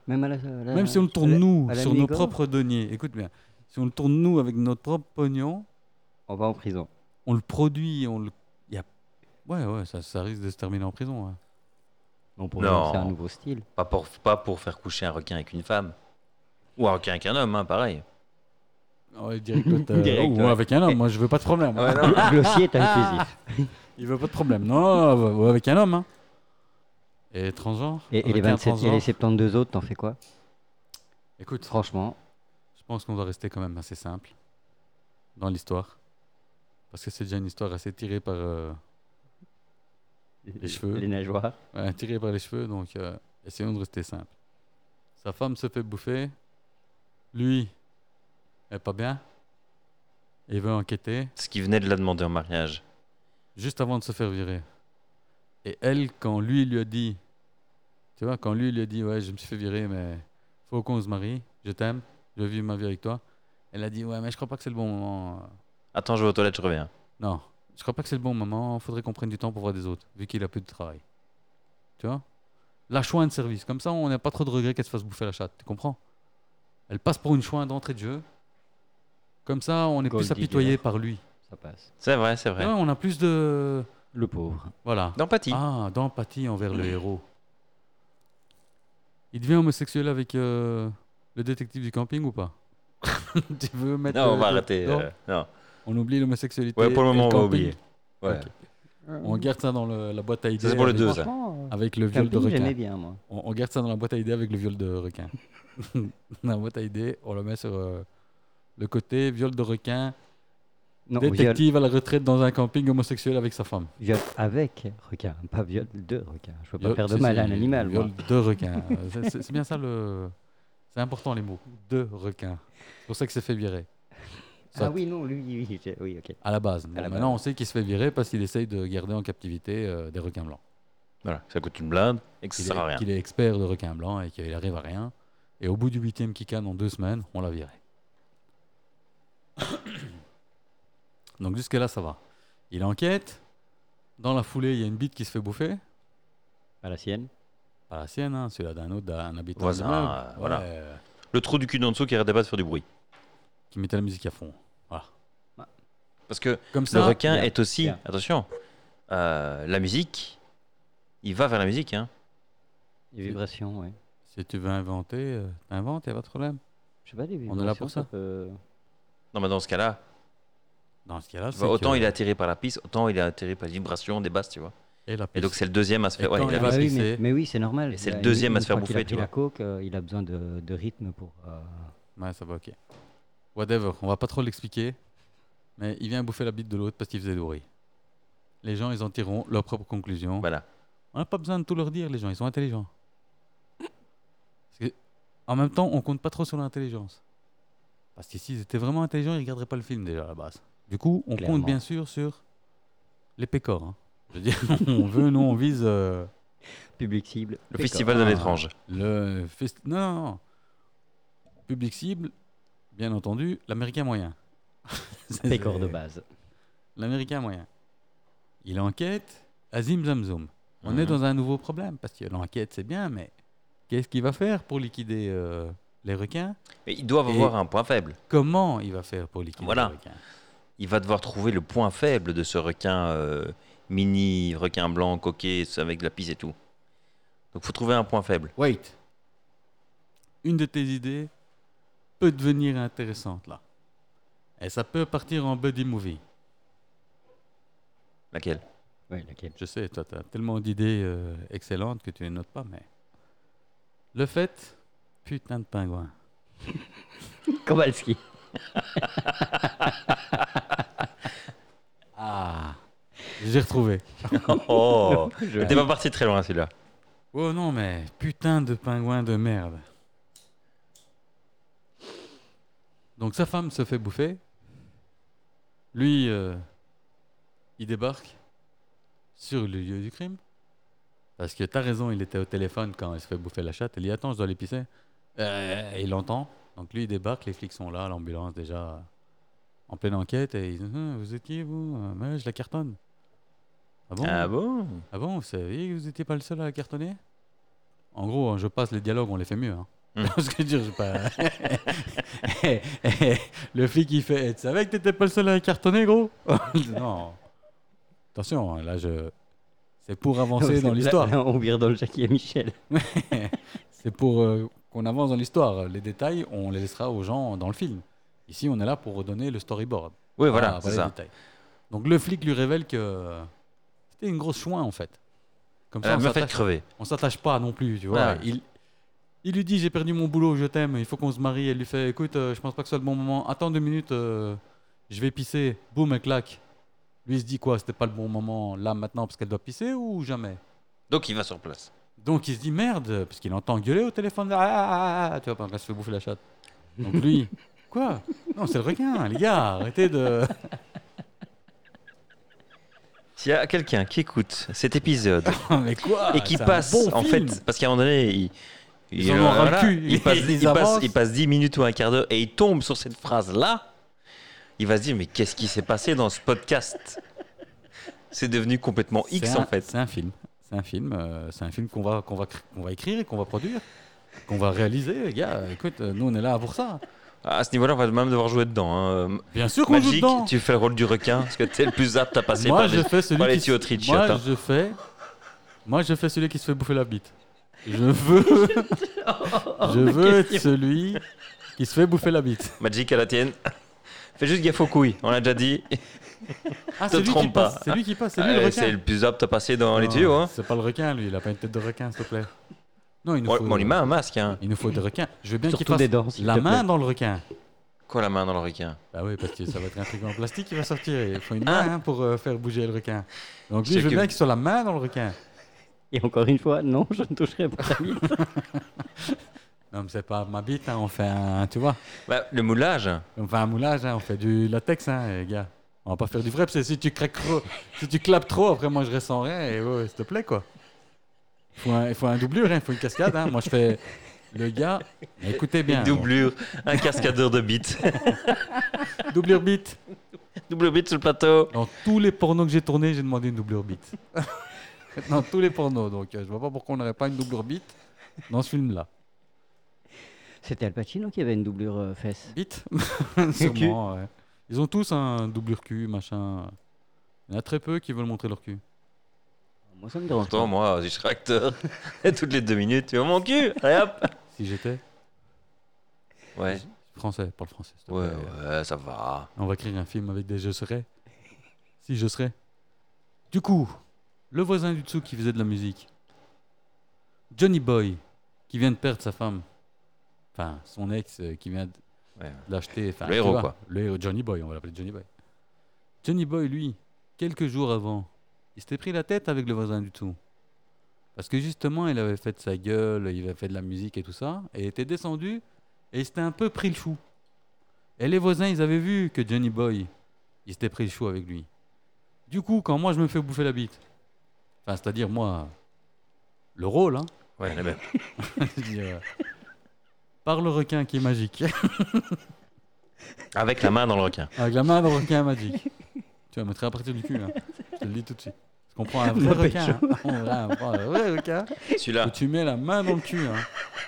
S3: Même, à la- la-
S1: Même si on le tourne
S3: la-
S1: nous,
S3: à la
S1: sur nos
S3: Migor
S1: propres deniers, écoute bien, si on le tourne nous avec notre propre pognon,
S3: On va en prison.
S1: on le produit, on le. il Y a... Ouais, ouais, ça, ça risque de se terminer en prison. ouais.
S3: Non,
S2: Non.
S3: c'est un nouveau style.
S2: Pas pour, pas pour faire coucher un requin avec une femme. Ou un requin avec un homme, hein, pareil.
S1: Ah Ouais, direct, toi, t'as-
S2: Direct,
S1: Oh,
S2: ouais.
S1: avec un homme, moi je veux pas de problème. hein.
S3: Le Glossier est inclusif.
S1: Il veut pas de problème. Non, non, non, ouais, ouais, avec un homme. hein. Et transgenre
S3: Et, et les
S1: Avec un
S3: 27 et
S1: transgenre
S3: les 72 autres, t'en fais quoi
S1: Écoute,
S3: Franchement,
S1: je pense qu'on doit rester quand même assez simple dans l'histoire. Parce que c'est déjà une histoire assez tirée par, euh, cheveux.
S3: Les nageoires.
S1: ouais, tirée par les cheveux, donc euh, essayons de rester simple. Sa femme se fait bouffer. Lui, est pas bien. Il veut enquêter
S2: Ce qui venait de la demander en mariage.
S1: juste avant de se faire virer. Et elle, quand lui lui a dit, tu vois, quand lui lui a dit, ouais, je me suis fait virer, mais faut qu'on se marie, je t'aime, je vis ma vie avec toi. Elle a dit, ouais, mais je crois pas que c'est le bon moment.
S2: Attends, je vais aux toilettes, je reviens.
S1: Non, je crois pas que c'est le bon moment. Faudrait qu'on prenne du temps pour voir des autres, vu qu'il a plus de travail. Tu vois La chouin de service. Comme ça, on n'a pas trop de regrets qu'elle se fasse bouffer la chatte. Tu comprends Elle passe pour une chouin d'entrée de jeu. Comme ça, on est
S3: Gold
S1: plus
S3: digger.
S1: apitoyé par lui.
S3: Ça passe.
S2: C'est vrai, c'est vrai.
S1: Ouais, on a plus de.
S3: Le pauvre.
S1: Voilà.
S2: D'empathie.
S1: Ah, d'empathie envers le héros. Il devient homosexuel avec euh, le détective du camping ou pas Tu veux mettre.
S2: non, on
S1: euh,
S2: va
S1: le-
S2: arrêter.
S1: non
S2: euh, non.
S1: On oublie l'homosexualité.
S2: Ouais, pour le
S1: et
S2: moment, on va
S1: camping.
S2: oublier. Ouais.
S1: Ok.
S3: Euh,
S1: On garde ça dans le- la boîte à idées.
S2: Ça, c'est pour les
S1: avec-
S2: deux, ça.
S3: Franchement,
S1: Avec le viol de
S3: oh. camping,
S1: requin.
S3: j'aimais bien, moi.
S1: On, on garde ça dans la boîte à idées avec le viol de requin. dans la boîte à idées, on le met sur euh, le côté viol de requin,
S3: Non, viol,
S1: détective à la retraite dans un camping homosexuel avec sa femme.
S3: viol avec requin, pas viol de requin. Je peux pas
S1: Viol-
S3: faire de
S1: si,
S3: mal
S1: si,
S3: à un animal, moi.
S1: Viol de requin. Euh, c'est- c'est c'est bien ça le. C'est important les mots. De requin. C'est pour ça que c'est fait virer.
S3: Ah
S1: Soit.
S3: oui, non, lui, oui, oui, j'ai- oui, ok.
S1: À la base. Bon,
S3: la base.
S1: maintenant, on sait qu'il se fait virer parce qu'il essaye de garder en captivité euh, des requins blancs.
S2: Voilà. Ça coûte une blinde et que ça
S1: qu'il
S2: sert à
S1: est,
S2: rien.
S1: qu'il est expert de requin blanc et qu'il arrive à rien. Et au bout du huitième kikan en deux semaines, on l'a viré. Donc jusque-là, ça va. Il enquête. Dans la foulée, il y a une bite qui se fait bouffer.
S3: À la sienne.
S1: Pas la sienne, hein, celui-là d'un autre, d'un habitant.
S2: Voisin,
S1: de l'immeuble.
S2: euh, voilà.
S1: Ouais, euh,
S2: Le trou du cul d'en dessous qui arrêtait pas de faire du bruit.
S1: qui mettait la musique à fond. Voilà.
S2: Parce que
S1: Comme
S2: le
S1: ça,
S2: requin
S3: bien,
S2: est aussi,
S3: bien.
S2: attention, euh, la musique. Il va vers la musique. Hein.
S3: Des vibrations, oui.
S1: si tu veux inventer, euh, invente, il a pas de problème.
S3: Je sais pas, des
S1: là
S3: vibrations.
S1: pour ça.
S3: peut-
S2: Non, mais dans ce cas-là,
S1: Dans ce cas-là,
S2: tu
S1: c'est
S2: vois, Bah, autant
S1: que-
S2: il est attiré par la piste, autant il est attiré par les vibrations des basses, tu vois.
S1: et la
S2: Et donc
S1: piste.
S2: c'est le deuxième à se
S1: Et
S2: faire. ouais,
S1: quand
S2: il a-
S1: il va-
S3: Ah oui,
S1: glisser.
S3: mais, mais oui, c'est normal.
S2: Et c'est le
S3: Là,
S2: deuxième à
S3: une
S2: se faire
S3: fois qu'il a
S2: bouffer,
S3: pris
S2: tu
S3: la
S2: vois.
S3: coke, euh, il a besoin de, de rythme pour. euh,
S1: Ouais, ça va, ok. Whatever, on va pas trop l'expliquer. Mais il vient bouffer la bite de l'autre parce qu'il faisait du bruit. Les gens, ils en tireront leur propre conclusion.
S2: Voilà.
S1: On n'a pas besoin de tout leur dire, les gens, ils sont intelligents. Parce que, en même temps, on compte pas trop sur l'intelligence. Parce que s'ils étaient vraiment intelligents, ils regarderaient pas le film déjà à la base. Du coup, on
S3: Clairement.
S1: compte bien sûr sur les pécores. hein. Je veux dire, on veut, nous, on vise euh,
S3: Public cible.
S2: Le
S3: Pécor.
S2: festival de
S1: Ah.
S2: l'étrange.
S1: le fest- Non, non, non. Public cible, bien entendu, l'américain moyen. C'est-
S3: Pécor de base.
S1: L'américain moyen. Il enquête, azim zam zoom. On
S2: Mhm.
S1: est dans un nouveau problème parce que l'enquête c'est bien, mais qu'est-ce qu'il va faire pour liquider euh, les requins
S2: Mais ils doivent
S1: Et-
S2: avoir un point faible.
S1: Comment il va faire pour liquider
S2: Voilà.
S1: les requins
S2: Il va devoir trouver le point faible de ce requin euh, mini, requin blanc, coquet, avec de la pisse et tout. Donc faut trouver un point faible.
S1: Wait. Une de tes idées peut devenir intéressante là. Et ça peut partir en buddy movie.
S2: Laquelle
S3: Ouais, laquelle
S1: Je sais, toi, tu as tellement d'idées euh, excellentes que tu les notes pas, mais. Le fait. Putain de pingouin.
S3: Kowalski.
S1: Ah J'ai retrouvé.
S2: Oh
S3: Je-
S2: T'es pas parti très loin celui-là.
S1: Oh non, mais putain de pingouin de merde. Donc sa femme se fait bouffer. Lui, euh, il débarque sur le lieu du crime. Parce que t'as raison, il était au téléphone quand il se fait bouffer la chatte. Il dit Attends, je dois l'épicer. Euh, et il entend. Donc lui, il débarque, les flics sont là, l'ambulance déjà euh, en pleine enquête. Et ils disent Hum, Vous étiez vous Euh, mais Je la cartonne. Ah bon
S2: Ah bon
S1: ah bon, vous saviez que vous n'étiez pas le seul à cartonner En gros, hein, je passe les dialogues, on les fait mieux. hein.
S2: Hmm.
S1: Ce que je veux dire, je sais pas. eh, le flic, il fait. Tu savais que t'étais pas le seul à cartonner, gros Non. Attention, hein, là, je. C'est pour avancer dans l'histoire.
S3: On virdole Jackie et Michel.
S1: C'est pour euh, qu'on avance dans l'histoire. Les détails, on les laissera aux gens dans le film. Ici, on est là pour redonner le storyboard.
S2: Oui, voilà,
S1: Ah,
S2: c'est
S1: les
S2: ça.
S1: détails. Donc le flic lui révèle que c'était une grosse chouin en fait. Comme
S2: Elle
S1: ça,
S2: a
S1: on
S2: bien Euh, fait
S1: s'attache-
S2: crever.
S1: on s'attache pas non plus, tu vois.
S2: Voilà.
S1: Il, il lui dit j'ai perdu mon boulot, je t'aime, il faut qu'on se marie. Elle lui fait écoute, euh, je pense pas que ce soit le bon moment. Attends deux minutes, euh, je vais pisser. Boum, elle claque. Lui il se dit quoi C'était pas le bon moment là maintenant parce qu'elle doit pisser ou jamais
S2: Donc il va sur place.
S1: donc il se dit merde, parce qu'il entend gueuler au téléphone. Ah, ah, ah, ah, tu vois, pendant qu'elle se fait bouffer la chatte. Donc lui, quoi Non, c'est le requin, les gars, arrêtez de.
S2: S'il y a quelqu'un qui écoute cet épisode
S1: Mais quoi
S2: et qui
S1: Ah, C'est un
S2: passe,
S1: bon
S2: en
S1: film.
S2: fait, parce qu'à un moment donné, il, euh,
S1: Ils en ont ras le cul.
S2: il passe,
S1: Ils
S2: il passe-
S1: avancent.
S2: il passe 10 minutes ou un quart d'heure et il tombe sur cette phrase-là, il va se dire Mais qu'est-ce qui s'est passé dans ce podcast C'est devenu complètement X
S1: C'est un-
S2: en fait.
S1: C'est un film. C'est un film. euh, c'est un film qu'on va, qu'on va, cr- qu'on va écrire et qu'on va produire, qu'on va réaliser, les gars. Écoute, euh, nous on est là pour ça.
S2: À ce niveau-là, on va même devoir jouer dedans. hein.
S1: Bien sûr qu'on joue
S2: Magic,
S1: dedans.
S2: tu fais le rôle du requin parce que t'es le plus apte à passer
S1: Moi
S2: par
S1: je
S2: les-
S1: fais celui
S2: par les
S1: qui. se-
S2: tuyaux de Richard,
S1: Moi
S2: hein.
S1: je fais. Moi je fais celui qui se fait bouffer la bite. Je veux. je veux être celui qui se fait bouffer la bite.
S2: Magic à la tienne. Fais juste gaffe aux couilles, on l'a déjà dit.
S1: Ah,
S2: Te
S1: c'est lui qui
S2: trompe
S1: passe,
S2: pas.
S1: C'est lui qui passe, c'est lui le
S2: Euh,
S1: requin.
S2: C'est le plus apte à passer dans les
S1: Non,
S2: tuyaux. Hein.
S1: C'est pas le requin, lui. Il a pas une tête de requin, s'il te plaît. Non, il nous
S2: Ouais,
S1: faut.
S2: mais on lui met un masque. Hein.
S1: Il nous faut des requins. Je veux bien qu'il
S3: Surtout
S1: fasse
S3: des dents, s'il
S1: la
S3: te plaît.
S1: main dans le requin.
S2: Quoi la main dans le requin
S1: Bah oui, parce que ça va être un truc en plastique qui va sortir. Il faut une main hein, pour euh, faire bouger le requin. Donc
S2: Je
S1: lui, je
S2: sais
S1: veux
S2: que-
S1: bien qu'il soit la main dans le requin.
S3: Et encore une fois, non, je ne toucherai pas ta vie.
S1: Non, mais c'est pas ma bite, hein, on fait un, tu vois,
S2: Bah, Le moulage.
S1: on fait un moulage, hein, on fait du latex, hein, les gars. On va pas faire du vrai, parce que si tu craques trop, si tu clapes trop, après moi je reste sans rien, et ouais, s'il te plaît, quoi. Il faut un, il faut un doublure, hein, il faut une cascade, hein. Moi je fais le gars, écoutez bien.
S2: Une doublure, un cascadeur de bites.
S1: bon. Doublure bite.
S2: Double bite sur le plateau.
S1: Dans tous les pornos que j'ai tournés, j'ai demandé une doublure bite. dans tous les pornos, donc euh, je vois pas pourquoi on n'aurait pas une doublure bite dans ce film-là.
S3: C'était Al Pacino qui avait une doublure euh, fesse.
S1: Bite Sûrement, ouais. Ils ont tous un doublure cul, machin. Il y en a très peu qui veulent montrer leur cul.
S3: Moi, ça me dérange
S2: Pourtant,
S3: pas.
S2: moi, si je serais acteur, toutes les deux minutes, tu vois mon cul Allez hop
S1: Si j'étais
S2: Ouais,
S1: français, parle français. s'il te
S2: ouais,
S1: plaît.
S2: ouais, ça va.
S1: On va écrire un film avec des je serais. Si je serais. Du coup, le voisin du dessous qui faisait de la musique. Johnny Boy, qui vient de perdre sa femme. Enfin, son ex euh, qui vient de
S2: Ouais.
S1: de l'acheter. Enfin,
S2: Le
S1: tu
S2: héros,
S1: vois,
S2: quoi.
S1: Le héros, Johnny Boy, on va l'appeler Johnny Boy. Johnny Boy, lui, quelques jours avant, il s'était pris la tête avec le voisin du dessous. Parce que justement, il avait fait de sa gueule, il avait fait de la musique et tout ça, et il était descendu, et il s'était un peu pris le chou. Et les voisins, ils avaient vu que Johnny Boy, il s'était pris le chou avec lui. Du coup, quand moi je me fais bouffer la bite, enfin, c'est-à-dire moi, le rôle, hein,
S2: Ouais, la même.
S1: je dis, euh, par le requin qui est magique,
S2: Avec la main dans le requin.
S1: avec la main dans le requin magique. Tu vas me tirer à partir du cul, hein. je te le dis tout de suite. Parce qu'on prend un vrai
S3: N'empêche.
S1: requin, hein. on va- on prend un vrai requin,
S2: Celui-là,
S1: que tu mets la main dans le cul. Hein.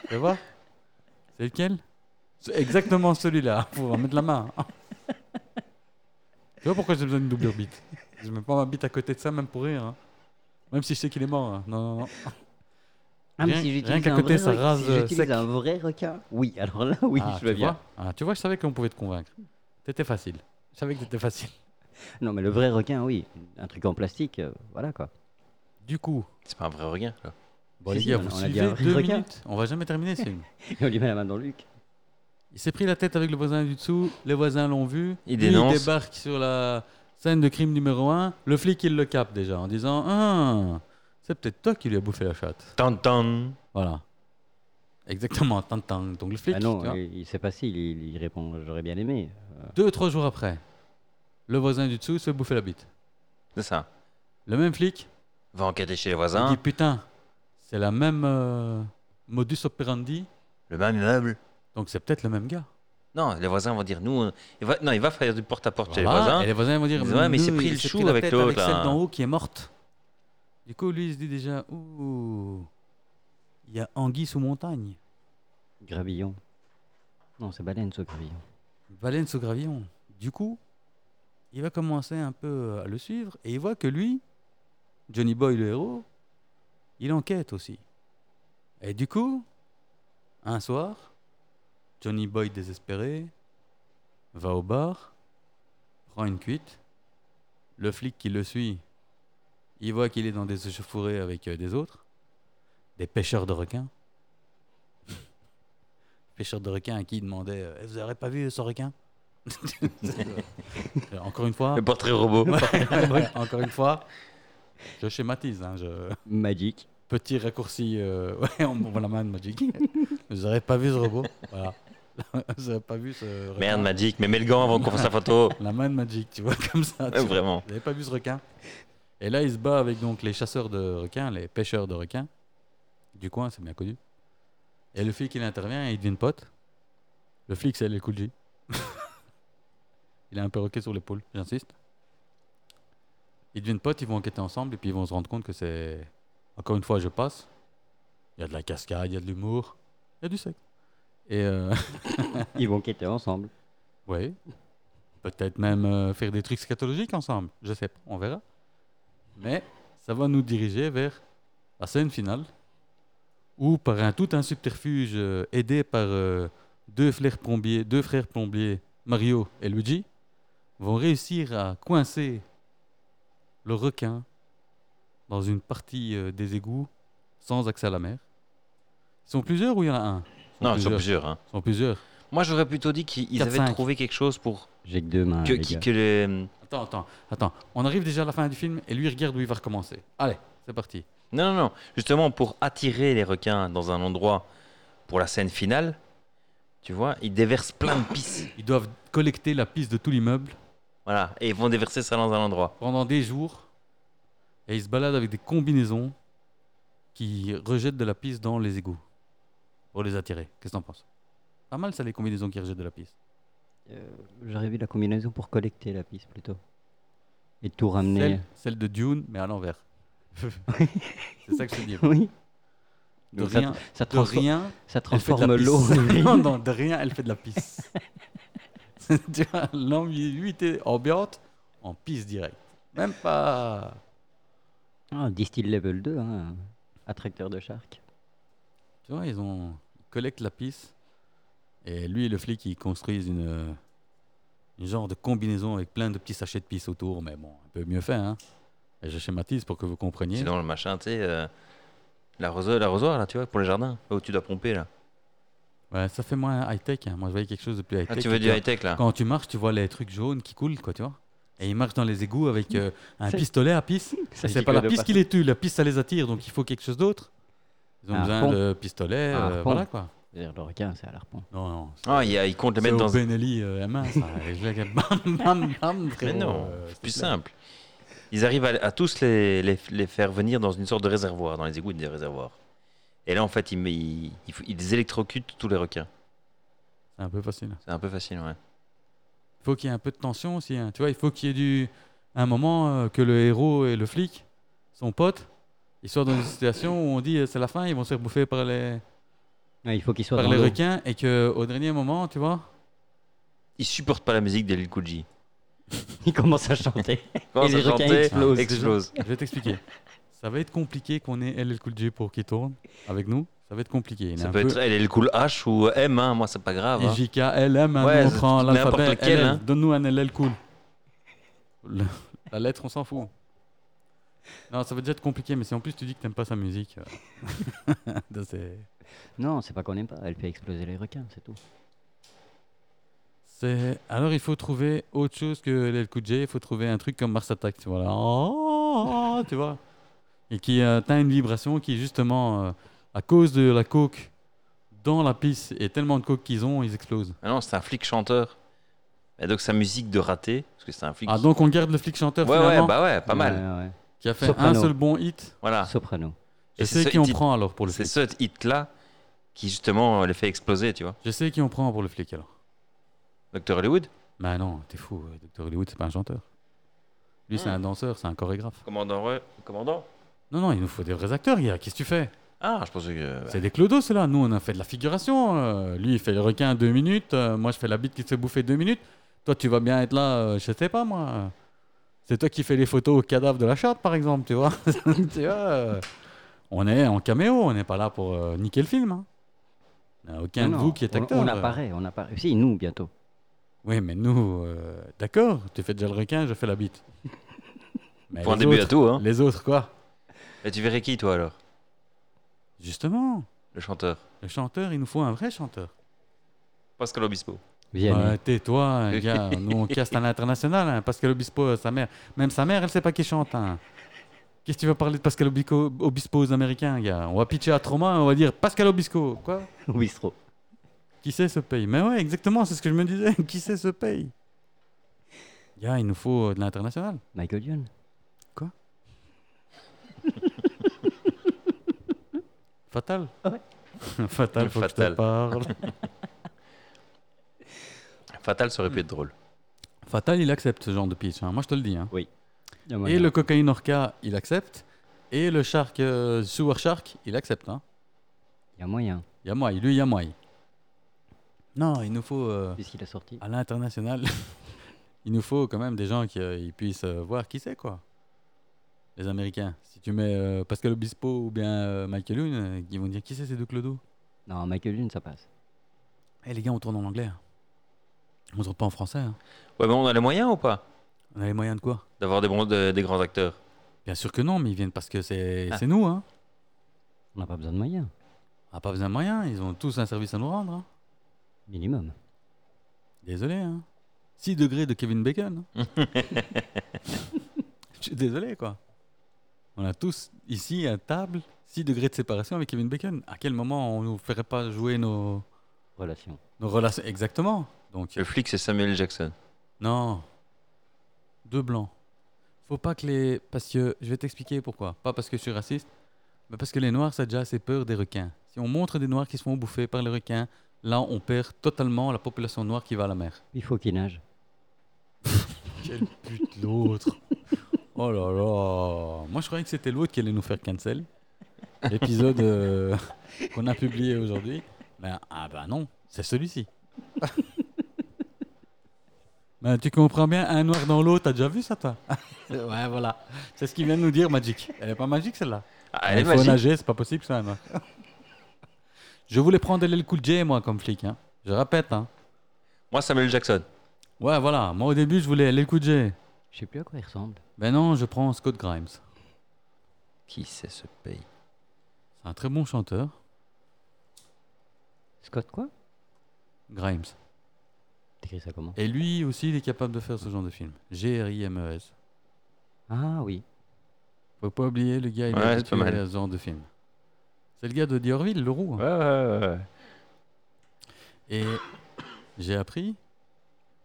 S1: Tu vas voir C'est lequel C'est exactement celui-là. Faut en mettre la main. hein. Tu vois pourquoi j'ai besoin d'une doublure bite Je mets pas ma bite à côté de ça, même pour rire. hein. Même si je sais qu'il est mort. hein. Non, non, non.
S3: Ah, mais
S1: rien-
S3: si j'utilise
S1: rien qu'à
S3: un
S1: côté,
S3: vrai
S1: ça
S3: requin-
S1: rase,
S3: si
S1: euh,
S3: j'utilise
S1: sec.
S3: un vrai requin. Oui, alors là, oui,
S1: Ah,
S3: je veux
S1: tu
S3: bien.
S1: vois Ah, tu vois, je savais qu'on pouvait te convaincre. T'étais facile. Je savais que t'étais facile.
S3: Non, mais le vrai requin, oui. Un truc en plastique, euh, voilà quoi.
S1: Du coup,
S2: c'est pas un vrai requin. quoi.
S1: bon,
S3: Si,
S1: les
S3: si,
S1: gars,
S3: on a-
S1: vous
S3: on a dit
S1: suivez
S3: un vrai
S1: deux
S3: requin.
S1: minutes. On va jamais terminer ce film.
S3: Et on lui met la main dans le Luc.
S1: Il s'est pris la tête avec le voisin du dessous, les voisins l'ont vu.
S2: Il
S1: Lui,
S2: dénonce.
S1: Il débarque sur la scène de crime numéro 1. Le flic, il le capte déjà en disant Ah, c'est peut-être toi qui lui as bouffé la chatte.
S2: Tan tan.
S1: Voilà. Exactement, tant, tant. Donc le flic,
S3: Ah
S1: tu vois.
S3: non, il, il s'est passé, il, il répond j'aurais bien aimé.
S1: deux, trois jours après, le voisin du dessous se fait bouffer la bite.
S2: C'est ça.
S1: Le même flic,
S2: Va enquêter chez les
S1: il
S2: voisins.
S1: dit Putain, c'est la même euh, modus operandi,
S2: Le même immeuble.
S1: donc c'est peut-être le même gars.
S2: Non, les voisins vont dire nous. on- Il va... Non, il va faire du porte-à-porte chez les
S1: Voilà,
S2: voisins.
S1: Et les voisins vont dire
S2: Ils disent, ouais, mais il s'est
S1: nous,
S2: pris le
S1: s'est
S2: chou
S1: la
S2: avec
S1: tête
S2: l'autre,
S1: Avec celle
S2: là.
S1: d'en haut qui est morte. Du coup, lui, il se dit déjà Ouh, il y a anguille sous montagne.
S3: Gravillon. Non, c'est baleine ce gravillon.
S1: baleine sous gravillon. Du coup, il va commencer un peu à le suivre et il voit que lui, Johnny Boy le héros, il enquête aussi. Et du coup, un soir, Johnny Boy désespéré va au bar, prend une cuite. Le flic qui le suit, il voit qu'il est dans des échauffourées avec euh, des autres, des pêcheurs de requins. pêcheurs de requins à qui il demandait euh, Eh, Vous n'aurez pas vu ce requin Euh, Encore une fois,
S2: Le portrait robot.
S1: encore une fois, je schématise. hein, je...
S3: Magic.
S1: Petit raccourci, euh, ouais, on voit la main de Magic. Vous n'aurez pas vu ce robot. Voilà. Vous n'aurez pas vu ce requin.
S2: Merde, Magic, mais mets le gant avant qu'on fasse la photo.
S1: La main de Magic, tu vois, comme ça. tu
S2: Ouais,
S1: vois.
S2: vraiment.
S1: Vous n'avez pas vu ce requin Et là, il se bat avec donc les chasseurs de requins, les pêcheurs de requins du coin, c'est bien connu. Et le flic, il intervient et il devient pote. Le flic, c'est El Cool il a un perroquet sur l'épaule, j'insiste. Ils deviennent pote, ils vont enquêter ensemble et puis ils vont se rendre compte que c'est. Encore une fois, je passe. Il y a de la cascade, il y a de l'humour, il y a du sexe. Et. euh,
S3: Ils vont quitter ensemble.
S1: oui. Peut-être même euh, faire des trucs scatologiques ensemble. Je sais pas, on verra. Mais ça va nous diriger vers la scène finale où, par un tout un subterfuge euh, aidé par euh, deux, frères plombiers, deux frères plombiers, Mario et Luigi, vont réussir à coincer le requin dans une partie euh, des égouts sans accès à la mer. Ils sont plusieurs ou il y en a un Ils sont
S2: Non, ils sont
S1: plusieurs.
S2: plusieurs. hein.
S1: Ils sont plusieurs.
S2: Moi, j'aurais plutôt dit qu'ils
S1: Quatre,
S2: avaient
S1: cinq.
S2: trouvé quelque chose pour
S3: J'ai que deux mains.
S2: que,
S3: Ah, les
S2: qui-
S3: gars.
S2: que les- euh,
S1: Attends, attends, attends. On arrive déjà à la fin du film et lui il regarde où il va recommencer. Allez, c'est parti.
S2: Non, non, non. Justement, pour attirer les requins dans un endroit pour la scène finale, tu vois, ils déversent plein de pisse.
S1: Ils doivent collecter la piste de tout l'immeuble
S2: Voilà, et ils vont déverser ça dans un endroit.
S1: pendant des jours et ils se baladent avec des combinaisons qui rejettent de la piste dans les égouts pour les attirer. Qu'est-ce que t'en penses Pas mal ça les combinaisons qui rejettent de la piste.
S3: Euh, J'aurais vu la combinaison pour collecter la piste plutôt. Et tout ramener.
S1: Celle, celle de Dune mais à l'envers. c'est ça que je te dis.
S3: Oui.
S1: De
S3: Donc ça-
S1: rien,
S3: Ça,
S1: de
S3: transfor-
S1: rien,
S3: ça
S1: elle fait de la
S3: transforme l'eau.
S1: pisse. non, non, de rien, elle fait de la pisse. tu vois, l'ambiguïté ambiante en pisse direct. Même pas.
S3: Ah, distill level 2, hein. attracteur de shark.
S1: Tu vois, ils ont ils collectent la pisse et lui et le flic ils construisent une une genre de combinaison avec plein de petits sachets de pisse autour, mais bon, un peu mieux fait. Hein. Et je schématise pour que vous compreniez.
S2: C'est dans le machin, tu sais, euh, l'arroseur, l'arrosoir, là, tu vois, pour les jardins, là où tu dois pomper, là.
S1: Ouais, ça fait moins high tech. Moi, je voyais quelque chose de plus high tech.
S2: Ah, tu veux du high-tech, là
S1: Quand tu marches, tu vois les trucs jaunes qui coulent, quoi, tu vois. Et ils marchent dans les égouts avec euh, un
S3: C'est-
S1: pistolet à pisse.
S3: Ça,
S1: c'est pas la piste qui les tue, la piste ça les attire, donc il faut quelque chose d'autre. Ils ont
S3: Un
S1: besoin
S3: harpon.
S1: de pistolets,
S3: Un
S1: euh,
S3: harpon.
S1: voilà quoi.
S3: Le requin, c'est à l'arpon.
S1: Non, non. c'est-
S2: Ah, il y a- ils comptent les
S1: C'est
S2: mettre
S1: au
S2: dans un.
S1: Benelli euh, M1, ça. Et je les- bam, bam, bam,
S2: Mais
S1: frérot,
S2: non,
S1: euh,
S2: c'est plus
S1: clair.
S2: simple. Ils arrivent à, à tous les, les- les faire venir dans une sorte de réservoir, dans les égouts des réservoirs. Et là, en fait, ils, met- ils, ils, ils électrocutent tous les requins.
S1: C'est un peu facile.
S2: C'est un peu facile, ouais.
S1: Il faut qu'il y ait un peu de tension aussi. hein. Tu vois, il faut qu'il y ait du... un moment euh, que le héros et le flic, son pote, ils soient dans une situation où on dit euh, c'est la fin, ils vont se faire bouffer par les,
S3: Ouais, il faut qu'il soit
S1: par
S3: dans
S1: les
S3: l'eau.
S1: requins et qu'au dernier moment, tu vois,
S2: Ils supportent pas la musique d'El Kouji.
S3: Il commence à chanter.
S2: Quand
S3: les requins explosent.
S2: explose.
S1: Je vais t'expliquer. Ça va être compliqué qu'on ait LL Cool J pour qu'il tourne avec nous. Ça va être compliqué. Il est
S2: Ça
S1: un
S2: peut
S1: peu
S2: être elle est cool H ou M, hein, moi c'est pas grave. hein.
S1: IJK, LM, hein,
S2: Ouais,
S1: nous, on
S2: c'est-
S1: prend
S2: n'importe
S1: l'alphabet.
S2: lequel,
S1: LL.
S2: hein.
S1: Donne-nous un LL Cool. Le- la lettre, on s'en fout. Non, ça va déjà être compliqué, mais si en plus tu dis que t'aimes pas sa musique, euh, ça, c'est-
S3: Non, c'est pas qu'on aime pas. Elle fait exploser les requins, c'est tout.
S1: c'est. Alors il faut trouver autre chose que LL Cool J. Il faut trouver un truc comme Mars Attack, tu vois là. Oh, tu vois. Et qui euh, atteint une vibration qui justement, euh, à cause de la coke dans la piste et tellement de coke qu'ils ont, ils explosent.
S2: Ah non, c'est un flic chanteur. Et donc sa musique de raté, parce que c'est un flic.
S1: Ah donc on garde le flic chanteur
S2: ouais,
S1: finalement, Euh,
S2: ouais, bah ouais, pas mal.
S3: Ouais, ouais.
S1: qui a fait un
S3: Soprano.
S1: seul bon hit.
S2: Voilà.
S3: Soprano.
S1: Je
S2: Et c'est
S1: sais
S2: ce
S1: qui on
S2: hit-
S1: prend alors pour le
S2: C'est
S1: flic.
S2: ce hit-là qui justement euh, les fait exploser, tu vois.
S1: Je sais qui on prend pour le flic alors.
S2: Docteur Hollywood
S1: Bah non, t'es fou. euh, Dr Hollywood, c'est pas un chanteur. Lui, c'est
S2: Hmm.
S1: un danseur, c'est un chorégraphe.
S2: Commandant. Commandant
S1: Non, non, il nous faut des vrais acteurs, gars. Qu'est-ce que tu fais
S2: Ah, je pensais que.
S1: C'est des clodos, ceux-là. Nous, on a fait de la figuration. euh, lui, il fait le requin deux minutes. euh, moi, je fais la bite qui se fait bouffer deux minutes. Toi, tu vas bien être là, euh, je sais pas, moi. C'est toi qui fais les photos au cadavre de la chatte, par exemple, tu vois. tu vois euh, on est en caméo, on n'est pas là pour euh, niquer le film. hein. Il n'y en a aucun
S3: Non,
S1: de vous qui est
S3: on-
S1: acteur.
S3: On,
S1: euh.
S3: apparaît, on apparaît. Si, nous, bientôt.
S1: Oui, mais nous, euh, d'accord, tu fais déjà le requin, je fais la bite. Mais
S2: Pour un
S1: les
S2: début à
S1: autres,
S2: tout, hein.
S1: Les autres, quoi
S2: Mais tu verrais qui, toi, alors
S1: Justement,
S2: Le chanteur
S1: le chanteur, il nous faut un vrai chanteur.
S2: Pascal Obispo.
S3: Vienne.
S1: Ouais, Tais-toi, gars. Nous, on casse à l'international. hein. Pascal Obispo, euh, sa mère. Même sa mère, elle sait pas qui chante. hein. Qu'est-ce que tu vas parler de Pascal Obico- Obispo aux Américains, gars On va pitcher à Trauma, on va dire Pascal Obispo. Quoi
S3: Au bistrot.
S1: Qui sait ce pays Mais ouais, exactement, c'est ce que je me disais. qui sait ce pays Gars, il nous faut euh, de l'international.
S3: Michael Dion.
S1: Fatal
S3: Ouais.
S1: Fatal, faut que je
S2: Fatal.
S1: te parle.
S2: Fatal, ça aurait pu être drôle.
S1: Fatal, il accepte ce genre de pitch. hein. Moi, je te le dis. hein.
S3: Il y a
S1: Et
S3: moyen.
S1: le cocaïne orca, il accepte. Et le shark, euh, sewer shark, il accepte. Hein.
S3: Il y a moyen,
S1: Yamoy, lui Yamoy. Non, il nous faut euh,
S3: puisqu'il a sorti.
S1: à l'international. il nous faut quand même des gens qui euh, ils puissent euh, voir qui c'est quoi. Les Américains. Si tu mets euh, Pascal Obispo ou bien euh, Michael Youn, euh, ils vont dire qui c'est ces deux clodos.
S3: Non, Michael Dion, ça passe.
S1: Eh les gars, on tourne en anglais. hein. On tourne pas en français. hein.
S2: Ouais, mais on a les moyens ou pas
S1: On a les moyens de quoi
S2: D'avoir des, bons- de- des grands acteurs
S1: Bien sûr que non, mais ils viennent parce que c'est
S2: Ah.
S1: c'est nous. Hein.
S3: On n'a pas besoin de moyens,
S1: On n'a pas besoin de moyens. Ils ont tous un service à nous rendre. hein.
S3: minimum.
S1: Désolé. Hein. 6 degrés de Kevin Bacon. hein. Je suis désolé, quoi. On a tous ici à table 6 degrés de séparation avec Kevin Bacon. À quel moment on nous ferait pas jouer nos,
S3: Relation.
S1: nos relations Exactement. Donc,
S2: Le flic, c'est Samuel Jackson.
S1: non. Deux blancs. Faut pas que les. Parce que. Je vais t'expliquer pourquoi. Pas parce que je suis raciste, mais parce que les noirs, ça a déjà assez peur des requins. Si on montre des noirs qui se font bouffer par les requins, là, on perd totalement la population noire qui va à la mer.
S3: Il faut qu'il nage.
S1: Quel pute l'autre Oh là là Moi je croyais que c'était l'autre qui allait nous faire cancel. L'épisode euh, qu'on a publié aujourd'hui. Ben, ah ben non, c'est celui-ci. ben tu comprends bien, un noir dans l'eau, t'as déjà vu ça toi Ouais voilà, c'est ce qu'il vient de nous dire Magic. Elle est pas magique celle-là
S2: Ah, elle est
S1: Il faut
S2: magique.
S1: nager, c'est pas possible ça. moi. je voulais prendre LL Cool J moi comme flic. hein. Je répète. Hein.
S2: Moi, Samuel Jackson.
S1: Ouais voilà, moi au début je voulais LL Cool J.
S3: Je sais plus à quoi il ressemble.
S1: Ben non, je prends Scott Grimes.
S2: Qui c'est ce pays
S1: C'est un très bon chanteur.
S3: Scott quoi
S1: Grimes.
S3: T'écris ça comment
S1: Et lui aussi, il est capable de faire ce genre de film. G-R-I-M-E-S.
S3: Ah oui.
S1: E Faut pas oublier, le gars, il est
S2: Ouais, c'est pas
S1: habitué
S2: mal.
S1: à ce genre de film. C'est le gars de The Orville, le roux. hein.
S2: ouais, ouais.
S1: Et j'ai appris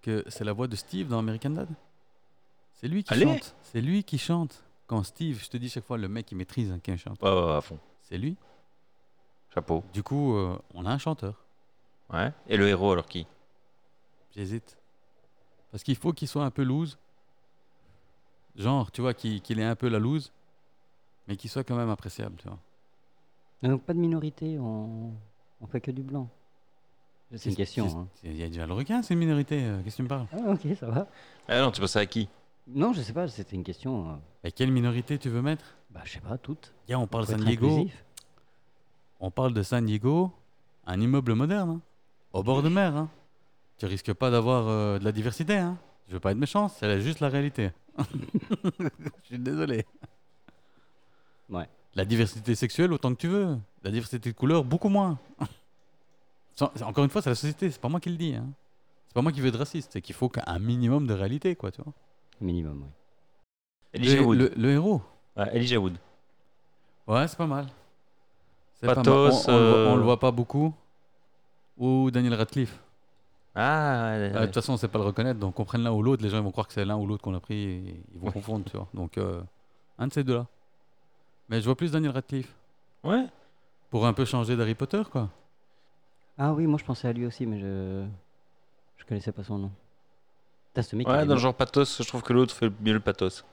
S1: que c'est la voix de Steve dans American Dad. C'est lui qui
S2: Allez.
S1: chante. C'est lui qui chante. Quand Steve, je te dis chaque fois, le mec, il maîtrise hein, qui chante.
S2: Ouais, ouais, ouais, à fond.
S1: C'est lui.
S2: Chapeau.
S1: Du coup, euh, on a un chanteur.
S2: Ouais. Et le héros, alors qui
S1: J'hésite. Parce qu'il faut qu'il soit un peu loose. Genre, tu vois, qu'il qu'il ait un peu la loose, mais qu'il soit quand même appréciable, tu vois.
S3: Ah, Donc pas de minorité, on, on fait que du blanc. C'est une question. hein.
S1: Il y a déjà le requin, c'est une minorité. euh, Qu'est-ce que tu me parles
S3: Ah ok, ça va.
S2: Ah non, tu pensais à qui
S3: Non, je sais pas, c'était une question. euh,
S1: Et quelle minorité tu veux mettre
S3: bah je sais pas, toutes.
S1: Gars, on parle de
S3: Faut
S1: San
S3: être
S1: Diego.
S3: inclusif.
S1: On parle de San Diego, un immeuble moderne, hein, au bord de mer. Hein. Tu risques pas d'avoir euh, de la diversité. Hein. Je veux pas être méchant, c'est juste la réalité. Je suis désolé.
S3: Ouais.
S1: La diversité sexuelle autant que tu veux. La diversité de couleurs beaucoup moins. Sans- c'est- Encore une fois, c'est la société, c'est pas moi qui le dis. Hein. C'est pas moi qui veux être raciste, c'est qu'il faut qu'un minimum de réalité, quoi, tu vois.
S3: Minimum, oui.
S2: Elijah
S1: le,
S2: Wood.
S1: le- le héros.
S2: Ouais, Elijah Wood.
S1: Ouais, c'est pas mal. C'est
S2: Pathos,
S1: pas mal. On- On, le voit-
S2: euh,
S1: on le voit pas beaucoup. Ou Daniel Radcliffe.
S2: Ah, ouais,
S1: Ah, De
S2: ouais.
S1: toute façon, on sait pas le reconnaître, donc on prenne l'un ou l'autre. Les gens ils vont croire que c'est l'un ou l'autre qu'on a pris et ils vont
S2: Ouais.
S1: confondre, tu vois. Donc, euh, un de ces deux-là. Mais je vois plus Daniel Radcliffe.
S2: Ouais.
S1: Pour un peu changer d'Harry Potter, quoi.
S3: Ah oui, moi je pensais à lui aussi, mais je je connaissais pas son nom. T'as ce mec. il
S2: Ouais,
S3: est
S2: dans
S3: mau-
S2: le genre pathos, je trouve que l'autre fait mieux le pathos.
S3: Non,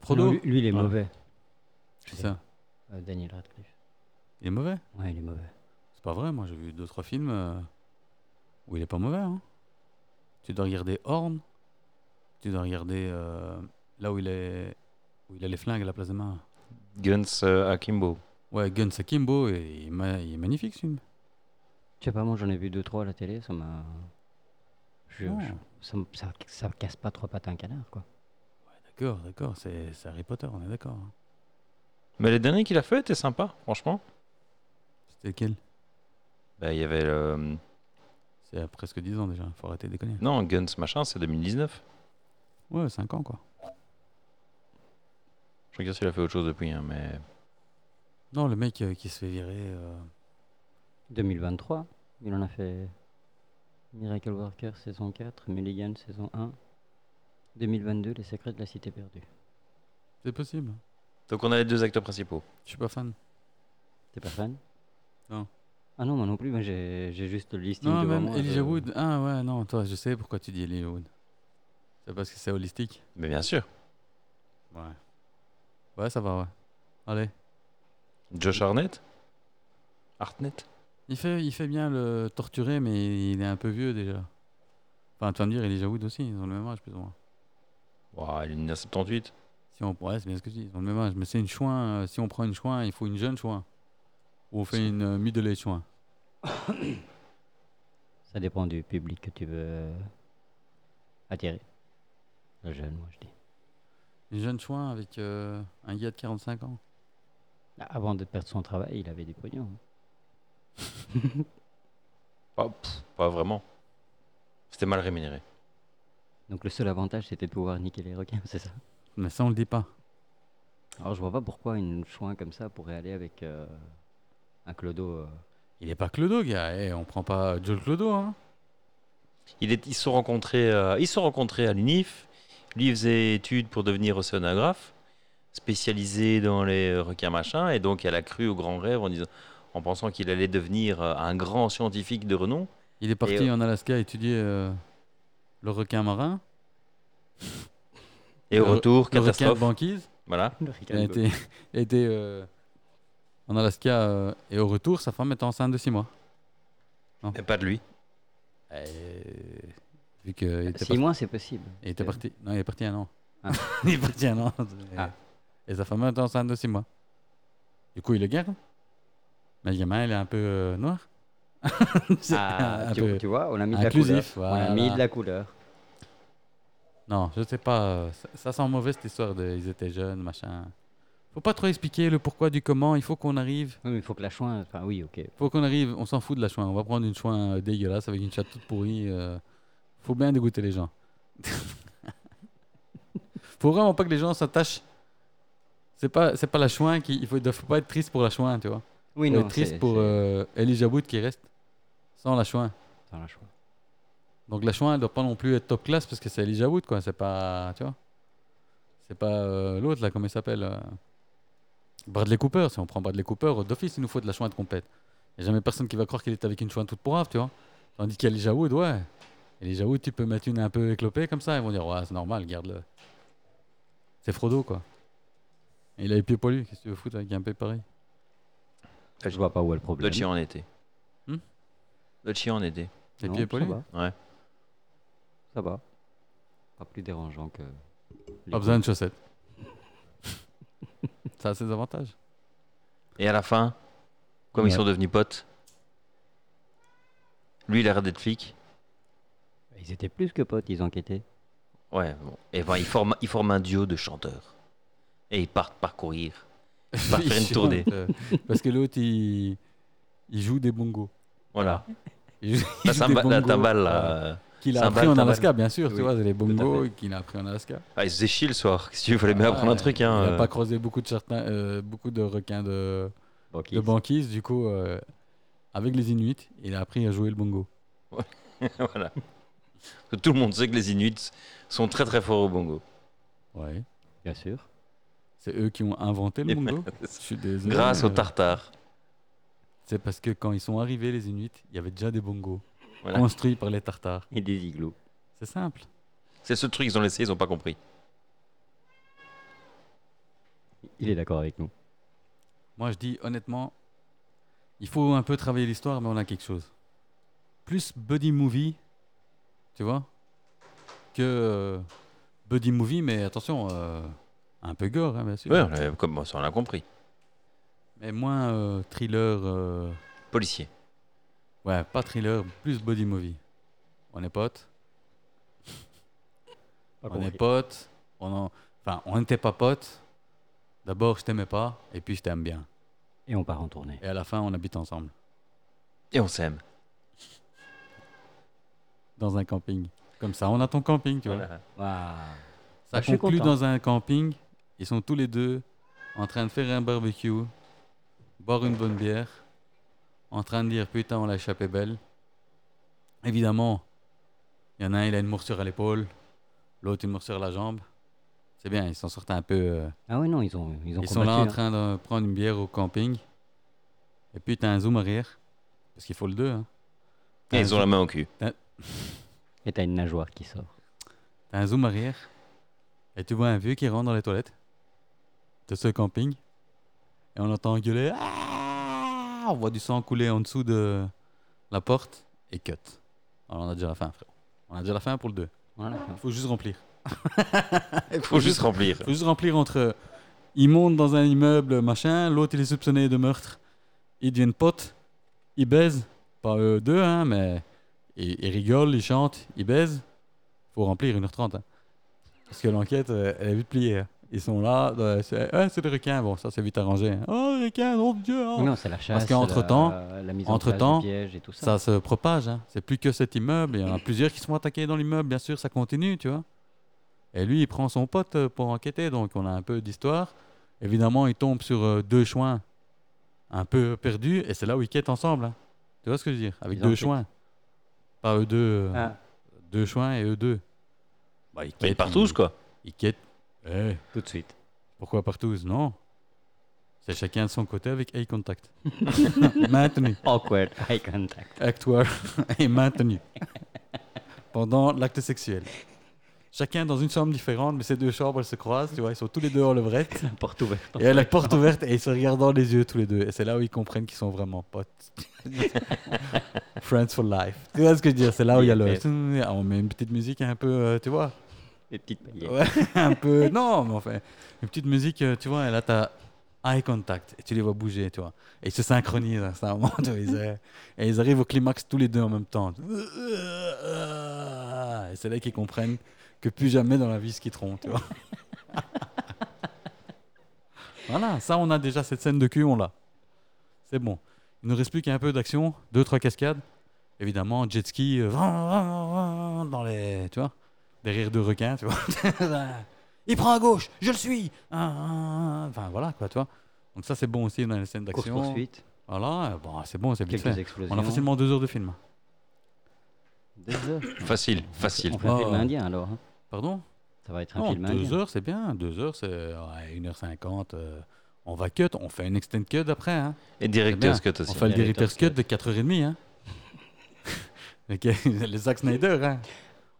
S1: Frodo
S3: lui, lui, il est
S1: Ouais.
S3: mauvais.
S1: C'est ça.
S3: Euh, Daniel Radcliffe.
S1: Il est mauvais.
S3: Ouais, il est mauvais.
S1: C'est pas vrai, moi j'ai vu deux trois films euh, où il est pas mauvais. hein. Tu dois regarder Horn, tu dois regarder euh, là où il est où il a les flingues à la place des mains.
S2: Guns euh, Akimbo.
S1: Ouais, Guns Akimbo, et il, est ma- il est magnifique ce film.
S3: Je sais pas, moi j'en ai vu deux trois à la télé, ça m'a. je-
S1: Non.
S3: je-
S2: Ah.
S3: ça, me- ça, ça me casse pas trois pattes à un canard, quoi.
S1: D'accord, d'accord, c'est c'est Harry Potter, on est d'accord. hein.
S2: Mais les derniers qu'il a fait étaient sympas, franchement.
S1: C'était lequel
S2: Ben, Il y avait le...
S1: C'est à presque 10 ans déjà, faut arrêter de déconner.
S2: Non, Guns machin, c'est 2019.
S1: Ouais, 5 ans quoi.
S2: Je regarde s'il a fait autre chose depuis, hein, mais...
S1: Non, le mec euh, qui se fait virer. euh,
S3: 2023, il en a fait Miracle Worker saison 4, Mulligan saison 1. 2022, Les Secrets de la Cité Perdue.
S1: C'est possible.
S2: Donc on a les deux acteurs principaux.
S1: Je suis pas fan.
S3: T'es pas fan
S1: Non.
S3: Ah non, moi non plus, moi j'ai j'ai juste le listing.
S1: Non,
S3: devant
S1: même
S3: moi, euh,
S1: Elijah
S3: je-
S1: Wood. Ah ouais, non, toi, je sais pourquoi tu dis Elijah Wood. C'est parce que c'est holistique.
S2: Mais bien sûr.
S1: Ouais. Ouais, ça va, ouais. Allez.
S2: Josh Arnett Arnett
S1: Il fait, il fait bien le torturé, mais il est un peu vieux déjà. Enfin, tu vas me dire, Elijah Wood aussi, ils ont le même âge plus ou moins.
S2: Ouah, il est né en 78.
S1: Si on... Ouais, c'est bien ce que je dis, ils ont le même âge. Mais c'est une chouin, euh, si on prend une chouin, il faut une jeune chouin. Ou on fait une euh, middle age chouin.
S3: Ça dépend du public que tu veux euh, attirer. Le jeune, moi je dis.
S1: Une jeune chouin avec euh, un gars de 45 ans.
S3: Ah, Avant de perdre son travail, il avait du pognon.
S2: Pas, pff, pas vraiment. C'était mal rémunéré.
S3: Donc le seul avantage, c'était de pouvoir niquer les requins, c'est ça
S1: Mais ça, on le dit pas.
S3: Alors je vois pas pourquoi une chouin comme ça pourrait aller avec euh, un clodo. euh.
S1: Il est pas Clodo, gars. Eh, on prend pas Joel Clodo, hein.
S2: Il est- ils se sont rencontrés, euh, ils se sont rencontrés à l'UNIF. Lui il faisait études pour devenir océanographe, spécialisé dans les euh, requins machins, et donc elle a cru au grand rêve en disant, en pensant qu'il allait devenir euh, un grand scientifique de renom.
S1: Il est parti
S2: euh,
S1: en Alaska étudier euh, le requin marin,
S2: Et au
S1: Le-
S2: retour,
S1: le requin de
S2: catastrophe.
S1: banquise.
S2: Voilà.
S1: Il a été, il a été, euh, en Alaska euh, et au retour, sa femme est enceinte de 6 mois.
S2: Mais pas de lui.
S1: Et vu qu'il était,
S3: Euh, Six
S1: parti,
S3: mois, c'est possible.
S1: il était
S3: Euh,
S1: parti. Non, il est parti un an.
S3: Ah.
S1: il est parti un an. Et,
S3: Ah.
S1: et sa femme est enceinte de 6 mois. Du coup, il le garde. Mais le gamin, il est un peu euh, noir. C'est
S3: Ah,
S1: un
S3: tu,
S1: peu-
S3: tu vois, on a mis de la couleur.
S1: inclusif.
S3: On a mis de
S1: voilà.
S3: la couleur.
S1: Non, je sais pas. euh, Ça, ça sent mauvais cette histoire de ils étaient jeunes, machin. Faut pas trop expliquer le pourquoi du comment. Il faut qu'on arrive.
S3: Oui, mais il faut que la chouin. Enfin, oui, ok.
S1: Faut qu'on arrive. On s'en fout de la chouin. On va prendre une chouin euh, dégueulasse avec une chatte toute pourrie. euh, Faut bien dégoûter les gens. faut vraiment pas que les gens s'attachent. C'est pas, c'est pas la chouin qui. Il faut, faut pas être triste pour la chouin, tu vois.
S3: Oui,
S1: Faut
S3: non.
S1: être triste
S3: c'est-
S1: pour
S3: c'est
S1: euh, Elijah Wood qui reste sans la chouin.
S3: dans la chouin.
S1: Donc la chouin, elle doit pas non plus être top classe parce que c'est Elijah Wood, quoi. C'est pas, tu vois. C'est pas euh, l'autre là, comment il s'appelle euh, Bradley Cooper. Si on prend Bradley Cooper, euh, d'office, il nous faut de la chouin de compète. Y a jamais personne qui va croire qu'il est avec une chouin toute pourrave, tu vois. Tandis qu'Elijah Wood, ouais. Elijah Wood, tu peux mettre une un peu éclopée comme ça, ils vont dire ouais, c'est normal, garde-le. C'est Frodo, quoi. Et Il a les pieds poilus, qu'est-ce que tu veux foutre avec un peu pareil
S3: Je vois pas où est le
S2: De
S3: problème.
S2: chien en été.
S1: Hmm
S2: De chien en été.
S1: Les
S3: Non,
S1: pieds
S3: ça
S1: poilus
S3: va.
S2: Ouais.
S3: Ça va. Pas plus dérangeant que.
S1: Pas besoin de chaussettes. ça a ses avantages.
S2: Et à la fin, comme ils
S3: Ouais.
S2: sont devenus potes, lui il arrête d'être flic.
S3: Ils étaient plus que potes, ils enquêtaient.
S2: Ouais, bon. Et ben, ils forment, ils forment un duo de chanteurs. Et ils partent parcourir. Par faire une
S1: Il
S2: tournée.
S1: chante, euh, parce que l'autre, il... il joue des bongos.
S2: Voilà.
S1: Il joue, il
S2: La
S1: joue
S2: samba-
S1: des
S2: la
S1: bongos,
S2: timbale,
S1: euh,
S2: là. euh,
S1: Qu'il a
S2: Timbale,
S1: appris en
S2: timbale.
S1: Alaska, bien sûr, tu
S2: Oui,
S1: vois, c'est les
S2: tout à
S1: bongos qu'il a appris en Alaska.
S2: Ah, ils se faisaient chier le soir. Si tu voulais bien apprendre un truc,
S1: Il
S2: hein.
S1: n'a
S2: euh,
S1: pas croisé beaucoup de, certains, euh, beaucoup de requins de,
S3: Bon,
S1: de banquise, du coup, euh, avec les Inuits, il a appris à jouer le bongo.
S2: voilà. Parce que Tout le monde sait que les Inuits sont très très forts au bongo.
S1: Ouais.
S3: Bien sûr.
S1: C'est eux qui ont inventé le
S2: Et
S1: bongo. Je suis désolé.
S2: Grâce aux
S1: mais
S2: tartares.
S1: C'est parce que quand ils sont arrivés, les Inuits, il y avait déjà des bongos
S2: Voilà.
S1: construits par les Tartares.
S3: Et des igloos.
S1: C'est simple.
S2: C'est ce truc qu'ils ont laissé, ils ont pas compris.
S3: Il est d'accord avec nous.
S1: Moi, je dis honnêtement, Il faut un peu travailler l'histoire, mais on a quelque chose. Plus buddy movie, tu vois, que euh, buddy movie, mais attention, euh, un peu gore, hein, bien sûr.
S2: Oui, on l'a- Euh, comme ça, on l'a compris.
S1: Mais moins euh, thriller. euh,
S2: Policier.
S1: Ouais, pas thriller, plus body movie. On est potes.
S3: Pas
S1: on est
S3: compris.
S1: potes. On en- Enfin, on n'était pas potes. D'abord, je t'aimais pas, et puis je t'aime bien.
S3: Et on part en tournée.
S1: Et à la fin, on habite ensemble,
S2: Et on s'aime.
S1: dans un camping. Comme ça, on a ton camping, tu vois.
S2: Voilà.
S1: Ça
S3: Ah, je suis
S1: conclut
S3: content.
S1: dans un camping. Ils sont tous les deux en train de faire un barbecue, boire une bonne bière, en train de dire putain, on l'a échappé belle. Évidemment, il y en a un, il a une morsure à l'épaule, l'autre une morsure à la jambe. C'est bien, ils s'en sortent un peu. euh,
S3: Ah ouais, non, ils ont, ils ont
S1: ils sont
S3: combattu.
S1: là en
S3: hein.
S1: train de prendre une bière au camping. Et puis t'as un zoom arrière, parce qu'il faut le deux. Hein.
S2: Et ils ont la main au cul.
S3: Et t'as une nageoire qui sort.
S1: T'as un zoom arrière et tu vois un vieux qui rentre dans les toilettes de ce camping et on entend gueuler. Ah On voit du sang couler en dessous de la porte et cut. Alors on a déjà la fin, frérot. On a déjà la fin pour le 2.
S3: Voilà.
S1: Il faut juste remplir. Il
S2: Faut juste remplir.
S1: faut juste remplir entre. euh, Ils montent dans un immeuble, machin, l'autre il est soupçonné de meurtre, ils deviennent potes, ils baisent, pas eux deux, hein, mais ils, ils rigolent, ils chantent, ils baisent. Faut remplir 1h30. hein. Parce que l'enquête, euh, elle est vite pliée. hein. Ils sont là, euh, c'est ouais, c'est des requins, bon, ça c'est vite arrangé. hein. Oh, les requins, oh mon dieu! oh.
S3: Non, c'est la chasse.
S1: qu'entre-temps-
S3: la, la mise en
S1: entre
S3: place
S1: temps,
S3: du piège et tout ça.
S1: Ça se propage, hein. c'est plus que cet immeuble. Il y en a plusieurs qui sont attaqués dans l'immeuble, bien sûr, ça continue, tu vois. Et lui, il prend son pote euh, pour enquêter, donc on a un peu d'histoire. Évidemment, il tombe sur euh, deux chouins un peu perdus, et c'est là où ils quittent ensemble. hein. Tu vois ce que je veux dire Avec
S3: Ils
S1: deux
S3: enquêtent.
S1: chouins. Pas eux deux, euh,
S3: Ah,
S1: deux chouins et eux deux. Bah, ils
S2: Mais
S1: quittent,
S2: partout,
S1: ils-
S2: quoi.
S1: Ils quittent. Eh,
S3: tout de suite.
S1: pourquoi partout Non. C'est chacun de son côté avec eye contact. Maintenu.
S3: Awkward eye contact.
S1: Actoire est maintenu pendant l'acte sexuel. Chacun dans une chambre différente, mais ces deux chambres, elles se croisent, tu vois, ils sont tous les deux en levrette.
S3: Porte ouverte.
S1: Et à la porte ouverte, et ils se regardent dans les yeux tous les deux. Et c'est là où ils comprennent qu'ils sont vraiment potes. Friends for life. Tu vois ce que je veux dire C'est là où il y a le... Ah, On met une petite musique un peu, euh, tu vois,
S3: Les petites paillettes.
S1: Ouais, un peu. Non, mais enfin, une petite musique, euh, tu vois, et là, t'as eye contact, et tu les vois bouger, tu vois. Et ils se synchronisent, hein, c'est un moment où ils, euh, et ils arrivent au climax tous les deux en même temps. Et c'est là qu'ils comprennent que plus jamais dans la vie, ils se quitteront, tu vois. voilà, ça, on a déjà cette scène de cul, on l'a. C'est bon. Il ne reste plus qu'un peu d'action, deux, trois cascades. Évidemment, jet ski, euh, dans les. Tu vois derrière deux requins, tu vois. il prend à gauche, je le suis. Ah, ah, ah. Enfin voilà quoi, tu vois. Donc ça c'est bon aussi dans les scènes
S3: Course
S1: d'action.
S3: poursuite.
S1: Voilà, euh, bon, c'est bon, c'est vite
S3: Quelques
S1: fait.
S3: explosions.
S1: On a facilement deux heures de film.
S3: Deux heures.
S2: Facile, facile.
S3: On fait un
S1: Oh.
S3: film indien alors. hein.
S1: Pardon
S3: Ça va être un
S1: Non,
S3: film
S1: deux
S3: indien.
S1: heures c'est bien. Deux heures c'est ouais, 1h50. euh, on va cut, on fait une extended cut après. Hein.
S2: Et directeur
S1: C'est
S2: Scott aussi.
S1: on fait le
S3: Director's
S1: director's cut de 4h30. Hein. Ok, le Zack Snyder. Hein.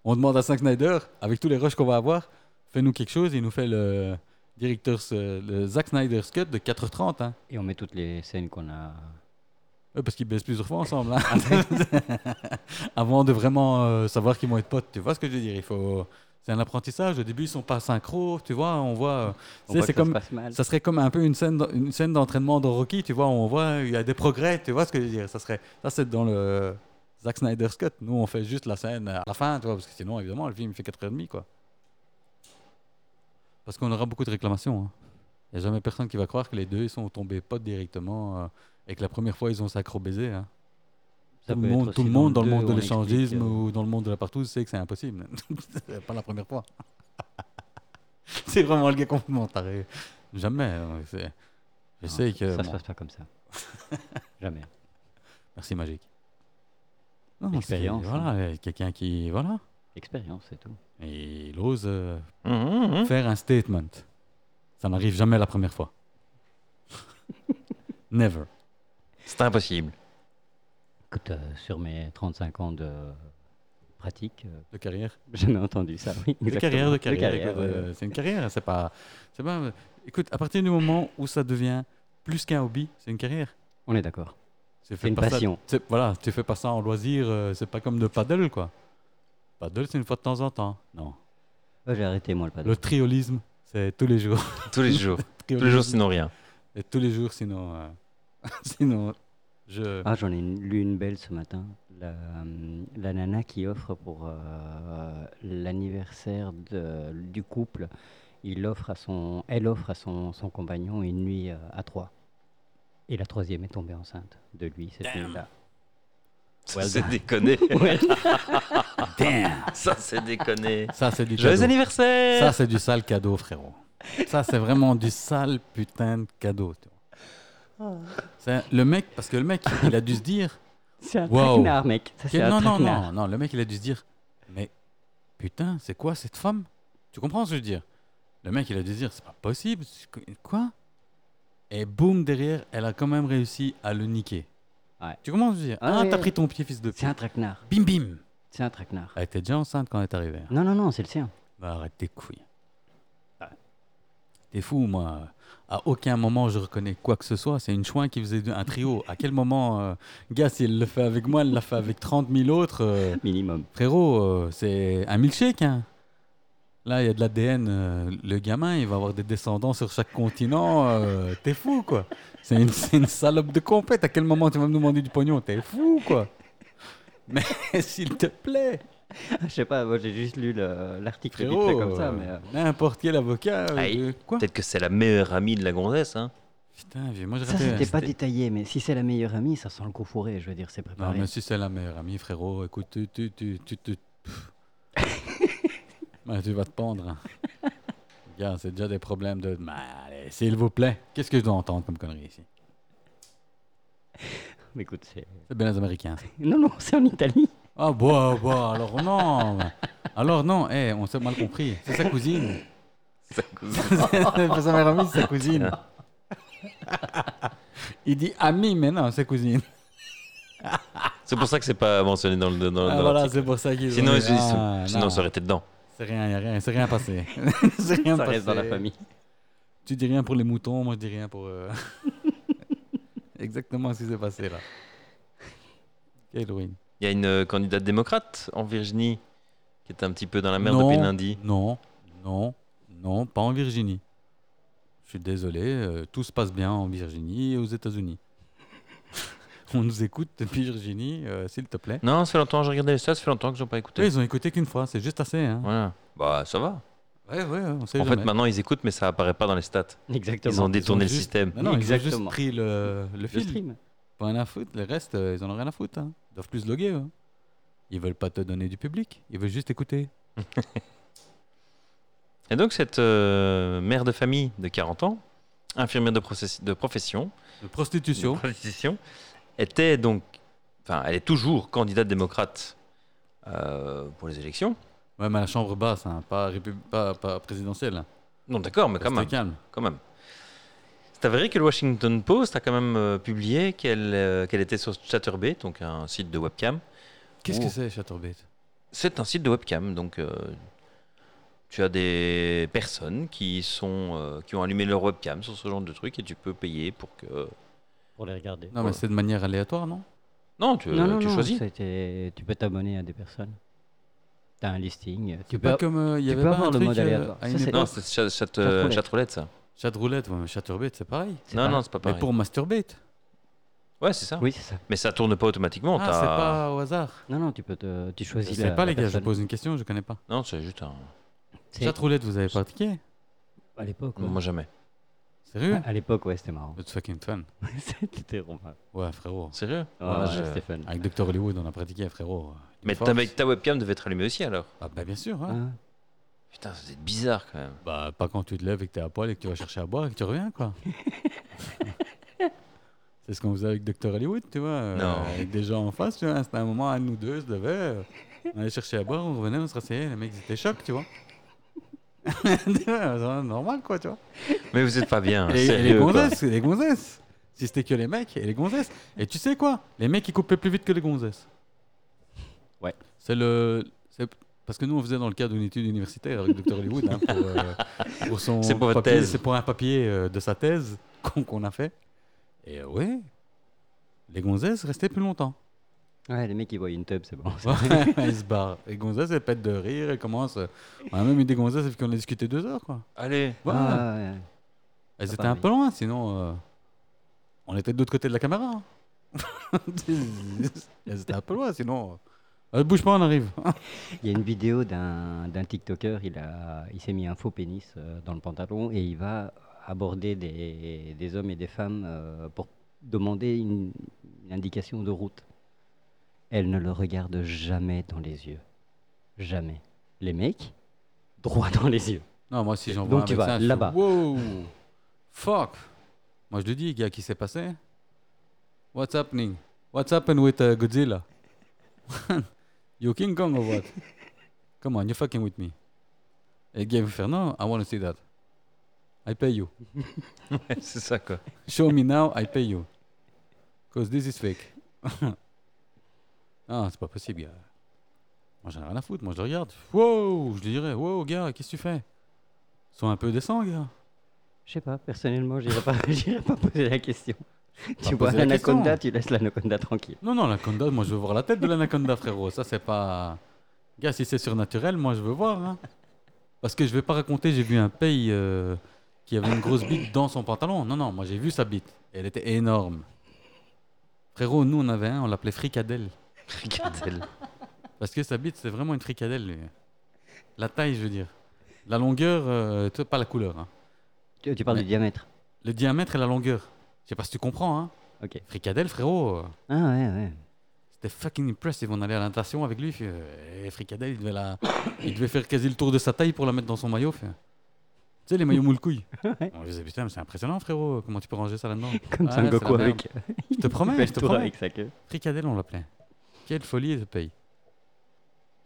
S1: On demande à Zack Snyder, avec tous les rushs qu'on va avoir, fais-nous quelque chose. Il nous fait le director's, euh, le Zack Snyder's cut de 4h30. Hein.
S3: Et on met toutes les scènes qu'on a.
S1: Ouais, parce qu'ils baissent plusieurs fois ensemble. hein. Avant de vraiment euh, savoir qu'ils vont être potes. Tu vois ce que je veux dire Il faut... C'est un apprentissage. Au début, ils sont pas synchro. Tu vois, on voit. euh,
S3: On
S1: tu sais,
S3: voit
S1: c'est
S3: que ça se
S1: comme
S3: passe mal.
S1: ça serait comme un peu une scène, d'en- une scène d'entraînement dans Rocky, tu vois, on voit, il y a des progrès, tu vois ce que je veux dire. Ça, serait, ça c'est dans le Zack Snyder's Cut. Nous, on fait juste la scène à la fin, tu vois, parce que sinon, évidemment, le film il fait 4h30, quoi. Parce qu'on aura beaucoup de réclamations. hein. Il n'y a jamais personne qui va croire que les deux ils sont tombés potes directement euh, et que la première fois, ils ont sacro-baisé. hein.
S3: Ça
S1: Tout
S3: peut
S1: le
S3: être
S1: monde, tout
S3: aussi
S1: le monde dans
S3: dans
S1: le
S3: le
S1: monde
S3: deux,
S1: de
S3: on
S1: l'échangisme
S3: explique, euh.
S1: ou dans le monde de la partouze sait que c'est impossible. C'est pas la première fois. c'est vraiment le gars complètement taré. Jamais. euh, c'est- Je
S3: Non,
S1: sais que.
S3: Ça se
S1: bon,
S3: passe pas comme ça. Jamais.
S1: Merci Magique. Non, c'est-
S3: L'expérience,
S1: Voilà, euh, quelqu'un qui. Voilà.
S3: Expérience, c'est tout.
S1: Et il ose euh,
S2: Mhm,
S3: Hum.
S2: mhm.
S1: faire un statement. Ça n'arrive jamais la première fois. Never.
S2: C'est impossible.
S3: Écoute, euh, sur mes 35 ans de pratique, euh,
S1: De carrière.
S3: j'ai jamais entendu ça. Oui,
S1: De carrière, de
S3: exactement.
S1: carrière. écoute,
S3: ouais, ouais.
S1: euh, C'est une carrière, c'est pas, c'est pas. euh, Écoute, à partir du moment où ça devient plus qu'un hobby, c'est une carrière.
S3: On est d'accord.
S1: C'est
S3: une
S1: pas ça-
S3: passion.
S1: c'est- voilà, tu fais pas ça en loisir, euh, c'est pas comme le paddle, quoi. Paddle, c'est une fois de temps en temps. Non.
S3: Ouais, J'ai arrêté, moi, le paddle.
S1: Le triolisme, c'est tous les jours.
S2: Tous les jours. Tous les
S1: Triolisme,
S2: jours, sinon rien.
S1: Et tous les jours, sinon. euh, sinon, je.
S3: Ah, j'en ai une- lu une belle ce matin. La, euh, la nana qui offre pour euh, l'anniversaire de- du couple, il offre à son, elle offre à son, son compagnon une nuit euh, à trois. Et la troisième est tombée enceinte de lui cette
S1: Damn.
S3: nuit-là.
S2: Ça,
S3: Well
S2: c'est déconné.
S3: Ah,
S1: Damn
S2: ça, c'est déconné.
S1: Ça, c'est du
S2: Joyeux
S1: cadeau.
S2: anniversaire
S1: Ça, c'est du sale cadeau, frérot. Ça, c'est vraiment du sale putain de cadeau. tu vois.
S3: Ah.
S1: C'est le mec, parce que le mec, il a dû se dire.
S3: C'est un
S1: Wow.
S3: traquenard, mec. Ça, c'est
S1: Quel-
S3: un
S1: Non, non,
S3: traquenard.
S1: non, non, le mec, il a dû se dire. Mais putain, c'est quoi cette femme Tu comprends ce que je veux dire Le mec, il a dû se dire, c'est pas possible. c'est qu- Quoi Et boum, derrière, elle a quand même réussi à le niquer.
S3: Ouais.
S1: Tu comprends ce que je veux dire
S3: Ah
S1: Ah,
S3: ouais,
S1: t'as
S3: ouais.
S1: pris ton pied, fils de pute.
S3: C'est un traquenard.
S1: Bim, bim
S3: C'est un traquenard.
S1: Elle était déjà enceinte quand elle est arrivée. hein.
S3: Non, non, non, c'est le sien.
S1: Bah, arrête tes couilles. Ah. T'es fou, moi. À aucun moment je reconnais quoi que ce soit. C'est une chouin qui faisait un trio. À quel moment, euh, gars, si elle le fait avec moi, elle l'a fait avec 30 000 autres. euh,
S3: Minimum.
S1: frérot, euh, c'est un milkshake. Hein. Là, il y a de l'ADN. euh, le gamin, il va avoir des descendants sur chaque continent. euh, T'es fou, quoi. C'est une, c'est une salope de compète. À quel moment tu vas me demander du pognon T'es fou, quoi. Mais s'il te plaît.
S3: Je sais pas, moi j'ai juste lu le- l'article vite fait
S1: Frérot,
S3: comme ça,
S1: euh,
S3: mais. euh,
S1: n'importe quel avocat. euh,
S2: Aïe.
S1: euh, quoi
S2: Peut-être que c'est la meilleure amie de la gonzesse. Hein.
S1: Putain, vieux, moi je
S3: Ça,
S1: ratais-
S3: c'était pas
S2: c'était-
S3: détaillé, mais si c'est la meilleure amie, ça sent le coup fourré, je veux dire, c'est
S1: Non,
S3: préparé.
S1: mais si c'est la meilleure amie, frérot, écoute, tu, tu, tu, tu, tu, pff. Ouais, tu vas te pendre. hein. Gars, c'est déjà des problèmes de. Mais allez, s'il vous plaît, qu'est-ce que je dois entendre comme connerie ici
S3: Mais écoute, c'est.
S1: C'est bien les Américains. ça.
S3: Non, non, c'est en Italie.
S1: Ah, bah, bah, alors non Alors non, eh, on s'est mal compris. C'est sa cousine.
S2: Ça cause-
S1: C'est pas sa meilleure amie, c'est sa cousine. Il dit amie, mais non, c'est cousine.
S2: c'est pour ça que c'est pas mentionné dans le. Dans, dans
S1: Ah,
S2: l'article.
S1: voilà, c'est pour ça qu'il.
S2: Sinon, ils- ils-
S1: Ah,
S2: sinon
S1: non.
S2: ça aurait été dedans.
S1: C'est rien, y a rien, c'est rien passé. c'est rien
S3: Ça reste dans la
S1: passé.
S3: famille.
S1: Tu dis rien pour les moutons, moi je dis rien pour. euh, Exactement ce qui s'est passé là. Quelle ruine.
S2: Il y a une euh, candidate démocrate en Virginie qui est un petit peu dans la merde
S1: Non,
S2: depuis lundi.
S1: Non, non, non, pas en Virginie. Je suis désolé, euh, tout se passe bien en Virginie et aux États-Unis. On nous écoute depuis Virginie, euh, s'il te plaît.
S2: Non, ça fait longtemps, j'ai regardé ça, ça fait longtemps que j'ai pas écouté.
S1: Oui, ils ont écouté qu'une fois, c'est juste assez. Hein.
S2: Voilà. Bah, ça va.
S1: Ouais, ouais, on sait
S2: En
S1: jamais.
S2: fait, maintenant, ils écoutent, mais ça apparaît pas dans les stats.
S3: Exactement.
S2: Ils ont
S1: Ils ont
S2: détourné le
S1: juste-
S2: système.
S1: Non, non, ils ont
S3: Exactement.
S1: juste pris le, le
S3: le
S1: fil.
S3: stream.
S1: Pas rien à foutre, les restes, euh, ils en ont rien à foutre. hein. Ils doivent plus se loguer. eux. Ils veulent pas te donner du public, ils veulent juste écouter.
S2: Et donc, cette euh, mère de famille de 40 ans, infirmière de, process- de profession,
S1: De
S2: de
S1: prostitution.
S2: prostitution, était donc, enfin, elle est toujours candidate démocrate euh, pour les élections.
S1: Ouais, mais à la chambre basse, hein, pas, répu- pas, pas présidentielle.
S2: Non, d'accord, mais Bah, quand
S1: Restez
S2: même,
S1: calme.
S2: quand même. C'est avéré que le Washington Post a quand même euh, publié qu'elle euh, qu'elle était sur Chatterbait, donc un site de webcam.
S1: Qu'est-ce
S2: Oh.
S1: que c'est, Chatterbait
S2: C'est un site de webcam, donc euh, tu as des personnes qui, sont, euh, qui ont allumé leur webcam sur ce genre de truc et tu peux payer pour que...
S3: Pour les regarder.
S2: Oh.
S1: Non, mais euh, c'est de manière aléatoire, non
S2: Non, tu,
S3: non, non,
S2: tu
S3: non,
S2: choisis.
S3: c'était- Tu peux t'abonner à des personnes. T'as un listing. Tu
S1: C'est
S3: peux.
S1: pas comme. euh, Il y
S3: tu
S1: avait
S3: peux
S1: pas
S3: avoir
S1: un
S3: le
S1: truc,
S3: mode
S1: euh,
S3: aléatoire.
S1: à
S3: Ça,
S1: une
S3: c'est-
S1: époque
S2: Non, c'est chat, chat- euh,
S3: Chatroulette.
S2: chatroulette, ça.
S1: Chatroulette, ouais, mais Chatterbait, c'est pareil.
S3: c'est
S2: Non,
S3: pas-
S2: non, c'est pas
S1: Mais
S2: pareil.
S1: pour Masturbate
S2: Ouais, c'est ça.
S3: Oui, c'est ça.
S2: Mais ça tourne pas automatiquement.
S1: Ah,
S2: t'as-
S1: c'est pas au hasard.
S3: Non, non, tu peux te. Tu
S1: Je
S3: choisis.
S1: sais
S3: la-
S1: pas,
S3: la
S1: les gars, je
S3: personne.
S1: pose une question, je connais pas.
S2: Non, c'est juste un...
S3: C'est-
S1: Chatroulette, vous avez pratiqué
S3: À l'époque. ouais.
S2: Moi, jamais.
S1: Sérieux
S3: À l'époque, ouais, c'était marrant.
S1: It's fucking fun.
S3: C'était Romain.
S1: Ouais, frérot.
S2: Sérieux
S3: Ouais,
S2: Ouais,
S3: ouais,
S2: je-
S3: c'était fun.
S1: Avec Dr Hollywood, on a pratiqué, frérot.
S2: Mais
S1: Force.
S2: ta, mais ta webcam devait être allumée aussi, alors.
S1: Ah, bah, bien sûr, ouais.
S3: Ah,
S2: Putain, c'est bizarre, quand même.
S1: Bah, pas quand tu te lèves et que t'es à poil et que tu vas chercher à boire et que tu reviens, quoi. c'est ce qu'on faisait avec Dr. Hollywood, tu vois. euh,
S2: Non.
S1: Avec des gens en face, tu vois. C'était un moment, à nous deux, se devait. euh, On allait chercher à boire, on revenait, on se rasseyait. Les mecs, ils étaient chocs, tu vois. Tu vois, c'est normal, quoi, tu vois.
S2: Mais vous êtes pas bien, hein,
S1: Et, et les
S2: sérieux, quoi.
S1: gonzesses, et les gonzesses. Si c'était que les mecs, et les gonzesses. Et tu sais quoi Les mecs, ils coupaient plus vite que les gonzesses.
S3: Ouais.
S1: C'est le. c'est- Parce que nous, on faisait dans le cadre d'une étude universitaire avec Dr. Hollywood. hein, pour, euh, pour son
S2: C'est pour votre
S1: papier-
S2: thèse.
S1: C'est pour un papier euh, de sa thèse qu'on qu'on a fait. Et euh, ouais. Les gonzesses restaient plus longtemps.
S3: Ouais, les mecs, ils voient une tub, c'est bon.
S1: Ouais, ils se barrent. Les gonzesses, elles pètent de rire, elles commencent. On a même eu des gonzesses avec qui on a discuté deux heures, quoi.
S2: Allez,
S1: Ouais.
S3: Ah, ouais, ouais.
S1: Elles
S3: Ah,
S1: étaient
S3: bah
S1: un
S3: oui.
S1: peu loin, sinon euh, on était de l'autre côté de la caméra. hein. Elles étaient un peu loin, sinon. euh, euh, bouge pas, on arrive.
S3: Il y a une vidéo d'un d'un TikToker, il, a- il s'est mis un faux pénis euh, dans le pantalon et il va aborder des, des hommes et des femmes euh, pour demander une, une indication de route. Elle ne le regarde jamais dans les yeux. Jamais. Les mecs, droit dans les yeux.
S1: Non, moi si j'en
S3: Donc
S1: vois un
S3: tu
S1: avec
S3: vas
S1: ça, je fais,
S3: là-bas.
S1: Wow, fuck. Moi je le dis, gars, qui s'est passé What's happening What's happened with uh, Godzilla You King Kong or what Come on, you're fucking with me. Et le gars il va faire non, I want to see that. I pay you.
S2: c'est ça quoi.
S1: Show me now, I pay you. Cause this is fake. ah, c'est pas possible, gars. Moi, j'en ai rien à foutre. Moi, je le regarde. Wow, je lui dirais, wow, gars, qu'est-ce que tu fais Sois un peu décent, gars.
S3: Je sais pas, personnellement, j'irai pas, j'irai pas poser la question.
S1: Pas
S3: Tu vois
S1: poser la hein.
S3: l'anaconda, tu laisses l'anaconda tranquille.
S1: Non, non, l'anaconda, moi, je veux voir la tête de l'anaconda, frérot. Ça, c'est pas. Gars, si c'est surnaturel, moi, je veux voir. hein. Parce que je vais pas raconter, j'ai vu un paye euh, qui avait une grosse bite dans son pantalon. Non, non, moi, j'ai vu sa bite. Elle était énorme. Frérot, nous, on avait un, on l'appelait Fricadelle.
S2: Fricadelle.
S1: Parce que sa bite, c'est vraiment une fricadelle. lui. La taille, je veux dire. La longueur, euh, tu vois, pas la couleur. hein.
S3: Tu, tu parles
S1: Mais-
S3: du diamètre.
S1: Le diamètre et la longueur. Je sais pas si tu comprends. Hein.
S3: Ok.
S1: Fricadelle, frérot. euh,
S3: Ah ouais, ouais.
S1: C'était fucking impressive. On allait à la natation avec lui. fait, euh, Et fricadelle, il devait, la... il devait faire quasi le tour de sa taille pour la mettre dans son maillot. fait. Tu sais, les maillots moule couille. On disait, putain, mais c'est impressionnant, frérot. Comment tu peux ranger ça là-dedans
S3: Comme
S1: Ah Ouais,
S3: Son
S1: c'est la
S3: Goku
S1: merde.
S3: avec.
S1: Je te promets,
S3: Fais
S1: je
S3: le
S1: te
S3: tour
S1: promets.
S3: avec sa queue.
S1: Fricadelle, on l'appelait. Quelle folie de pays.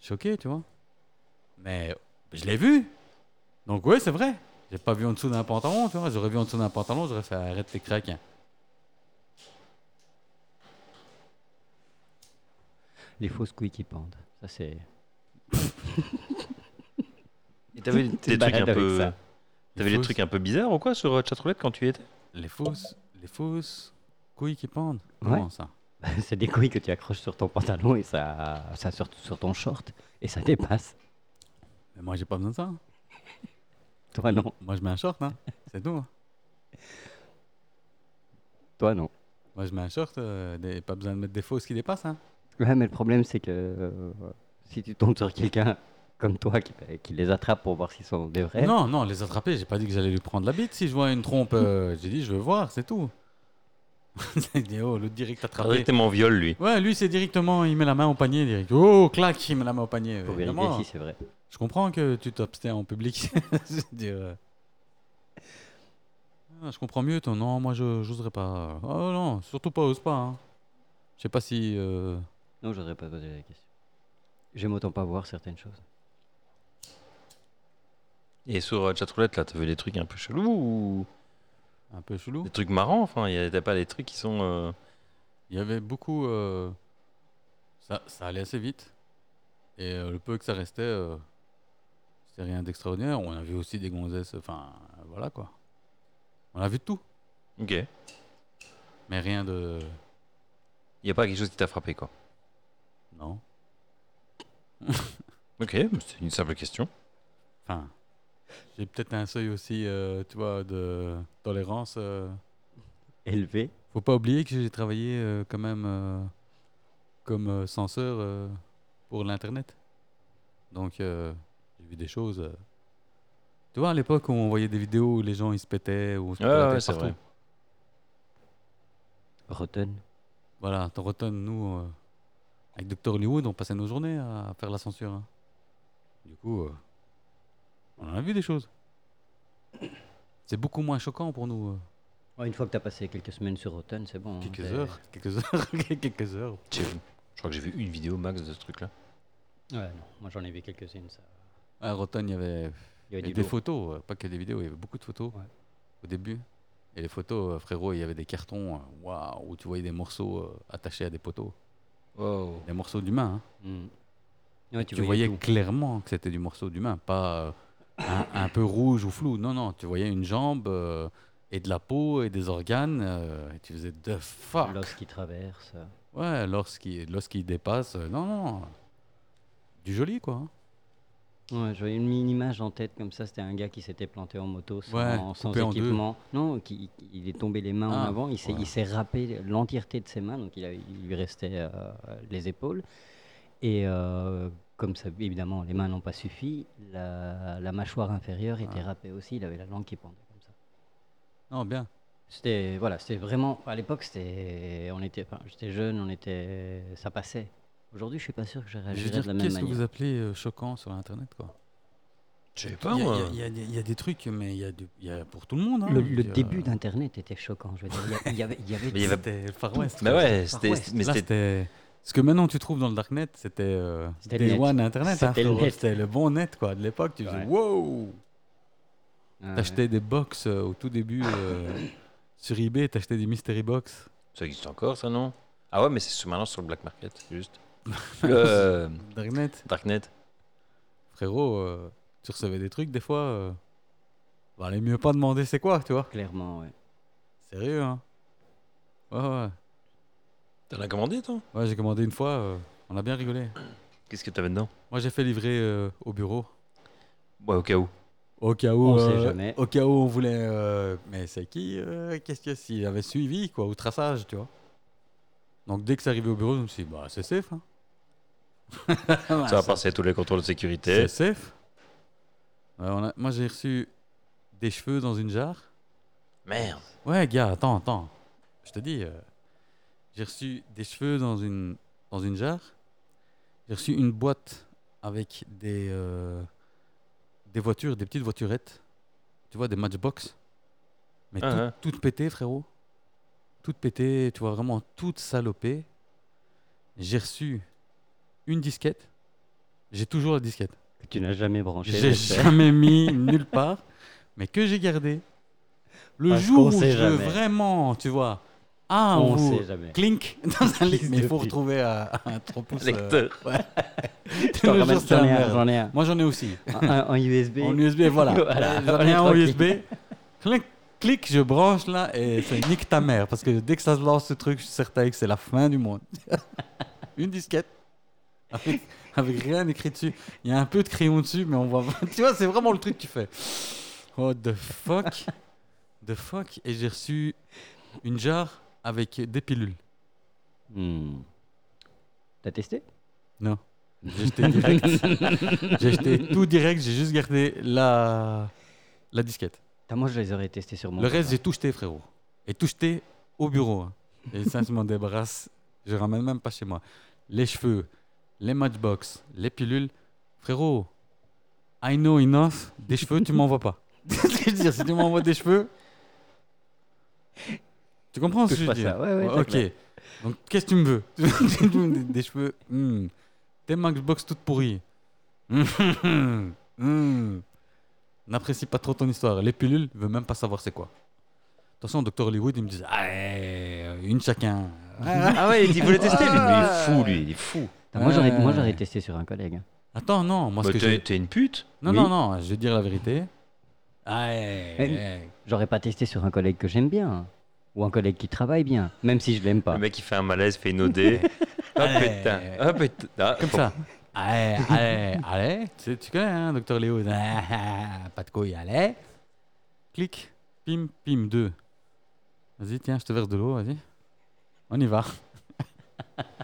S1: Choqué, tu vois. Mais je l'ai vu. Donc ouais, c'est vrai. J'ai pas vu en dessous d'un pantalon, tu vois. J'aurais vu en dessous d'un pantalon, j'aurais fait arrête tes craquins.
S3: Les fausses couilles qui pendent. Ça, c'est.
S2: Et t'avais des,
S3: Tu te
S2: trucs un
S3: balades avec
S2: peu.
S3: ça.
S1: Les
S2: T'avais des
S1: fausses-
S2: trucs hein. un peu bizarres ou quoi sur euh, chatroulette quand tu y étais
S1: Les fausses, les fausses couilles qui pendent. Comment ça
S3: c'est des couilles que tu accroches sur ton pantalon et ça, ça sort sur ton short et ça dépasse.
S1: Mais moi j'ai pas besoin de ça. hein.
S3: Toi, non.
S1: Moi je mets un short, hein. C'est tout. hein.
S3: Toi, non.
S1: Moi je mets un short, euh, des- pas besoin de mettre des fausses qui dépassent, hein.
S3: Ouais, mais le problème, c'est que euh, si tu tombes sur quelqu'un comme toi qui, bah, qui les attrape pour voir s'ils sont des vrais.
S1: Non, non, les attraper, j'ai pas dit que j'allais lui prendre la bite. Si je vois une trompe, euh, j'ai dit je veux voir, c'est tout. J'ai dit, oh, le direct attrapé.
S2: Directement viol lui.
S1: Ouais, lui, c'est directement, il met la main au panier direct. Oh, clac, il met la main au panier.
S3: Pour vérifier
S1: Évidemment,
S3: si c'est vrai.
S1: Je comprends que tu t'abstiens en public. je, veux dire, euh, ah, je comprends mieux ton non, moi je j'oserais pas. Oh non, surtout pas, ose pas. hein. Je sais pas si. euh,
S3: Non, j'aurais pas posé la question. J'aime autant pas voir certaines choses.
S2: Et sur euh, chatroulette là, t'avais des trucs un peu chelous ou
S1: un peu chelou.
S2: des trucs marrants Enfin, y a- t'as pas des trucs qui sont. euh,
S1: Il y avait beaucoup. euh, Ça, ça allait assez vite. Et euh, le peu que ça restait, euh, c'était rien d'extraordinaire. On a vu aussi des gonzesses. Enfin, voilà quoi. On a vu de tout.
S2: Ok.
S1: Mais rien de.
S2: Y a pas quelque chose qui t'a frappé quoi.
S1: Non.
S2: Ok, mais c'est une simple question.
S1: Enfin, j'ai peut-être un seuil aussi, euh, tu vois, de tolérance. euh.
S3: Élevé.
S1: Faut pas oublier que j'ai travaillé euh, quand même euh, comme euh, censeur euh, pour l'internet. Donc euh, j'ai vu des choses. euh. Tu vois, à l'époque où on voyait des vidéos où les gens ils se pétaient ou on se
S2: Ouais,
S1: pétaient
S2: ouais, c'est
S1: partout.
S2: vrai.
S3: Rotten.
S1: Voilà, Thornton, nous, euh, avec Dr Hollywood, on passait nos journées à faire la censure. hein. Du coup, euh, on en a vu des choses. C'est beaucoup moins choquant pour nous. euh.
S3: Ouais, une fois que t'as passé quelques semaines sur Rotten, c'est bon. hein,
S1: Quelques
S3: t'es-
S1: heures, quelques heures, quelques heures.
S2: J'ai vu. Je crois que j'ai vu une vidéo max de ce truc là.
S3: Ouais, non. Moi, j'en ai vu quelques-unes. Ça.
S1: Ah, À Rotten, il y avait,
S3: Il y avait
S1: il y avait
S3: du
S1: des
S3: lourd.
S1: photos, euh, pas que des vidéos, il y avait beaucoup de photos
S3: Ouais.
S1: au début. Et les photos, euh, frérot, il y avait des cartons, euh, waouh, où tu voyais des morceaux euh, attachés à des poteaux,
S2: Wow.
S1: des morceaux d'humains. hein.
S3: Mm. Ouais,
S1: Tu,
S3: tu voyais
S1: voyais,
S3: tout.
S1: clairement que c'était du morceau d'humain, pas euh, un, un peu rouge ou flou. Non, non, tu voyais une jambe, euh, et de la peau et des organes. euh, et tu faisais de fuck.
S3: L'os qui traverse. euh.
S1: Ouais, lorsqu'il lorsqu'il dépasse. euh, non, non, non. Du joli, quoi. hein.
S3: Ouais, j'avais une mini image en tête comme ça, c'était un gars qui s'était planté en moto sans,
S1: Ouais,
S3: sans
S1: coupé en deux.
S3: équipement. Non, qui, qui- il est tombé les mains en
S1: Ah,
S3: avant, il s'est,
S1: ouais.
S3: il s'est râpé l'entièreté de ses mains, donc il, a- il lui restait euh, les épaules. Et euh, comme ça, évidemment, les mains n'ont pas suffi, la, la mâchoire inférieure était
S1: Ah.
S3: râpée aussi, il avait la langue qui pendait comme ça.
S1: Non, bien.
S3: C'était, voilà, c'était vraiment, à l'époque, c'était, on était, enfin, j'étais jeune, on était, ça passait. Aujourd'hui, je suis pas sûr que je
S1: Je veux
S3: réagirais
S1: dire,
S3: Ah, de la même
S1: qu'est-ce que
S3: manière.
S1: vous appelez euh, choquant sur Internet, quoi
S2: Je sais
S1: Il y a- il y, a- il y a- il y a des trucs, mais il y, a du- il y a pour tout le monde. hein,
S3: Le,
S1: je veux
S3: le
S1: dire,
S3: début
S1: euh,
S3: d'Internet était choquant. Je veux dire, il y a- il y avait, il y avait,
S2: Mais il y avait-
S1: C'était le Far West.
S2: Mais
S1: quoi.
S2: ouais,
S3: Far
S2: c'était.
S3: West.
S2: mais
S1: Là,
S2: c'était-
S1: c'était. Ce que maintenant tu trouves dans le darknet, c'était euh,
S3: C'était le
S1: Day
S3: net.
S1: One Internet. hein,
S3: C'était le
S1: frérot.
S3: net.
S1: C'était le bon net quoi. De l'époque, tu
S3: Ouais.
S1: faisais wow.
S3: Ah ouais.
S1: T'achetais des box euh, au tout début euh, sur eBay. T'achetais des mystery box.
S2: Ça existe encore, ça, non Ah ouais, mais c'est sous- maintenant sur le black market, juste. Le euh,
S1: Darknet,
S2: Darknet.
S1: frérot, euh, tu recevais des trucs des fois. Euh, valait mieux pas demander c'est quoi, tu vois.
S3: clairement. ouais.
S1: Sérieux hein. Ouais ouais.
S2: T'en as commandé, toi
S1: Ouais, j'ai commandé une fois. euh, on a bien rigolé.
S2: Qu'est-ce que t'avais dedans
S1: Moi, j'ai fait livrer euh, au bureau.
S2: Ouais, au cas où.
S1: Au cas où,
S3: On sait
S1: euh,
S3: jamais.
S1: au cas où on voulait, euh, mais c'est qui euh, Qu'est-ce que s'il avait suivi quoi au traçage, tu vois Donc dès que c'est arrivé au bureau, je me suis dit, bah c'est safe. hein. Ouais,
S2: Ah, ça va passer tous les contrôles de sécurité.
S1: C'est safe. Ouais, on a- Moi j'ai reçu des cheveux dans une jarre.
S2: Merde.
S1: Ouais gars, attends, attends. Je te dis, euh, j'ai reçu des cheveux dans une dans une jarre. J'ai reçu une boîte avec des euh, des voitures, des petites voiturettes. Tu vois, des Matchbox. Mais
S2: Ah,
S1: tout-
S2: ah.
S1: toutes pétées, frérot. Toutes pétées, tu vois, vraiment toutes salopées. J'ai reçu une disquette. J'ai toujours la disquette.
S3: Que tu n'as jamais branché.
S1: J'ai
S3: j'espère.
S1: jamais mis nulle part, mais que j'ai gardé. Le
S3: Parce qu'on
S1: jour où je
S3: sait
S1: veux
S3: jamais.
S1: vraiment, tu vois, ah,
S3: On
S1: on vous
S3: sait jamais.
S1: clink dans un
S3: Fils
S1: lit, mais
S3: de
S1: il faut
S3: pute.
S1: retrouver un, un trop pouce. euh,
S2: Lecteur.
S1: tous
S3: J'en
S1: les
S3: ramène-
S1: jours, c'est la
S3: j'en ai un,
S1: merde.
S3: j'en ai un.
S1: Moi, j'en ai aussi.
S3: Un- un- un USB.
S1: En USB, voilà.
S3: Voilà,
S1: J'en
S3: on
S1: ai
S3: est
S1: un en
S3: tranquille.
S1: USB. Clic, clic, je branche là et c'est nique ta mère. Parce que dès que ça se lance ce truc, je suis certain que c'est la fin du monde. Une disquette. Avec, avec rien écrit dessus. Il y a un peu de crayon dessus, mais on voit. pas. Tu vois, c'est vraiment le truc que tu fais. Oh, the fuck. The fuck. Et j'ai reçu une jarre avec des pilules.
S3: Hmm. T'as testé
S1: Non. J'ai jeté direct. j'ai jeté tout direct. J'ai juste gardé la, la disquette.
S3: Putain, Moi, je les aurais testés sur mon.
S1: Le reste,
S3: copain.
S1: j'ai tout jeté, frérot. Et tout jeté au bureau. hein. Et ça, je m'en débarrasse. Je ramène même pas chez moi. Les cheveux, les matchbox, les pilules. Frérot, I know enough. Des cheveux, tu m'envoies pas. C'est ce que je veux dire, si tu m'envoies des cheveux. Tu comprends ce que
S3: Touche
S1: je veux dire
S3: pas ça. Ouais, ouais,
S1: Ouais, Ok.
S3: t'as clair.
S1: Donc, qu'est-ce que tu me veux Tu me donnes Des cheveux. hmm. Tes matchbox toutes pourries. Hmm. Hmm. N'apprécie pas trop ton histoire. Les pilules, veut même pas savoir c'est quoi. De toute façon, Dr Hollywood, il me disait Ah, eh, une chacun.
S2: Ah ouais, il voulait tester, lui. Mais il est fou, lui. Il est fou.
S3: Putain, Moi, j'aurais, moi,
S1: Ouais.
S3: j'aurais testé sur un collègue. hein.
S1: Attends, non, moi, ce
S2: Bah,
S1: que
S2: T'es
S1: j'ai.
S2: t'es une pute
S1: Non,
S2: Oui.
S1: non, non, je vais dire la vérité. Ah, eh,
S3: Mais-
S1: eh.
S3: J'aurais pas testé sur un collègue que j'aime bien. hein. Ou un collègue qui travaille bien, même si je l'aime pas.
S2: Le mec, il fait un malaise, fait une OD. Ah putain. Ah putain. Ah,
S1: Comme
S2: faut-
S1: ça. Allez, allez, allez. Tu, sais, tu connais, hein, docteur Léo. Ah, ah, Pas de couilles, allez. Clic, pim, pim, deux. Vas-y, tiens, je te verse de l'eau, vas-y. On y va.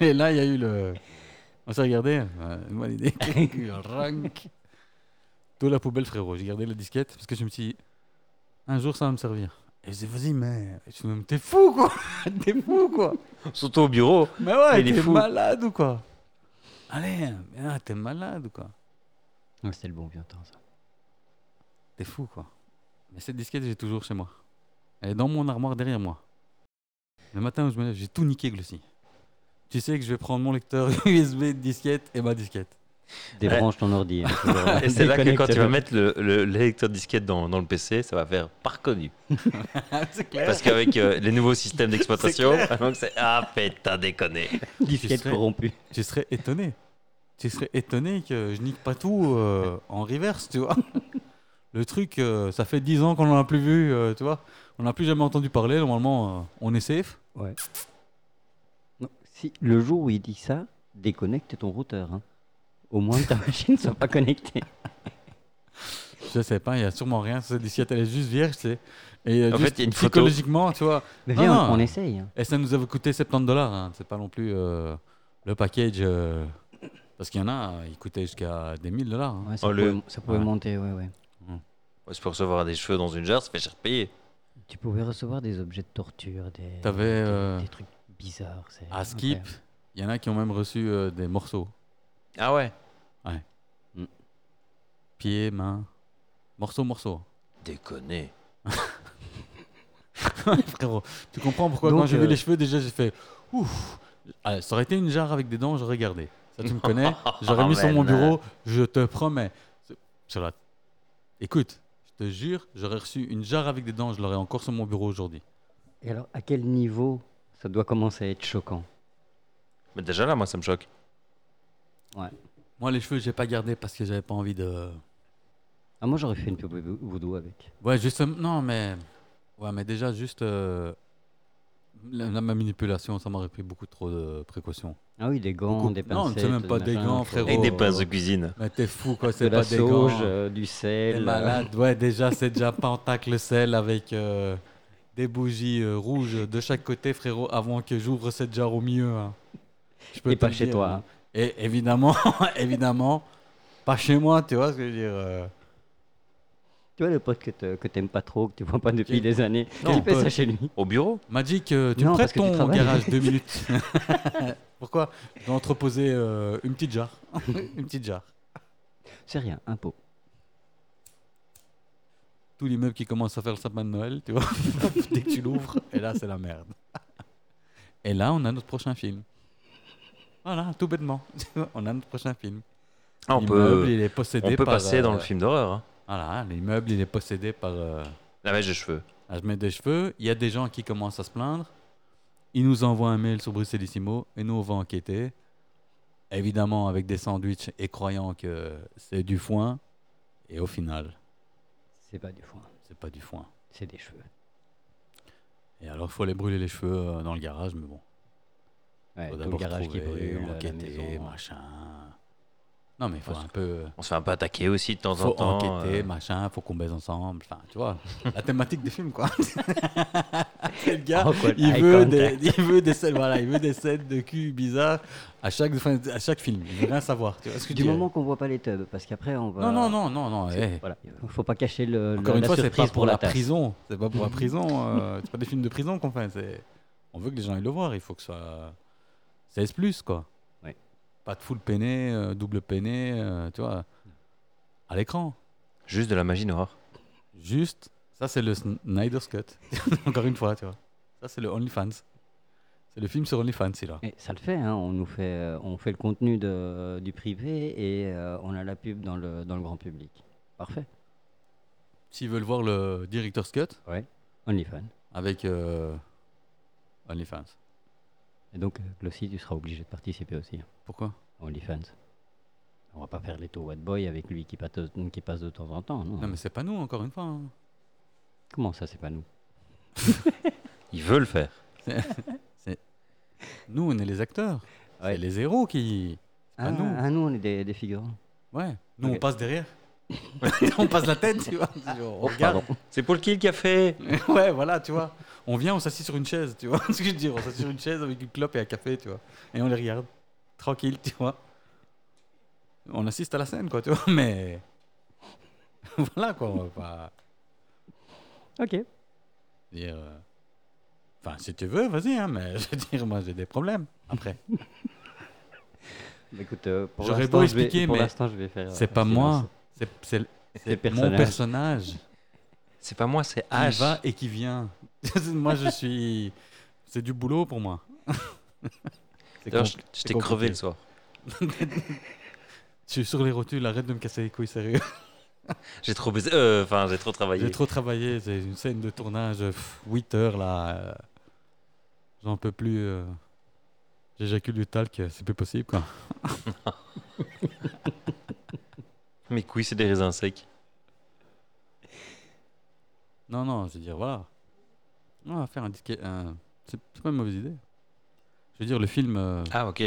S1: Et là, il y a eu le. On s'est regardé. euh, Une bonne idée. Clic, rank. Tout la poubelle, frérot. J'ai gardé la disquette parce que je me suis dit, un jour, ça va me servir. Et je dis, vas-y, mais. Je me dis, t'es fou, quoi. T'es fou, quoi.
S2: Surtout au bureau.
S1: Mais ouais,
S2: Il est
S1: t'es
S2: fou.
S1: malade ou quoi Allez, mais ah, t'es malade ou quoi
S3: Ouais, c'était le bon vieux temps, ça.
S1: T'es fou quoi. Mais cette disquette, j'ai toujours chez moi. Elle est dans mon armoire derrière moi. Le matin où je me lève, j'ai tout niqué glossy. Tu sais que je vais prendre mon lecteur USB de disquette et ma disquette.
S3: Débranche ton ordi. hein, toujours, hein.
S2: Et c'est là que quand
S3: Déconnecte
S2: tu vas
S3: le-
S2: mettre le, le- le lecteur disquette dans, dans le PC, ça va faire par connu.
S1: Ah, c'est clair.
S2: Parce qu'avec euh, les nouveaux systèmes d'exploitation, donc c'est ah putain déconné.
S3: disquette
S1: serais-
S3: corrompue.
S1: Tu serais étonné. Tu serais étonné que je nique pas tout euh, en reverse, tu vois. Le truc, euh, ça fait 10 ans qu'on n'en a plus vu, euh, tu vois. On n'a plus jamais entendu parler. Normalement, euh, on est safe.
S3: Ouais. Non, si, le jour où il dit ça, déconnecte ton routeur. hein. Au moins que ta machine ne soit pas connectée.
S1: Je sais pas, il y a sûrement rien. C'est- Si elle est juste vierge, c'est. Et euh,
S2: En fait,
S1: juste
S2: il y a une photo.
S1: psychologiquement, tu vois.
S3: Mais
S1: Non,
S3: viens,
S1: non.
S3: on, on essaye. hein.
S1: Et ça nous avait coûté 70 dollars. hein. C'est pas non plus euh, le package. euh, parce qu'il y en a, il coûtait jusqu'à des 1000 dollars. hein.
S3: Ouais, ça,
S2: Oh,
S3: pouvait,
S2: le-
S3: ça pouvait
S1: Ouais.
S3: monter, ouais, ouais.
S2: Ouais, C'est pour recevoir des cheveux dans une jarre, ça fait cher payer.
S3: Tu pouvais recevoir des objets de torture, des,
S1: T'avais,
S3: des-
S1: euh,
S3: des trucs bizarres. c'est
S1: À Skip,
S3: incroyable.
S1: il y en a qui ont même reçu euh, des morceaux.
S2: Ah ouais
S1: Pieds, mains. Morceaux, morceaux.
S2: Déconner.
S1: Frérot, tu comprends pourquoi
S3: Donc,
S1: quand j'ai
S3: euh,
S1: vu les cheveux, déjà j'ai fait ouf. Ah, ça aurait été une jarre avec des dents, j'aurais gardé. Ça, tu me connais. J'aurais mis sur mon
S2: Amen.
S1: bureau, je te promets. C'est- sur la- Écoute, je te jure, j'aurais reçu une jarre avec des dents, je l'aurais encore sur mon bureau aujourd'hui.
S3: Et alors, à quel niveau ça doit commencer à être choquant
S2: Mais déjà là, moi, ça me choque.
S1: Moi, les cheveux, j'ai pas gardé parce que j'avais pas envie de.
S3: ah, Moi, j'aurais fait une pub vou- voodoo avec.
S1: Ouais, juste. Non, mais. Ouais, mais déjà, juste. euh, La, la manipulation, ça m'aurait pris beaucoup trop de précautions.
S3: Ah oui, des gants,
S1: Beaucoup-
S3: des
S1: Non,
S3: pincettes.
S1: c'est même pas des
S3: machin,
S1: gants,
S3: faut-
S1: frérot.
S2: Avec des
S1: Oh.
S2: pinces de cuisine.
S1: Mais t'es fou, quoi,
S3: De
S1: c'est
S3: la
S1: pas des
S3: sauge,
S1: gants.
S3: euh, du
S1: T'es
S3: sel. euh,
S1: malade, ouais, déjà, c'est déjà pentacle le sel avec euh, des bougies euh, rouges de chaque côté, frérot, avant que j'ouvre cette jarre au milieu. hein. Je
S3: Et
S1: te
S3: pas
S1: le
S3: chez
S1: dire,
S3: toi,
S1: hein.
S3: hein.
S1: Et évidemment, évidemment, pas chez moi, tu vois ce que je veux dire. euh.
S3: Tu vois le pote que te- que t'aimes pas trop, que tu vois pas depuis
S1: Qui-
S3: des années,
S1: Non,
S3: tu fais
S1: pote.
S3: ça chez lui.
S2: Au bureau
S1: Magic, euh, tu
S3: Non,
S1: me
S3: parce
S1: prêtes
S3: que tu
S1: ton
S3: travailles.
S1: garage deux minutes. Pourquoi Je dois entreposer euh, une petite jarre. une petite jarre.
S3: C'est rien, un pot.
S1: Tous les meubles qui commencent à faire le sapin de Noël, tu vois, dès que tu l'ouvres, et là, c'est la merde. Et là, on a notre prochain film. Voilà, tout bêtement. on a notre prochain film.
S2: Ah, On
S1: L'immeuble,
S2: peut,
S1: il est possédé
S2: on peut
S1: par,
S2: passer dans
S1: euh,
S2: le film d'horreur. hein.
S1: Voilà, l'immeuble, il est possédé par. euh,
S2: La mèche de cheveux.
S1: Ah, je mets des cheveux. Il y a des gens qui commencent à se plaindre. Ils nous envoient un mail sur Bruxellissimo et nous, on va enquêter. Évidemment, avec des sandwichs et croyant que c'est du foin. Et au final,
S3: C'est pas du foin,
S1: c'est pas du foin.
S3: c'est des cheveux.
S1: Et alors, il faut les brûler les cheveux euh, dans le garage, mais bon.
S3: Ouais,
S1: faut
S3: tout le
S1: d'abord
S3: garage qui
S1: trouver,
S3: brûle, la
S1: enquêter,
S3: maison.
S1: machin. Non, mais il faut
S2: Parce-
S1: un peu.
S2: On se fait un peu attaquer aussi de temps en
S1: Faut
S2: temps.
S1: enquêter,
S2: euh.
S1: machin, faut qu'on baise ensemble. Enfin, tu vois, la thématique des films, quoi. C'est le gars.
S3: Awkward
S1: il
S3: Oh, eye
S1: veut, des,
S3: Ah, contact.
S1: il veut des scènes, voilà, il veut des scènes de cul bizarres à chaque, fin- à chaque film. Il veut rien savoir. Tu vois ce que je
S3: Du
S1: dis
S3: moment qu'on voit pas les tubs, parce qu'après on va.
S1: Non, non, non, non, non. eh.
S3: Voilà, faut pas cacher le.
S1: Encore
S3: le-
S1: une
S3: la
S1: fois, c'est pas
S3: surprise
S1: pour, la
S3: tasse.
S1: prison. C'est pas pour la prison. euh, c'est pas des films de prison qu'on fait. c'est- On veut que les gens aillent le voir. Il faut que ça. 16 plus, quoi.
S3: Ouais.
S1: Pas de full peiné, euh, double peiné, euh, tu vois. À l'écran.
S2: Juste de la magie noire.
S1: Juste, ça c'est le Snyder's Cut. Encore une fois, tu vois. Ça c'est le OnlyFans. C'est le film sur OnlyFans, il a.
S3: Et ça le fait, hein, on nous fait, euh, on fait le contenu de- du privé et euh, on a la pub dans le, dans le grand public. Parfait.
S1: S'ils veulent voir le Director's Cut
S3: OnlyFans.
S1: avec euh, OnlyFans.
S3: Et donc, euh, Glossy, tu seras obligé de participer aussi. hein,
S1: Pourquoi
S3: à OnlyFans. On va pas faire les taux What Boy avec lui qui passe, qui passe de temps en temps, non,
S1: Non, mais c'est pas nous, encore une fois. hein.
S3: Comment ça, c'est pas nous
S2: Il veut le faire.
S1: Nous, on est les acteurs.
S3: Ouais.
S1: C'est les héros qui. c'est pas
S3: ah,
S1: nous.
S3: ah, nous, on est des, des figurants.
S1: Ouais. Nous,
S3: Ok.
S1: on passe derrière. on passe la tête, tu vois. On regarde.
S3: Pardon.
S2: C'est Paul Kill qui a fait.
S1: ouais, voilà, tu vois. On vient, on s'assit sur une chaise, tu vois. ce que je veux dire, on s'assit sur une chaise avec une clope et un café, tu vois. Et on les regarde. Tranquille, tu vois. On assiste à la scène, quoi, tu vois. Mais. voilà, quoi, on va pas
S3: Ok.
S1: dire. euh, Enfin, si tu veux, vas-y, hein, mais je veux dire, moi, j'ai des problèmes après.
S3: Bah, écoute, euh, pour
S1: J'aurais
S3: l'instant,
S1: beau
S3: je vais-
S1: expliquer,
S3: pour
S1: mais
S3: l'instant, je vais faire. euh,
S1: C'est pas
S3: silence.
S1: moi, c'est- c'est
S3: C'est
S1: c'est mon
S3: personnage.
S1: personnage.
S2: C'est pas moi, c'est
S1: qui
S2: H.
S1: va et qui vient. moi, je suis. C'est du boulot pour moi. C'est compl-
S2: D'ailleurs, je, je
S1: c'est
S2: t'ai
S1: compliqué.
S2: crevé le soir.
S1: Je suis sur les rotules, arrête de me casser les couilles, sérieux.
S2: J'ai trop baisé. euh, Enfin, j'ai trop travaillé.
S1: J'ai trop travaillé, c'est une scène de tournage, euh, pff, 8 heures là. euh, J'en peux plus. euh, J'éjacule du talc, euh, c'est plus possible quoi.
S2: Mes couilles, c'est des raisins secs.
S1: Non, non, je veux dire, voilà. On va faire un disque. un- C'est c'est pas une mauvaise idée. Je veux dire, le film euh,
S2: Ah, ok.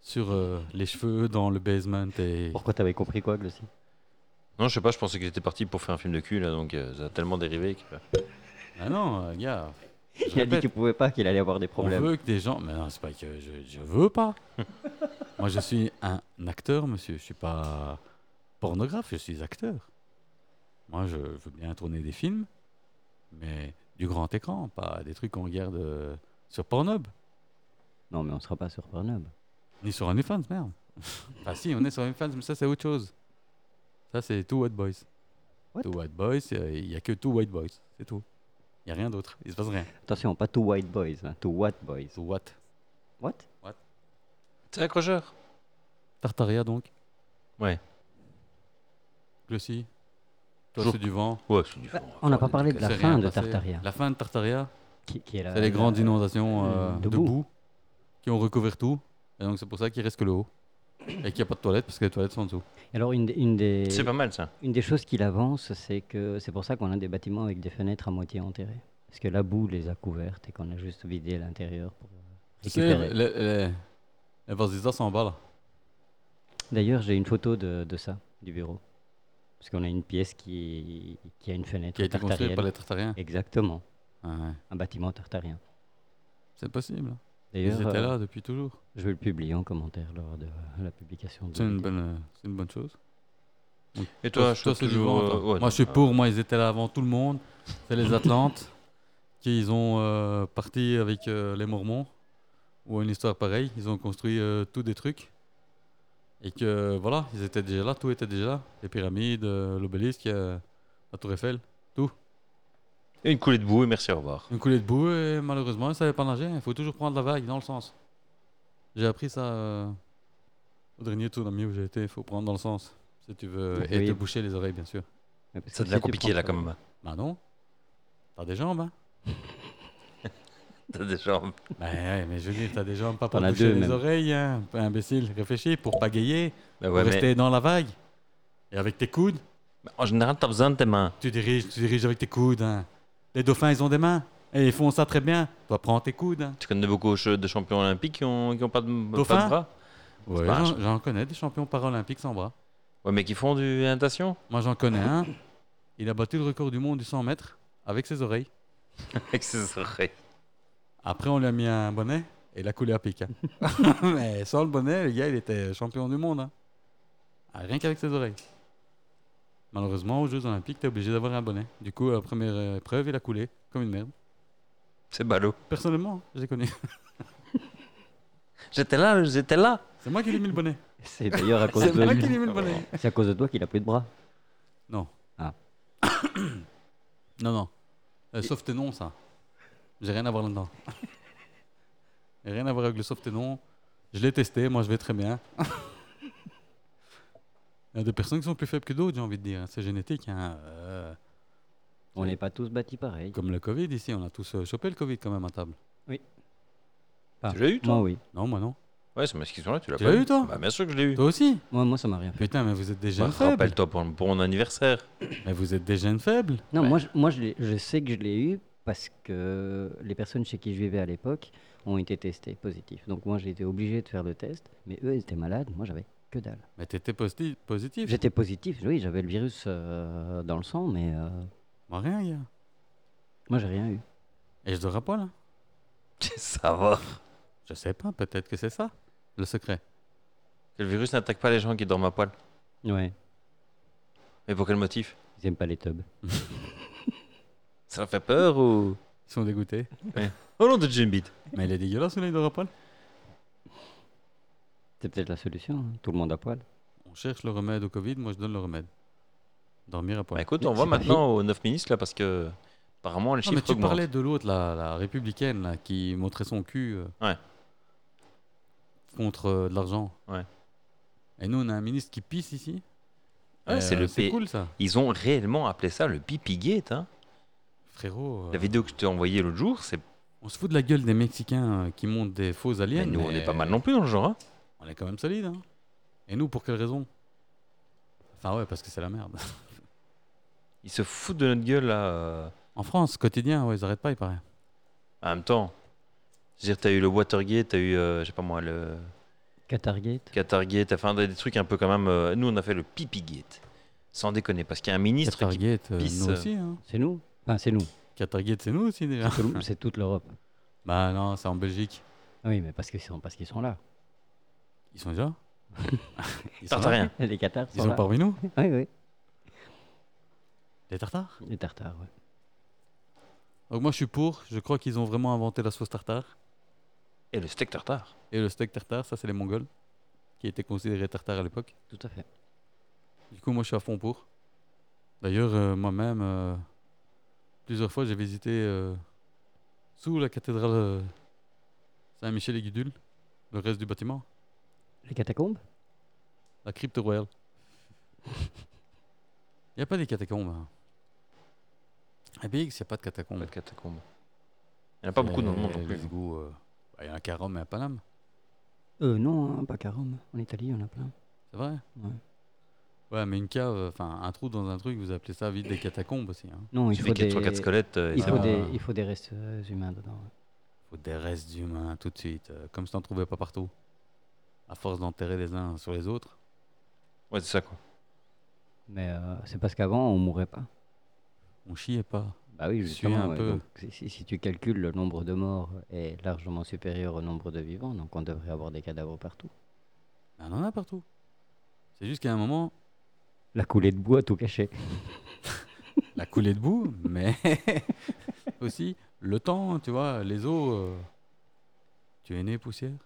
S1: sur euh, les cheveux dans le basement et.
S2: Oh.
S3: Pourquoi t'avais compris quoi, Glossy
S2: Non, je sais pas, je pensais qu'ils étaient partis pour faire un film de cul, là, donc euh, ça a tellement dérivé que.
S1: Ah non, euh, gars. je
S3: Il a dit
S1: répète,
S3: qu'il pouvait pas, qu'il allait avoir des
S1: on
S3: problèmes.
S1: veut que des gens. Mais non, c'est pas que je, je veux pas. Moi, je suis un acteur, monsieur. Je suis pas pornographe, je suis acteur. Moi, je veux bien tourner des films, mais du grand écran, pas des trucs qu'on regarde euh, sur Pornhub.
S3: Non, mais on sera pas sur Pornhub.
S1: Ni sur OnlyFans, merde. ah si, on est sur OnlyFans, mais ça, c'est autre chose. Ça, c'est Two White Boys.
S3: What
S1: Two White Boys, euh, il n'y a que Two White Boys, c'est tout. Il n'y a rien d'autre, il se passe rien.
S3: Attention, pas tout white boys, hein, tout what boys.
S1: Two What
S3: What
S2: C'est accrocheur.
S1: Tartaria, donc
S2: Ouais.
S1: Glossy Toi,
S2: Toujours.
S1: c'est du vent.
S2: Ouais, c'est du
S3: Bah, on n'a pas parlé de la
S1: C'est
S3: fin
S1: rien
S3: de
S1: passé.
S3: Tartaria. Euh,
S1: La fin de Tartaria,
S3: Qui, qui est la-
S1: c'est les
S3: la-
S1: grandes inondations euh,
S3: de
S1: de,
S3: boue.
S1: boue qui ont recouvert tout. Et donc, c'est pour ça qu'il reste que le haut. Et qu'il n'y a pas de toilettes parce que les toilettes sont en dessous.
S3: Alors, une, des- une des,
S2: C'est pas mal, ça.
S3: une des choses qu'il avance, c'est que c'est pour ça qu'on a des bâtiments avec des fenêtres à moitié enterrées. Parce que la boue les a couvertes et qu'on a juste vidé l'intérieur pour euh,
S1: Tu sais,
S3: récupérer.
S1: les, les, les Vazizas sont en bas là.
S3: D'ailleurs, j'ai une photo de, de ça, du bureau. Parce qu'on a une pièce qui, qui a une fenêtre
S1: qui a été construit
S3: tartarienne.
S1: par les Tartariens.
S3: Exactement,
S1: Ouais,
S3: un bâtiment tartarien.
S1: C'est possible. hein. Ils
S3: D'ailleurs,
S1: étaient
S3: euh,
S1: là depuis toujours.
S3: je vais le publier en commentaire lors de euh, la publication. de
S1: C'est une
S3: la-
S1: bonne, euh, c'est une bonne chose.
S2: Et toi, je
S1: c'est
S2: suis
S1: du
S2: toujours.
S1: vent, toi.
S2: euh, ouais,
S1: moi,
S2: non,
S1: je suis
S2: euh,
S1: pour. Moi, ils étaient là avant tout le monde. C'est les Atlantes qui ils ont euh, parti avec euh, les Mormons ou une histoire pareille. Ils ont construit euh, tout des trucs et que voilà, ils étaient déjà là. Tout était déjà là. Les pyramides, euh, l'obélisque, euh, la Tour Eiffel.
S2: Et une coulée de boue, et merci, au revoir.
S1: Une coulée de boue et malheureusement, ils ne savaient pas nager. Il faut toujours prendre la vague dans le sens. J'ai appris ça euh, au dernier tsunami où j'ai été. Il faut prendre dans le sens si tu veux. Et
S3: Oui.
S1: te boucher les oreilles, bien sûr.
S3: Ouais, parce
S2: Ça
S3: que
S2: devient
S3: si tu
S2: compliqué,
S3: prends
S2: là,
S3: ça-
S2: quand même.
S1: Bah non. T'as des jambes, hein
S2: T'as des jambes.
S1: Bah ouais, mais je veux dire, t'as des jambes pas pour
S3: T'en as
S1: boucher
S3: deux,
S1: les
S3: même.
S1: oreilles, hein Pas imbécile, réfléchis, pour pagayer,
S2: Bah
S1: pour
S2: ouais, mais
S1: rester dans la vague. Et avec tes coudes,
S2: mais en général, t'as besoin de tes mains.
S1: tu diriges, tu diriges avec tes coudes, hein. Les dauphins, ils ont des mains, et ils font ça très bien. Toi, prends tes coudes, hein.
S2: Tu connais beaucoup che- de champions olympiques qui ont, qui ont pas, de, pas
S1: Dauphin
S2: de bras
S1: Ouais,
S2: pas
S1: j'en-
S2: un champ-
S1: j'en connais des champions paralympiques sans bras.
S2: Ouais, mais qui font du natation
S1: Moi, j'en connais un. Il a battu le record du monde du 100 mètres avec ses oreilles.
S2: avec ses oreilles.
S1: Après, on lui a mis un bonnet et il a coulé à pic. hein. Mais sans le bonnet, le gars, il était champion du monde. hein. Ah, rien qu'avec ses oreilles. Malheureusement, aux Jeux Olympiques, t'es obligé d'avoir un bonnet. Du coup, à la première euh, épreuve, il a coulé comme une merde.
S2: C'est ballot.
S1: Personnellement, hein, j'ai connu.
S2: J'étais là, j'étais là.
S1: C'est moi qui lui ai mis le bonnet.
S3: C'est d'ailleurs à cause
S1: C'est
S3: de
S1: moi qui lui ai mis le bonnet.
S3: c'est à cause de toi qu'il a plus de bras.
S1: Non.
S3: Ah.
S1: non, non. Euh, sauf tes noms, ça. J'ai rien à voir là-dedans. J'ai rien à voir avec le sauf tes noms. Je l'ai testé, moi je vais très bien. Il y a des personnes qui sont plus faibles que d'autres, j'ai envie de dire. C'est génétique. hein. Euh,
S3: On n'est pas tous bâtis pareil.
S1: comme le Covid ici, on a tous euh, chopé le Covid quand même à table.
S3: Ah.
S2: Tu l'as eu, toi
S3: Moi oui.
S1: Non, moi non.
S2: Ouais, c'est parce qu'ils sont là, tu l'as
S1: Tu
S2: pas
S1: l'as eu, toi
S2: Bah, bien sûr que je l'ai eu.
S1: Toi aussi
S3: Moi, moi ça m'a rien fait.
S1: Putain, mais vous êtes des
S2: Bah,
S1: jeunes faibles.
S2: Rappelle-toi pour, pour mon anniversaire.
S1: Mais vous êtes des jeunes faibles.
S3: Non,
S2: Ouais.
S3: moi, je, moi je, l'ai- je sais que je l'ai eu parce que les personnes chez qui je vivais à l'époque ont été testées positives. Donc moi j'ai été obligé de faire le test, mais eux ils étaient malades, moi j'avais que dalle.
S1: Mais t'étais posti- positif.
S3: J'étais positif, oui, j'avais le virus euh, dans le sang, mais euh,
S1: Moi rien, gars.
S3: moi j'ai rien eu.
S1: Et je dors pas là.
S2: ça va.
S1: Je sais pas, peut-être que c'est ça, le secret.
S2: Que le virus n'attaque pas les gens qui dorment à poil.
S3: Ouais,
S2: Mais pour quel motif
S3: ils aiment pas les tubs.
S2: Ça leur fait peur ou
S1: Ils sont dégoûtés.
S2: Oh non, de Jim Beat.
S1: Mais il est dégueulasse, celui-là, il dort à poil.
S3: C'est peut-être la solution, hein, tout le monde à poil.
S1: On cherche le remède au Covid, moi je donne le remède. Dormir à
S2: Bah
S1: poil.
S2: écoute,
S3: Mais
S2: on va
S3: c'est pas
S2: maintenant aux 9 ministres là parce que apparemment les
S1: non, mais
S2: chiffres
S1: tu
S2: augmentent.
S1: parlais de l'autre, la, la républicaine, là, qui montrait son cul euh,
S2: Ouais.
S1: contre euh, de l'argent.
S2: Ouais.
S1: Et nous, on a un ministre qui pisse ici.
S2: Ouais,
S1: Et,
S2: c'est
S1: euh,
S2: le
S1: c'est
S2: P-
S1: cool, ça.
S2: Ils ont réellement appelé ça le pipi gate. Hein.
S1: Frérot, euh,
S2: La vidéo que je t'ai envoyée l'autre jour, c'est.
S1: on se fout de la gueule des Mexicains euh, qui montent des faux aliens.
S2: Mais ben, nous, on
S1: mais
S2: est pas mal non plus dans le genre. Hein.
S1: On est quand même solide. Hein. Et nous, pour quelle raison Enfin, ouais, parce que c'est la merde.
S2: Ils se foutent de notre gueule là. euh,
S1: En France, quotidien, ouais, ils n'arrêtent pas, il paraît.
S2: En même temps, je veux dire, t'as eu le Watergate, t'as eu, euh, je sais pas moi, le
S3: Qatargate.
S2: Qatargate, enfin des des trucs un peu quand même. euh, nous, on a fait le Pipigate. Sans déconner, parce qu'il y a un ministre qui
S1: Qatargate, euh,
S2: pisse,
S1: nous
S2: euh.
S1: aussi. Hein.
S3: C'est nous Enfin, c'est nous.
S1: Qatargate, c'est nous aussi déjà.
S3: Tout le- C'est toute l'Europe.
S1: bah non, c'est en Belgique.
S3: Oui, mais parce qu'ils sont, parce qu'ils sont là.
S1: Ils sont déjà Ils sont, là
S2: tartarien.
S3: Les Qatars
S1: Ils
S3: sont
S1: sont
S3: là.
S1: parmi nous
S3: Oui, oui.
S1: Les Tartares
S3: Les Tartares, ouais.
S1: Donc moi, je suis pour. Je crois qu'ils ont vraiment inventé la sauce tartare.
S2: Et le steak tartare.
S1: Et le steak tartare, ça, c'est les Mongols, qui étaient considérés tartares à l'époque.
S3: Tout à fait.
S1: Du coup, moi, je suis à fond pour. D'ailleurs, euh, moi-même, euh, plusieurs fois, j'ai visité euh, sous la cathédrale euh, Saint-Michel et Gudule, le reste du bâtiment,
S3: Les catacombes
S1: la crypte royale. Il n'y a pas des catacombes. hein. À Biggs, il n'y a pas de
S2: Pas
S1: catacombes.
S2: de catacombes. Il n'y en a pas beaucoup dans le monde non
S1: Et
S2: plus.
S1: let's go, euh, bah, Il y en a qu'à Rome et à Paname,
S3: Euh, non, hein, pas qu'à Rome. En Italie, il y en a plein.
S1: c'est vrai
S3: Ouais.
S1: Ouais, mais une cave, enfin, un trou dans un truc, vous appelez ça vite des catacombes aussi. hein. Il
S3: Non, il
S2: Suffit
S3: faut
S2: qu'il y ait
S3: des...
S2: trois, quatre squelettes. euh, et
S3: Il
S2: ça
S3: faut,
S2: va.
S3: des, il faut des restes euh, humains dedans. ouais.
S1: Faut des restes humains tout de suite, euh, comme si t'en trouvais pas partout. À force d'enterrer les uns sur les autres.
S2: Ouais, c'est ça quoi.
S3: Mais euh, c'est parce qu'avant, on mourait pas.
S1: On chiait pas.
S3: Bah oui,
S1: Je suis
S3: justement.
S1: un
S3: ouais,
S1: peu-
S3: donc, si- si, si tu calcules, le nombre de morts est largement supérieur au nombre de vivants, donc on devrait avoir des cadavres partout.
S1: Mais on en a partout. C'est juste qu'à un moment,
S3: La coulée de bois tout caché.
S1: la coulée de boue, mais aussi le temps, tu vois, les eaux. euh, tu es né poussière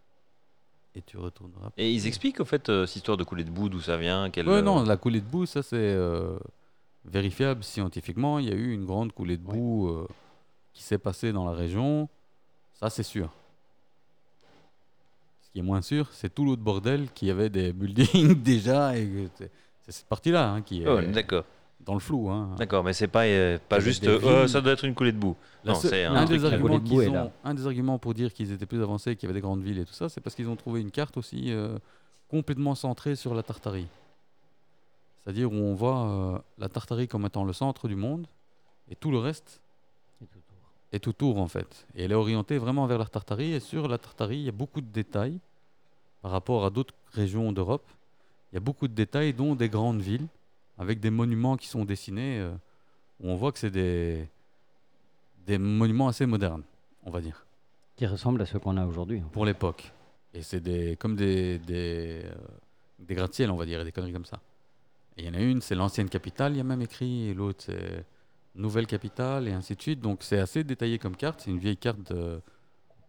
S1: et tu retourneras.
S2: Et ils expliquent au fait euh, cette histoire de couler de boue, d'où ça vient, quel.
S1: Ouais,
S2: euh,
S1: non, la coulée de boue, ça c'est euh, vérifiable scientifiquement. Il y a eu une grande coulée de
S3: Ouais.
S1: boue euh, qui s'est passée dans la région. Ça c'est sûr. Ce qui est moins sûr, c'est tout l'autre bordel qui avait des buildings déjà. et que C'est c'est cette partie-là hein, qui est
S2: Oh, d'accord,
S1: dans le flou. hein.
S2: d'accord, mais c'est pas, euh, pas
S1: Avec
S2: juste
S1: des
S2: euh,
S1: villes.
S2: Euh, ça doit être une coulée de boue.
S1: La
S2: Non,
S1: seule-
S2: c'est un
S1: un, des
S2: truc qui- La
S1: arguments
S3: coulée de boue
S1: qu'ils
S3: est
S1: ont-
S3: là.
S1: un des arguments pour dire qu'ils étaient plus avancés, qu'il y avait des grandes villes et tout ça, c'est parce qu'ils ont trouvé une carte aussi euh, complètement centrée sur la Tartarie. C'est-à-dire où on voit euh, la Tartarie comme étant le centre du monde et tout le reste est autour en fait. Et elle est orientée vraiment vers la Tartarie et sur la Tartarie, il y a beaucoup de détails par rapport à d'autres régions d'Europe. Il y a beaucoup de détails dont des grandes villes avec des monuments qui sont dessinés euh, où on voit que c'est des des monuments assez modernes, on va dire,
S3: Qui ressemble à ce qu'on a aujourd'hui. en fait.
S1: pour l'époque. Et c'est des comme des des, euh, des gratte-ciel, on va dire, et des conneries comme ça. Et il y en a une, c'est l'ancienne capitale, il y a même écrit, et l'autre c'est nouvelle capitale et ainsi de suite. Donc c'est assez détaillé comme carte, c'est une vieille carte de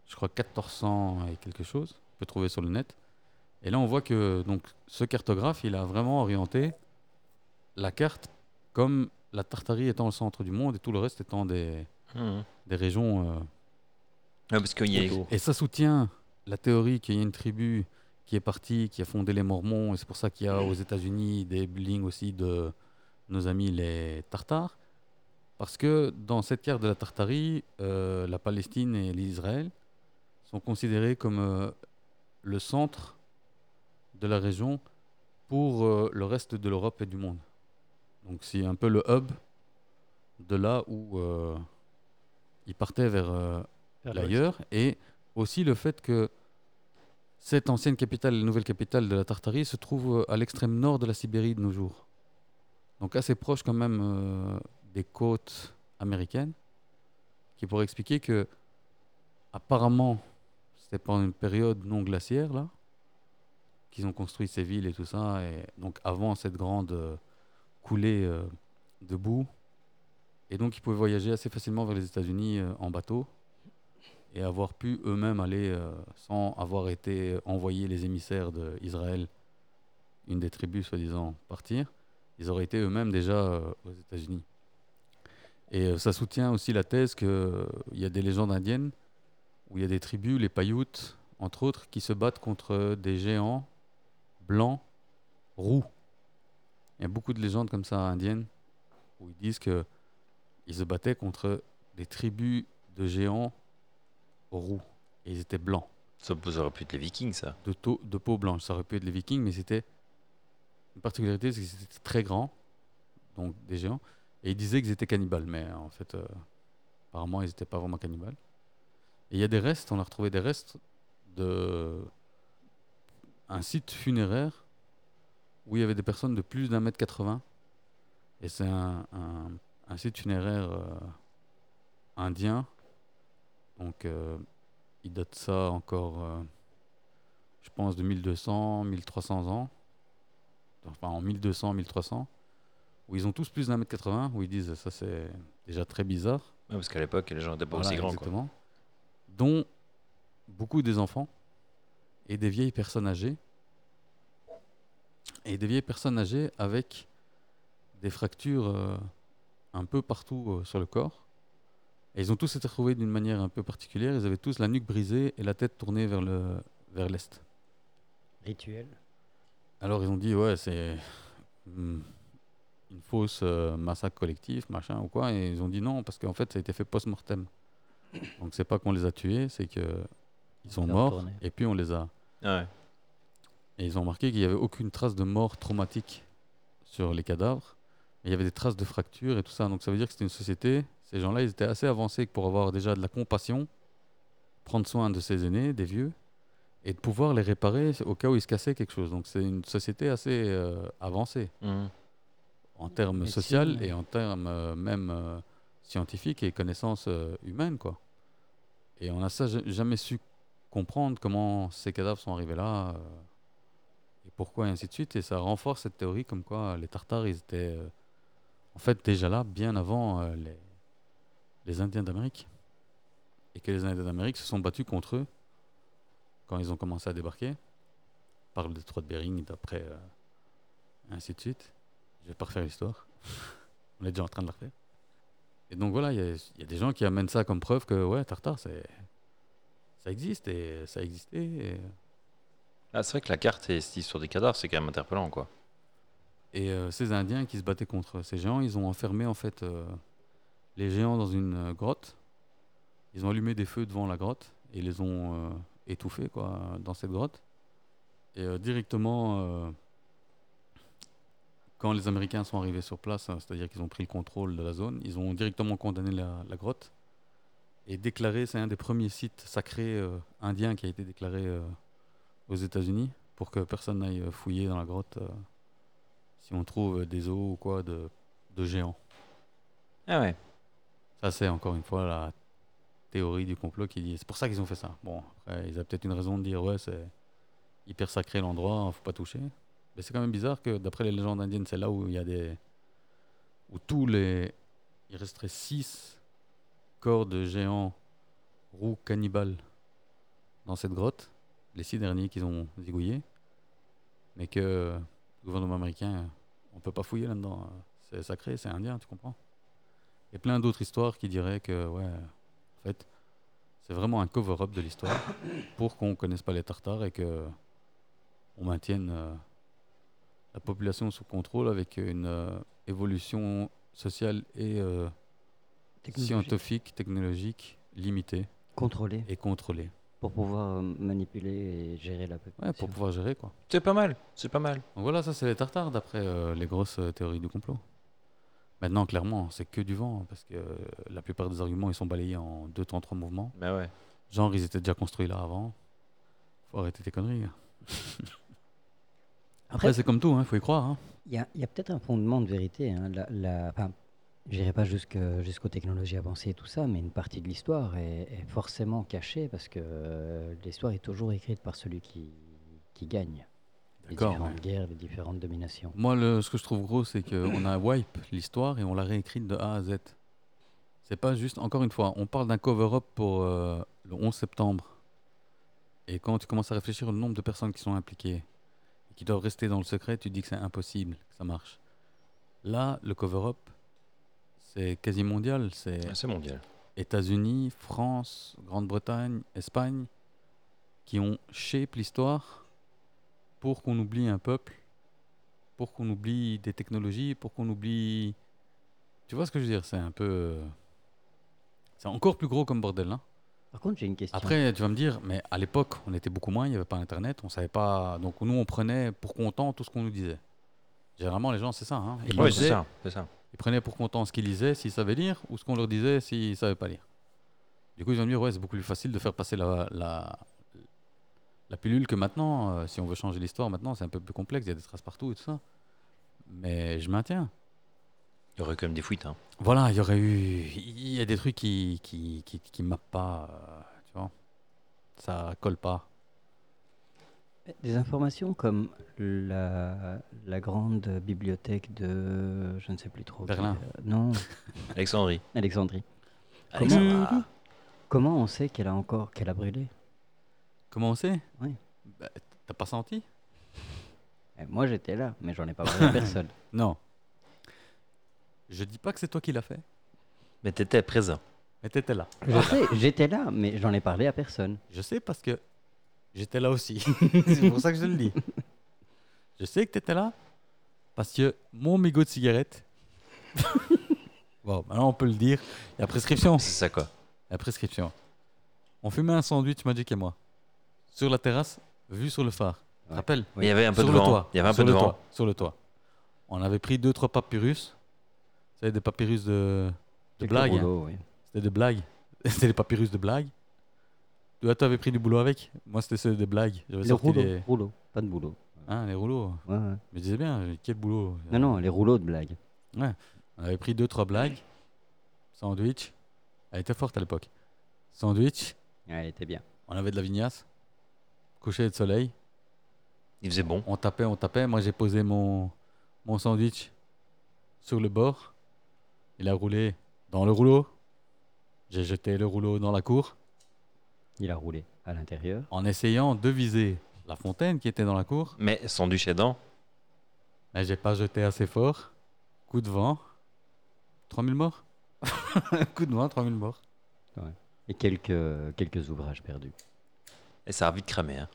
S1: je crois 1400 et quelque chose, on peut trouver sur le net. Et là on voit que donc ce cartographe, il a vraiment orienté la carte comme la Tartarie étant le centre du monde et tout le reste étant des
S2: Mhm.
S1: des régions euh,
S2: Ouais, Ah, parce qu'il y a.
S1: et ça soutient la théorie qu'il y a une tribu qui est partie, qui a fondé les Mormons, et c'est pour ça qu'il y a aux États-Unis des buildings aussi de nos amis les Tartares. Parce que dans cette carte de la Tartarie, euh, la Palestine et l'Israël sont considérés comme euh, le centre de la région pour euh, le reste de l'Europe et du monde. Donc c'est un peu le hub de là où euh, ils partaient vers euh, l'ailleurs et aussi le fait que cette ancienne capitale, la nouvelle capitale de la Tartarie, se trouve euh, à l'extrême nord de la Sibérie de nos jours. Donc assez proche quand même euh, des côtes américaines, qui pourrait expliquer que apparemment c'était pendant une période non glaciaire là qu'ils ont construit ces villes et tout ça, et donc avant cette grande euh, coulée euh, de boue, et donc ils pouvaient voyager assez facilement vers les États-Unis euh, en bateau et avoir pu eux-mêmes aller euh, sans avoir été envoyés les émissaires d'Israël, une des tribus soi-disant, partir, ils auraient été eux-mêmes déjà euh, aux États-Unis. Et euh, ça soutient aussi la thèse qu'il y a des légendes indiennes où il y a des tribus, les Paiutes, entre autres, qui se battent contre des géants blancs, roux. Il y a beaucoup de légendes comme ça indiennes où ils disent que ils se battaient contre des tribus de géants roux et ils étaient blancs,
S2: Ça vous aurait pu être les Vikings, ça.
S1: de, tau- de peau blanche. Ça aurait pu être les Vikings, mais c'était une particularité, c'est qu'ils étaient très grands, donc des géants, Et ils disaient qu'ils étaient cannibales, mais en fait, euh, apparemment, ils n'étaient pas vraiment cannibales. Et il y a des restes, on a retrouvé des restes de un site funéraire où il y avait des personnes de plus d'un mètre 80. Et c'est un, un, un site funéraire euh, indien. Donc, euh, il date ça encore, euh, je pense, de 1200, 1300 ans. Enfin, en 1200, 1300. Où ils ont tous plus d'un mètre 80, où ils disent ça c'est déjà très bizarre.
S2: Ouais, parce qu'à l'époque, les gens n'étaient pas
S1: Voilà,
S2: aussi grands. quoi.
S1: exactement. Dont beaucoup des enfants et des vieilles personnes âgées. Et des vieilles personnes âgées avec des fractures euh, un peu partout euh, sur le corps. Et ils ont tous été retrouvés d'une manière un peu particulière. Ils avaient tous la nuque brisée et la tête tournée vers le vers l'est.
S3: Rituel.
S1: Alors ils ont dit ouais c'est hmm, une fausse euh, massacre collectif machin ou quoi et ils ont dit non parce qu'en fait ça a été fait post-mortem. Donc c'est pas qu'on les a tués, c'est que ils
S3: On
S1: sont
S3: les a
S1: morts
S3: retournés.
S1: et puis on les a
S2: Ouais.
S1: et ils ont remarqué qu'il n'y avait aucune trace de mort traumatique sur les cadavres. Mais il y avait des traces de fractures et tout ça. Donc ça veut dire que c'était une société. Ces gens-là, ils étaient assez avancés pour avoir déjà de la compassion, prendre soin de ses aînés, des vieux, et de pouvoir les réparer au cas où ils se cassaient quelque chose. Donc c'est une société assez euh, avancée
S2: Mhm.
S1: en termes
S3: Médecine,
S1: social
S3: ouais.
S1: et en termes euh, même euh, scientifiques et connaissances euh, humaines quoi. Et on n'a ça ja- jamais su comprendre comment ces cadavres sont arrivés là euh, et pourquoi et ainsi de suite et ça renforce cette théorie comme quoi les Tartares ils étaient euh, en fait déjà là bien avant euh, les les Indiens d'Amérique et que les Indiens d'Amérique se sont battus contre eux quand ils ont commencé à débarquer par le détroit de Bering d'après euh, ainsi de suite. Je vais pas refaire l'histoire. On est déjà en train de la refaire. Et donc voilà, il y, a- il y a des gens qui amènent ça comme preuve que ouais, Tartare, c'est ça existe et ça existait. et-
S2: Ah, c'est vrai que la carte et cette histoire des cadavres, c'est quand même interpellant. quoi.
S1: Et euh, ces Indiens qui se battaient contre ces géants, ils ont enfermé en fait euh, les géants dans une euh, grotte. Ils ont allumé des feux devant la grotte et les ont euh, étouffés quoi, dans cette grotte. Et euh, directement, euh, quand les Américains sont arrivés sur place, hein, c'est-à-dire qu'ils ont pris le contrôle de la zone, ils ont directement condamné la, la grotte et déclaré, c'est un des premiers sites sacrés euh, indiens qui a été déclaré euh, aux États-Unis pour que personne n'aille euh, fouiller dans la grotte. euh, si on trouve euh, des os ou quoi de, de géants.
S2: Ah ouais.
S1: Ça, c'est encore une fois la théorie du complot qui dit c'est pour ça qu'ils ont fait ça. Bon, après, ils avaient peut-être une raison de dire ouais, c'est hyper sacré l'endroit, hein, faut pas toucher. Mais c'est quand même bizarre que, d'après les légendes indiennes, c'est là où il y a des. où tous les. Il resterait 6 corps de géants roux cannibales dans cette grotte, les six derniers qu'ils ont zigouillés. Mais que euh, le gouvernement américain, euh, on peut pas fouiller là-dedans. euh, C'est sacré, c'est indien, tu comprends et plein d'autres histoires qui diraient que, ouais, en fait, c'est vraiment un cover-up de l'histoire pour qu'on connaisse pas les Tartares et que on maintienne euh, la population sous contrôle avec une euh, évolution sociale et euh,
S3: Technologie.
S1: scientifique, technologique limitée
S3: Contrôlé
S1: et contrôlée.
S3: pour pouvoir euh, manipuler et gérer la
S1: Ouais,
S3: population.
S1: pour pouvoir gérer quoi.
S2: C'est pas mal. C'est pas mal.
S1: Donc voilà, ça c'est les Tartares d'après euh, les grosses euh, théories du complot. Maintenant, clairement, c'est que du vent parce que euh, la plupart des arguments ils sont balayés en deux temps trois mouvements.
S2: Mais Bah, ouais.
S1: Genre, ils étaient déjà construits là avant. Faut arrêter tes conneries. hein. gars. Après,
S3: Après-
S1: c'est comme tout, hein, faut y croire. hein.
S3: Il y a, il y a peut-être un fondement de vérité. Hein. La, la, enfin, j'irai pas jusque, jusqu'aux technologies avancées et tout ça, mais une partie de l'histoire est, est forcément cachée parce que euh, l'histoire est toujours écrite par celui qui, qui gagne. Les
S1: D'accord,
S3: différentes
S1: ouais.
S3: guerres, les différentes dominations.
S1: Moi, le- ce que je trouve gros, c'est qu'on a wipe l'histoire et on l'a réécrite de A à Z. C'est pas juste, encore une fois, on parle d'un cover-up pour euh, le 11 septembre. Et quand tu commences à réfléchir au nombre de personnes qui sont impliquées et qui doivent rester dans le secret, tu te dis que c'est impossible que ça marche. Là, le cover-up, c'est quasi mondial. C'est
S2: Ah, C'est mondial.
S1: États-Unis, France, Grande-Bretagne, Espagne, qui ont shape l'histoire pour qu'on oublie un peuple, pour qu'on oublie des technologies, pour qu'on oublie. Tu vois ce que je veux dire C'est un peu. euh, C'est encore plus gros comme bordel. Hein.
S3: Par contre, j'ai une question.
S1: Après, tu vas me dire, mais à l'époque, on était beaucoup moins, il n'y avait pas Internet, on savait pas. Donc nous, on prenait pour content tout ce qu'on nous disait. Généralement, les gens, c'est ça. Hein. Ils,
S2: Ouais,
S1: le
S2: c'est
S1: faisaient,
S2: ça. C'est ça.
S1: Ils prenaient pour content ce qu'ils lisaient, s'ils savaient lire, ou ce qu'on leur disait, s'ils ne savaient pas lire. Du coup, ils vont me dire, ouais, c'est beaucoup plus facile de faire passer la, la, la pilule que maintenant. euh, si on veut changer l'histoire maintenant, c'est un peu plus complexe, il y a des traces partout et tout ça. Mais je maintiens.
S2: Il y aurait quand même des fuites. hein.
S1: Voilà, il y aurait eu. Il y a des trucs qui qui, qui, qui mappent pas. euh, tu vois Ça colle pas.
S3: Des informations comme la, la grande bibliothèque de. Je ne sais plus trop. quelle-
S1: Berlin.
S3: euh, non,
S2: Alexandrie.
S3: Alexandrie.
S2: Alexandrie.
S1: euh,
S2: Ah,
S3: Comment, comment on sait qu'elle a encore. qu'elle a brûlé
S1: Comment on sait
S3: Oui.
S1: Bah, T'as pas senti
S3: Eh, Moi j'étais là, mais j'en ai pas parlé à personne.
S1: Non. Je dis pas que c'est toi qui l'as fait,
S2: Mais t'étais présent.
S1: mais t'étais là.
S3: Je sais, j'étais là, mais j'en ai parlé à personne.
S1: Je sais parce que j'étais là aussi. c'est pour ça que je le dis. Je sais que t'étais là parce que mon mégot de cigarette. bon, maintenant on peut le dire. Il y a prescription.
S2: C'est ça quoi.
S1: La prescription. On fumait un sandwich Magic et moi. Sur la terrasse, vue sur le phare. Tu te
S3: Ouais.
S1: rappelles
S2: Mais il y avait un peu
S1: Sur
S2: de
S1: le
S2: vent.
S1: toit.
S2: Il y avait un
S1: sur
S2: peu de
S1: le
S2: vent.
S1: toit, Sur le toit. On avait pris deux, trois papyrus. C'était des papyrus de, de
S3: Quelques
S1: blague. hein.
S3: rouleaux, oui.
S1: C'était de blague. C'était des papyrus de blague. Toi, t'avais pris du boulot avec. Moi, c'était ceux de blague. J'avais
S3: Les
S1: sorti
S3: rouleaux,
S1: les...
S3: rouleaux, pas de boulot.
S1: hein, les rouleaux.
S3: Ouais, ouais.
S1: Mais je disais bien, quel boulot.
S3: Non, non, les rouleaux de blague.
S1: On avait pris deux, trois blagues. Sandwich. Elle était forte à l'époque. Sandwich.
S3: Ouais, elle était bien.
S1: On avait de la vignasse, coucher de soleil,
S2: Il faisait bon.
S1: on tapait, on tapait. Moi, j'ai posé mon, mon sandwich sur le bord. Il a roulé dans le rouleau. J'ai jeté le rouleau dans la cour
S3: Il a roulé à l'intérieur.
S1: en essayant de viser la fontaine qui était dans la cour.
S2: Mais sans duche aidant,
S1: Mais j'ai pas jeté assez fort. Coup de vent. 3000 morts Coup de vent, 3000 morts.
S3: Et quelques, quelques ouvrages perdus.
S2: et ça a vite cramé. hein.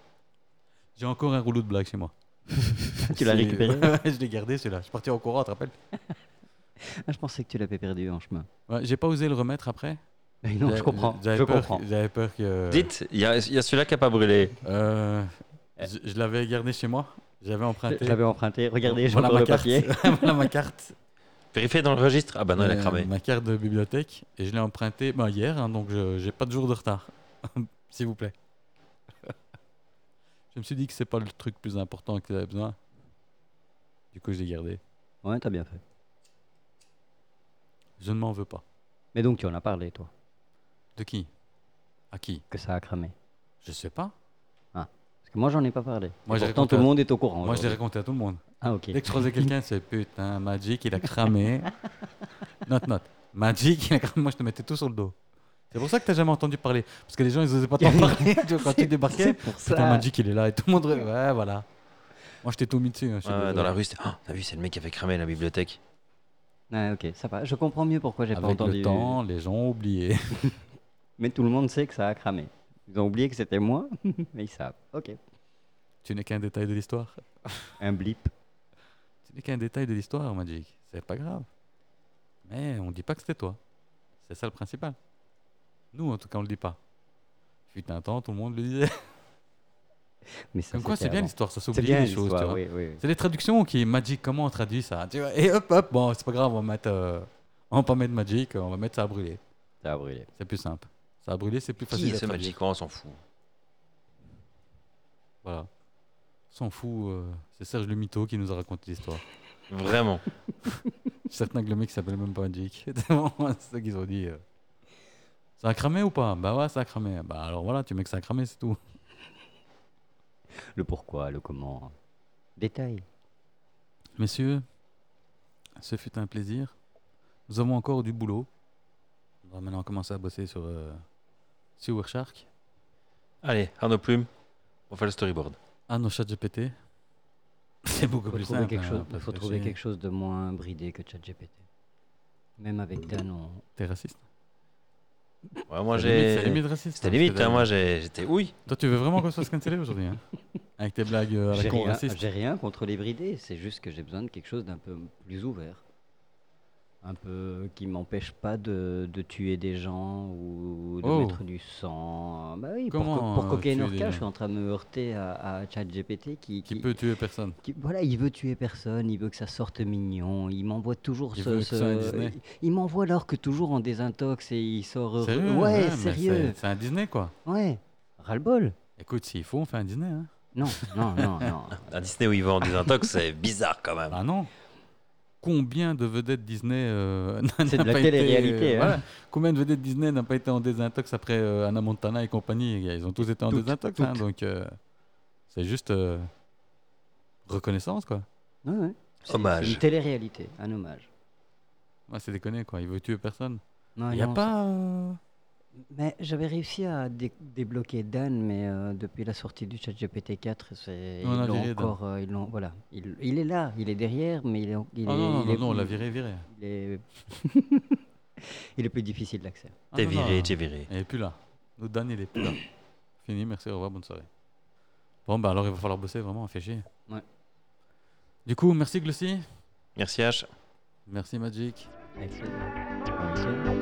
S1: J'ai encore un rouleau de blague chez moi.
S3: tu
S1: C'est-
S3: l'as récupéré
S1: Je l'ai gardé celui-là. Je suis parti en courant, tu te rappelles
S3: Ah, Je pensais que tu l'avais perdu en chemin.
S1: Ouais, J'ai pas osé le remettre après.
S3: Mais non,
S1: J'a-
S3: je comprends.
S1: j'a- j'avais
S3: Je
S1: peur-
S3: comprends.
S1: J'avais peur que.
S2: Dites, il y a, il y a celui-là qui a pas brûlé.
S1: Euh, je je l'avais gardé chez moi. J'avais
S3: Je,
S1: emprunté.
S3: je l'avais emprunté. Regardez, je
S1: Voilà ma
S3: le
S1: carte.
S3: papier.
S1: voilà ma carte.
S2: Vérifiez dans le registre. Ah bah non, il a
S1: Euh,
S2: cramé.
S1: ma carte de bibliothèque. Et je l'ai emprunté ben, hier, hein, donc je j'ai pas de jour de retard. S'il vous plaît. je me suis dit que c'est pas le truc plus important que j'avais besoin. Du coup, je l'ai gardé.
S3: Ouais, t'as bien fait.
S1: Je ne m'en veux pas.
S3: Mais donc, tu en as parlé, toi,
S1: De qui À qui
S3: que ça a cramé.
S1: Je sais pas.
S3: Parce que moi, j'en ai pas parlé.
S1: Moi,
S3: Et
S1: j'ai
S3: pourtant,
S1: raconté
S3: tout le
S1: à-
S3: monde est au courant.
S1: Moi, je l'ai
S3: aujourd'hui.
S1: raconté à tout le monde.
S3: Ah, ok.
S1: Dès que je croisais quelqu'un, c'est putain, Magic, il a cramé. note, note. Magic, il a cramé. Moi, je te mettais tout sur le dos. C'est pour ça que t'as jamais entendu parler. Parce que les gens, ils osaient pas t'en parler. tu vois, quand tu
S3: C'est
S1: débarquais,
S3: pour ça.
S1: putain, Magic, il est là. Et tout le monde. Ouais, voilà. Moi, je t'ai tout mis dessus. hein, je suis
S2: Ouais, ouais,
S1: désolé.
S2: dans la rue, c'était. Ah, t'as vu, c'est le mec qui avait cramé la bibliothèque.
S3: Ouais, ok, ça va. Je comprends mieux pourquoi j'ai pas
S1: Avec
S3: entendu.
S1: le temps, les gens ont oublié.
S3: Mais tout le monde sait que ça a cramé. Ils ont oublié que c'était moi, mais ils savent. Ok.
S1: tu n'es qu'un détail de l'histoire.
S3: Un blip.
S1: Tu n'es qu'un détail de l'histoire, Magic. C'est pas grave. Mais on dit pas que c'était toi. C'est ça le principal. Nous, en tout cas, on le dit pas. Fut un temps, tout le monde le disait.
S3: Mais ça,
S1: Comme quoi,
S3: c'était
S1: c'est bien
S3: avant.
S1: l'histoire, ça
S3: C'est
S1: s'oublie
S3: bien
S1: les choses. tu
S3: l'histoire,
S1: vois.
S3: oui, oui. oui.
S1: C'est les traductions qui est Magic, comment on traduit ça tu vois Et hop, hop, bon, c'est pas grave, on va mettre. euh, on va pas mettre Magic, on va mettre ça à brûler.
S3: Ça a brûlé.
S1: C'est plus simple. Ça a brûlé, c'est plus facile.
S2: Qui est
S1: à
S2: ce
S1: traduire.
S2: Magic Ouais, On s'en fout.
S1: Voilà. On S'en fout, euh, c'est Serge le Mito qui nous a raconté l'histoire.
S2: Vraiment.
S1: Je suis certain que le mec s'appelle même pas Magic. c'est vraiment ça qu'ils ont dit. euh. Ça a cramé ou pas Bah ouais, ça a cramé. Bah alors voilà, tu mets que ça a cramé, c'est tout.
S3: Le pourquoi, le comment. Détail.
S1: Messieurs, ce fut un plaisir. Nous avons encore du boulot. On va maintenant commencer à bosser sur euh, Sewer Shark.
S2: Allez, à nos plumes, on fait le storyboard.
S1: Ah, nos chats GPT. C'est beaucoup
S3: Il faut
S1: plus
S3: trouver
S1: simple.
S3: quelque
S1: hein,
S3: chose,
S1: parce
S3: faut
S1: que
S3: trouver
S1: c'est-
S3: quelque chose de moins bridé que ChatGPT. Même avec Dan, on-
S1: T'es raciste
S2: Ouais, moi
S1: C'est limite- C'est
S2: j'ai.
S1: limite raciste.
S2: C'était
S1: hein,
S2: limite,
S1: parce que
S2: hein, moi j'ai- j'étais. Oui,
S1: Toi, tu veux vraiment qu'on se fasse canceller aujourd'hui hein Avec tes blagues euh, à
S3: j'ai
S1: la con
S3: rien,
S1: raciste.
S3: j'ai rien contre les bridés, c'est juste que j'ai besoin de quelque chose d'un peu plus ouvert. un peu qui m'empêche pas de, de tuer des gens ou de
S1: Oh.
S3: mettre du sang. Bah oui, pour,
S1: Comment,
S3: co- pour
S1: euh,
S3: Cocaine
S1: tuer des
S3: Orca,
S1: gens
S3: je suis en train de me heurter à, à ChatGPT
S1: Qui
S3: qui, qui-
S1: peut tuer personne.
S3: qui- voilà, il veut tuer personne, il veut que ça sorte mignon, il m'envoie toujours
S1: Il
S3: ce,
S1: veut que
S3: ce-
S1: ça soit Disney.
S3: il, il m'envoie alors que toujours en désintox et il sort heureux.
S1: Sérieux Ah,
S3: ouais,
S1: mais
S3: sérieux,
S1: c'est- C'est un Disney, quoi.
S3: ouais, ras-le-bol.
S1: Écoute, s'il faut, on fait un Disney. Hein.
S3: Non, non, non, non.
S2: Un Disney où ils vendent des intox, c'est bizarre quand même.
S1: Bah non. Combien de vedettes Disney euh, n'a
S3: C'est de la
S1: pas été- euh,
S3: télé-réalité, hein.
S1: voilà. Combien de vedettes Disney n'ont pas été en désintox après euh, Anna Montana et compagnie Ils ont tous été en
S3: Toutes,
S1: désintox, hein,
S3: toutes.
S1: donc euh, c'est juste euh, reconnaissance, quoi.
S3: Ouais, ouais. C'est- C'est
S2: Hommage.
S3: une télé-réalité, un hommage.
S1: Ouais, c'est déconné, quoi. Il veut tuer personne.
S3: Non,
S1: Il n'y a
S3: Ah non,
S1: pas. euh,
S3: Mais j'avais réussi à dé- débloquer Dan, mais euh, depuis la sortie du chat GPT-4, c'est- ils
S1: On a
S3: l'ont
S1: viré Dan.
S3: encore. euh, ils l'ont, voilà. il, il est là, il est derrière, mais il est. en- Il
S1: Ah non,
S3: est
S1: non,
S3: il
S1: non,
S3: est-
S1: non, on l'a viré, viré.
S3: Il est, il est plus difficile d'accès.
S1: Ah,
S2: T'es
S1: non, non,
S2: viré,
S1: non.
S2: t'es viré.
S1: Il n'est plus là. Notre Dan, il n'est plus là. Fini, merci, au revoir, bonne soirée. Bon, bah alors il va falloir bosser vraiment, fait chier.
S3: Ouais.
S1: Du coup, merci Glossy.
S2: Merci H.
S1: Merci Magic.
S3: Avec ce- avec ce-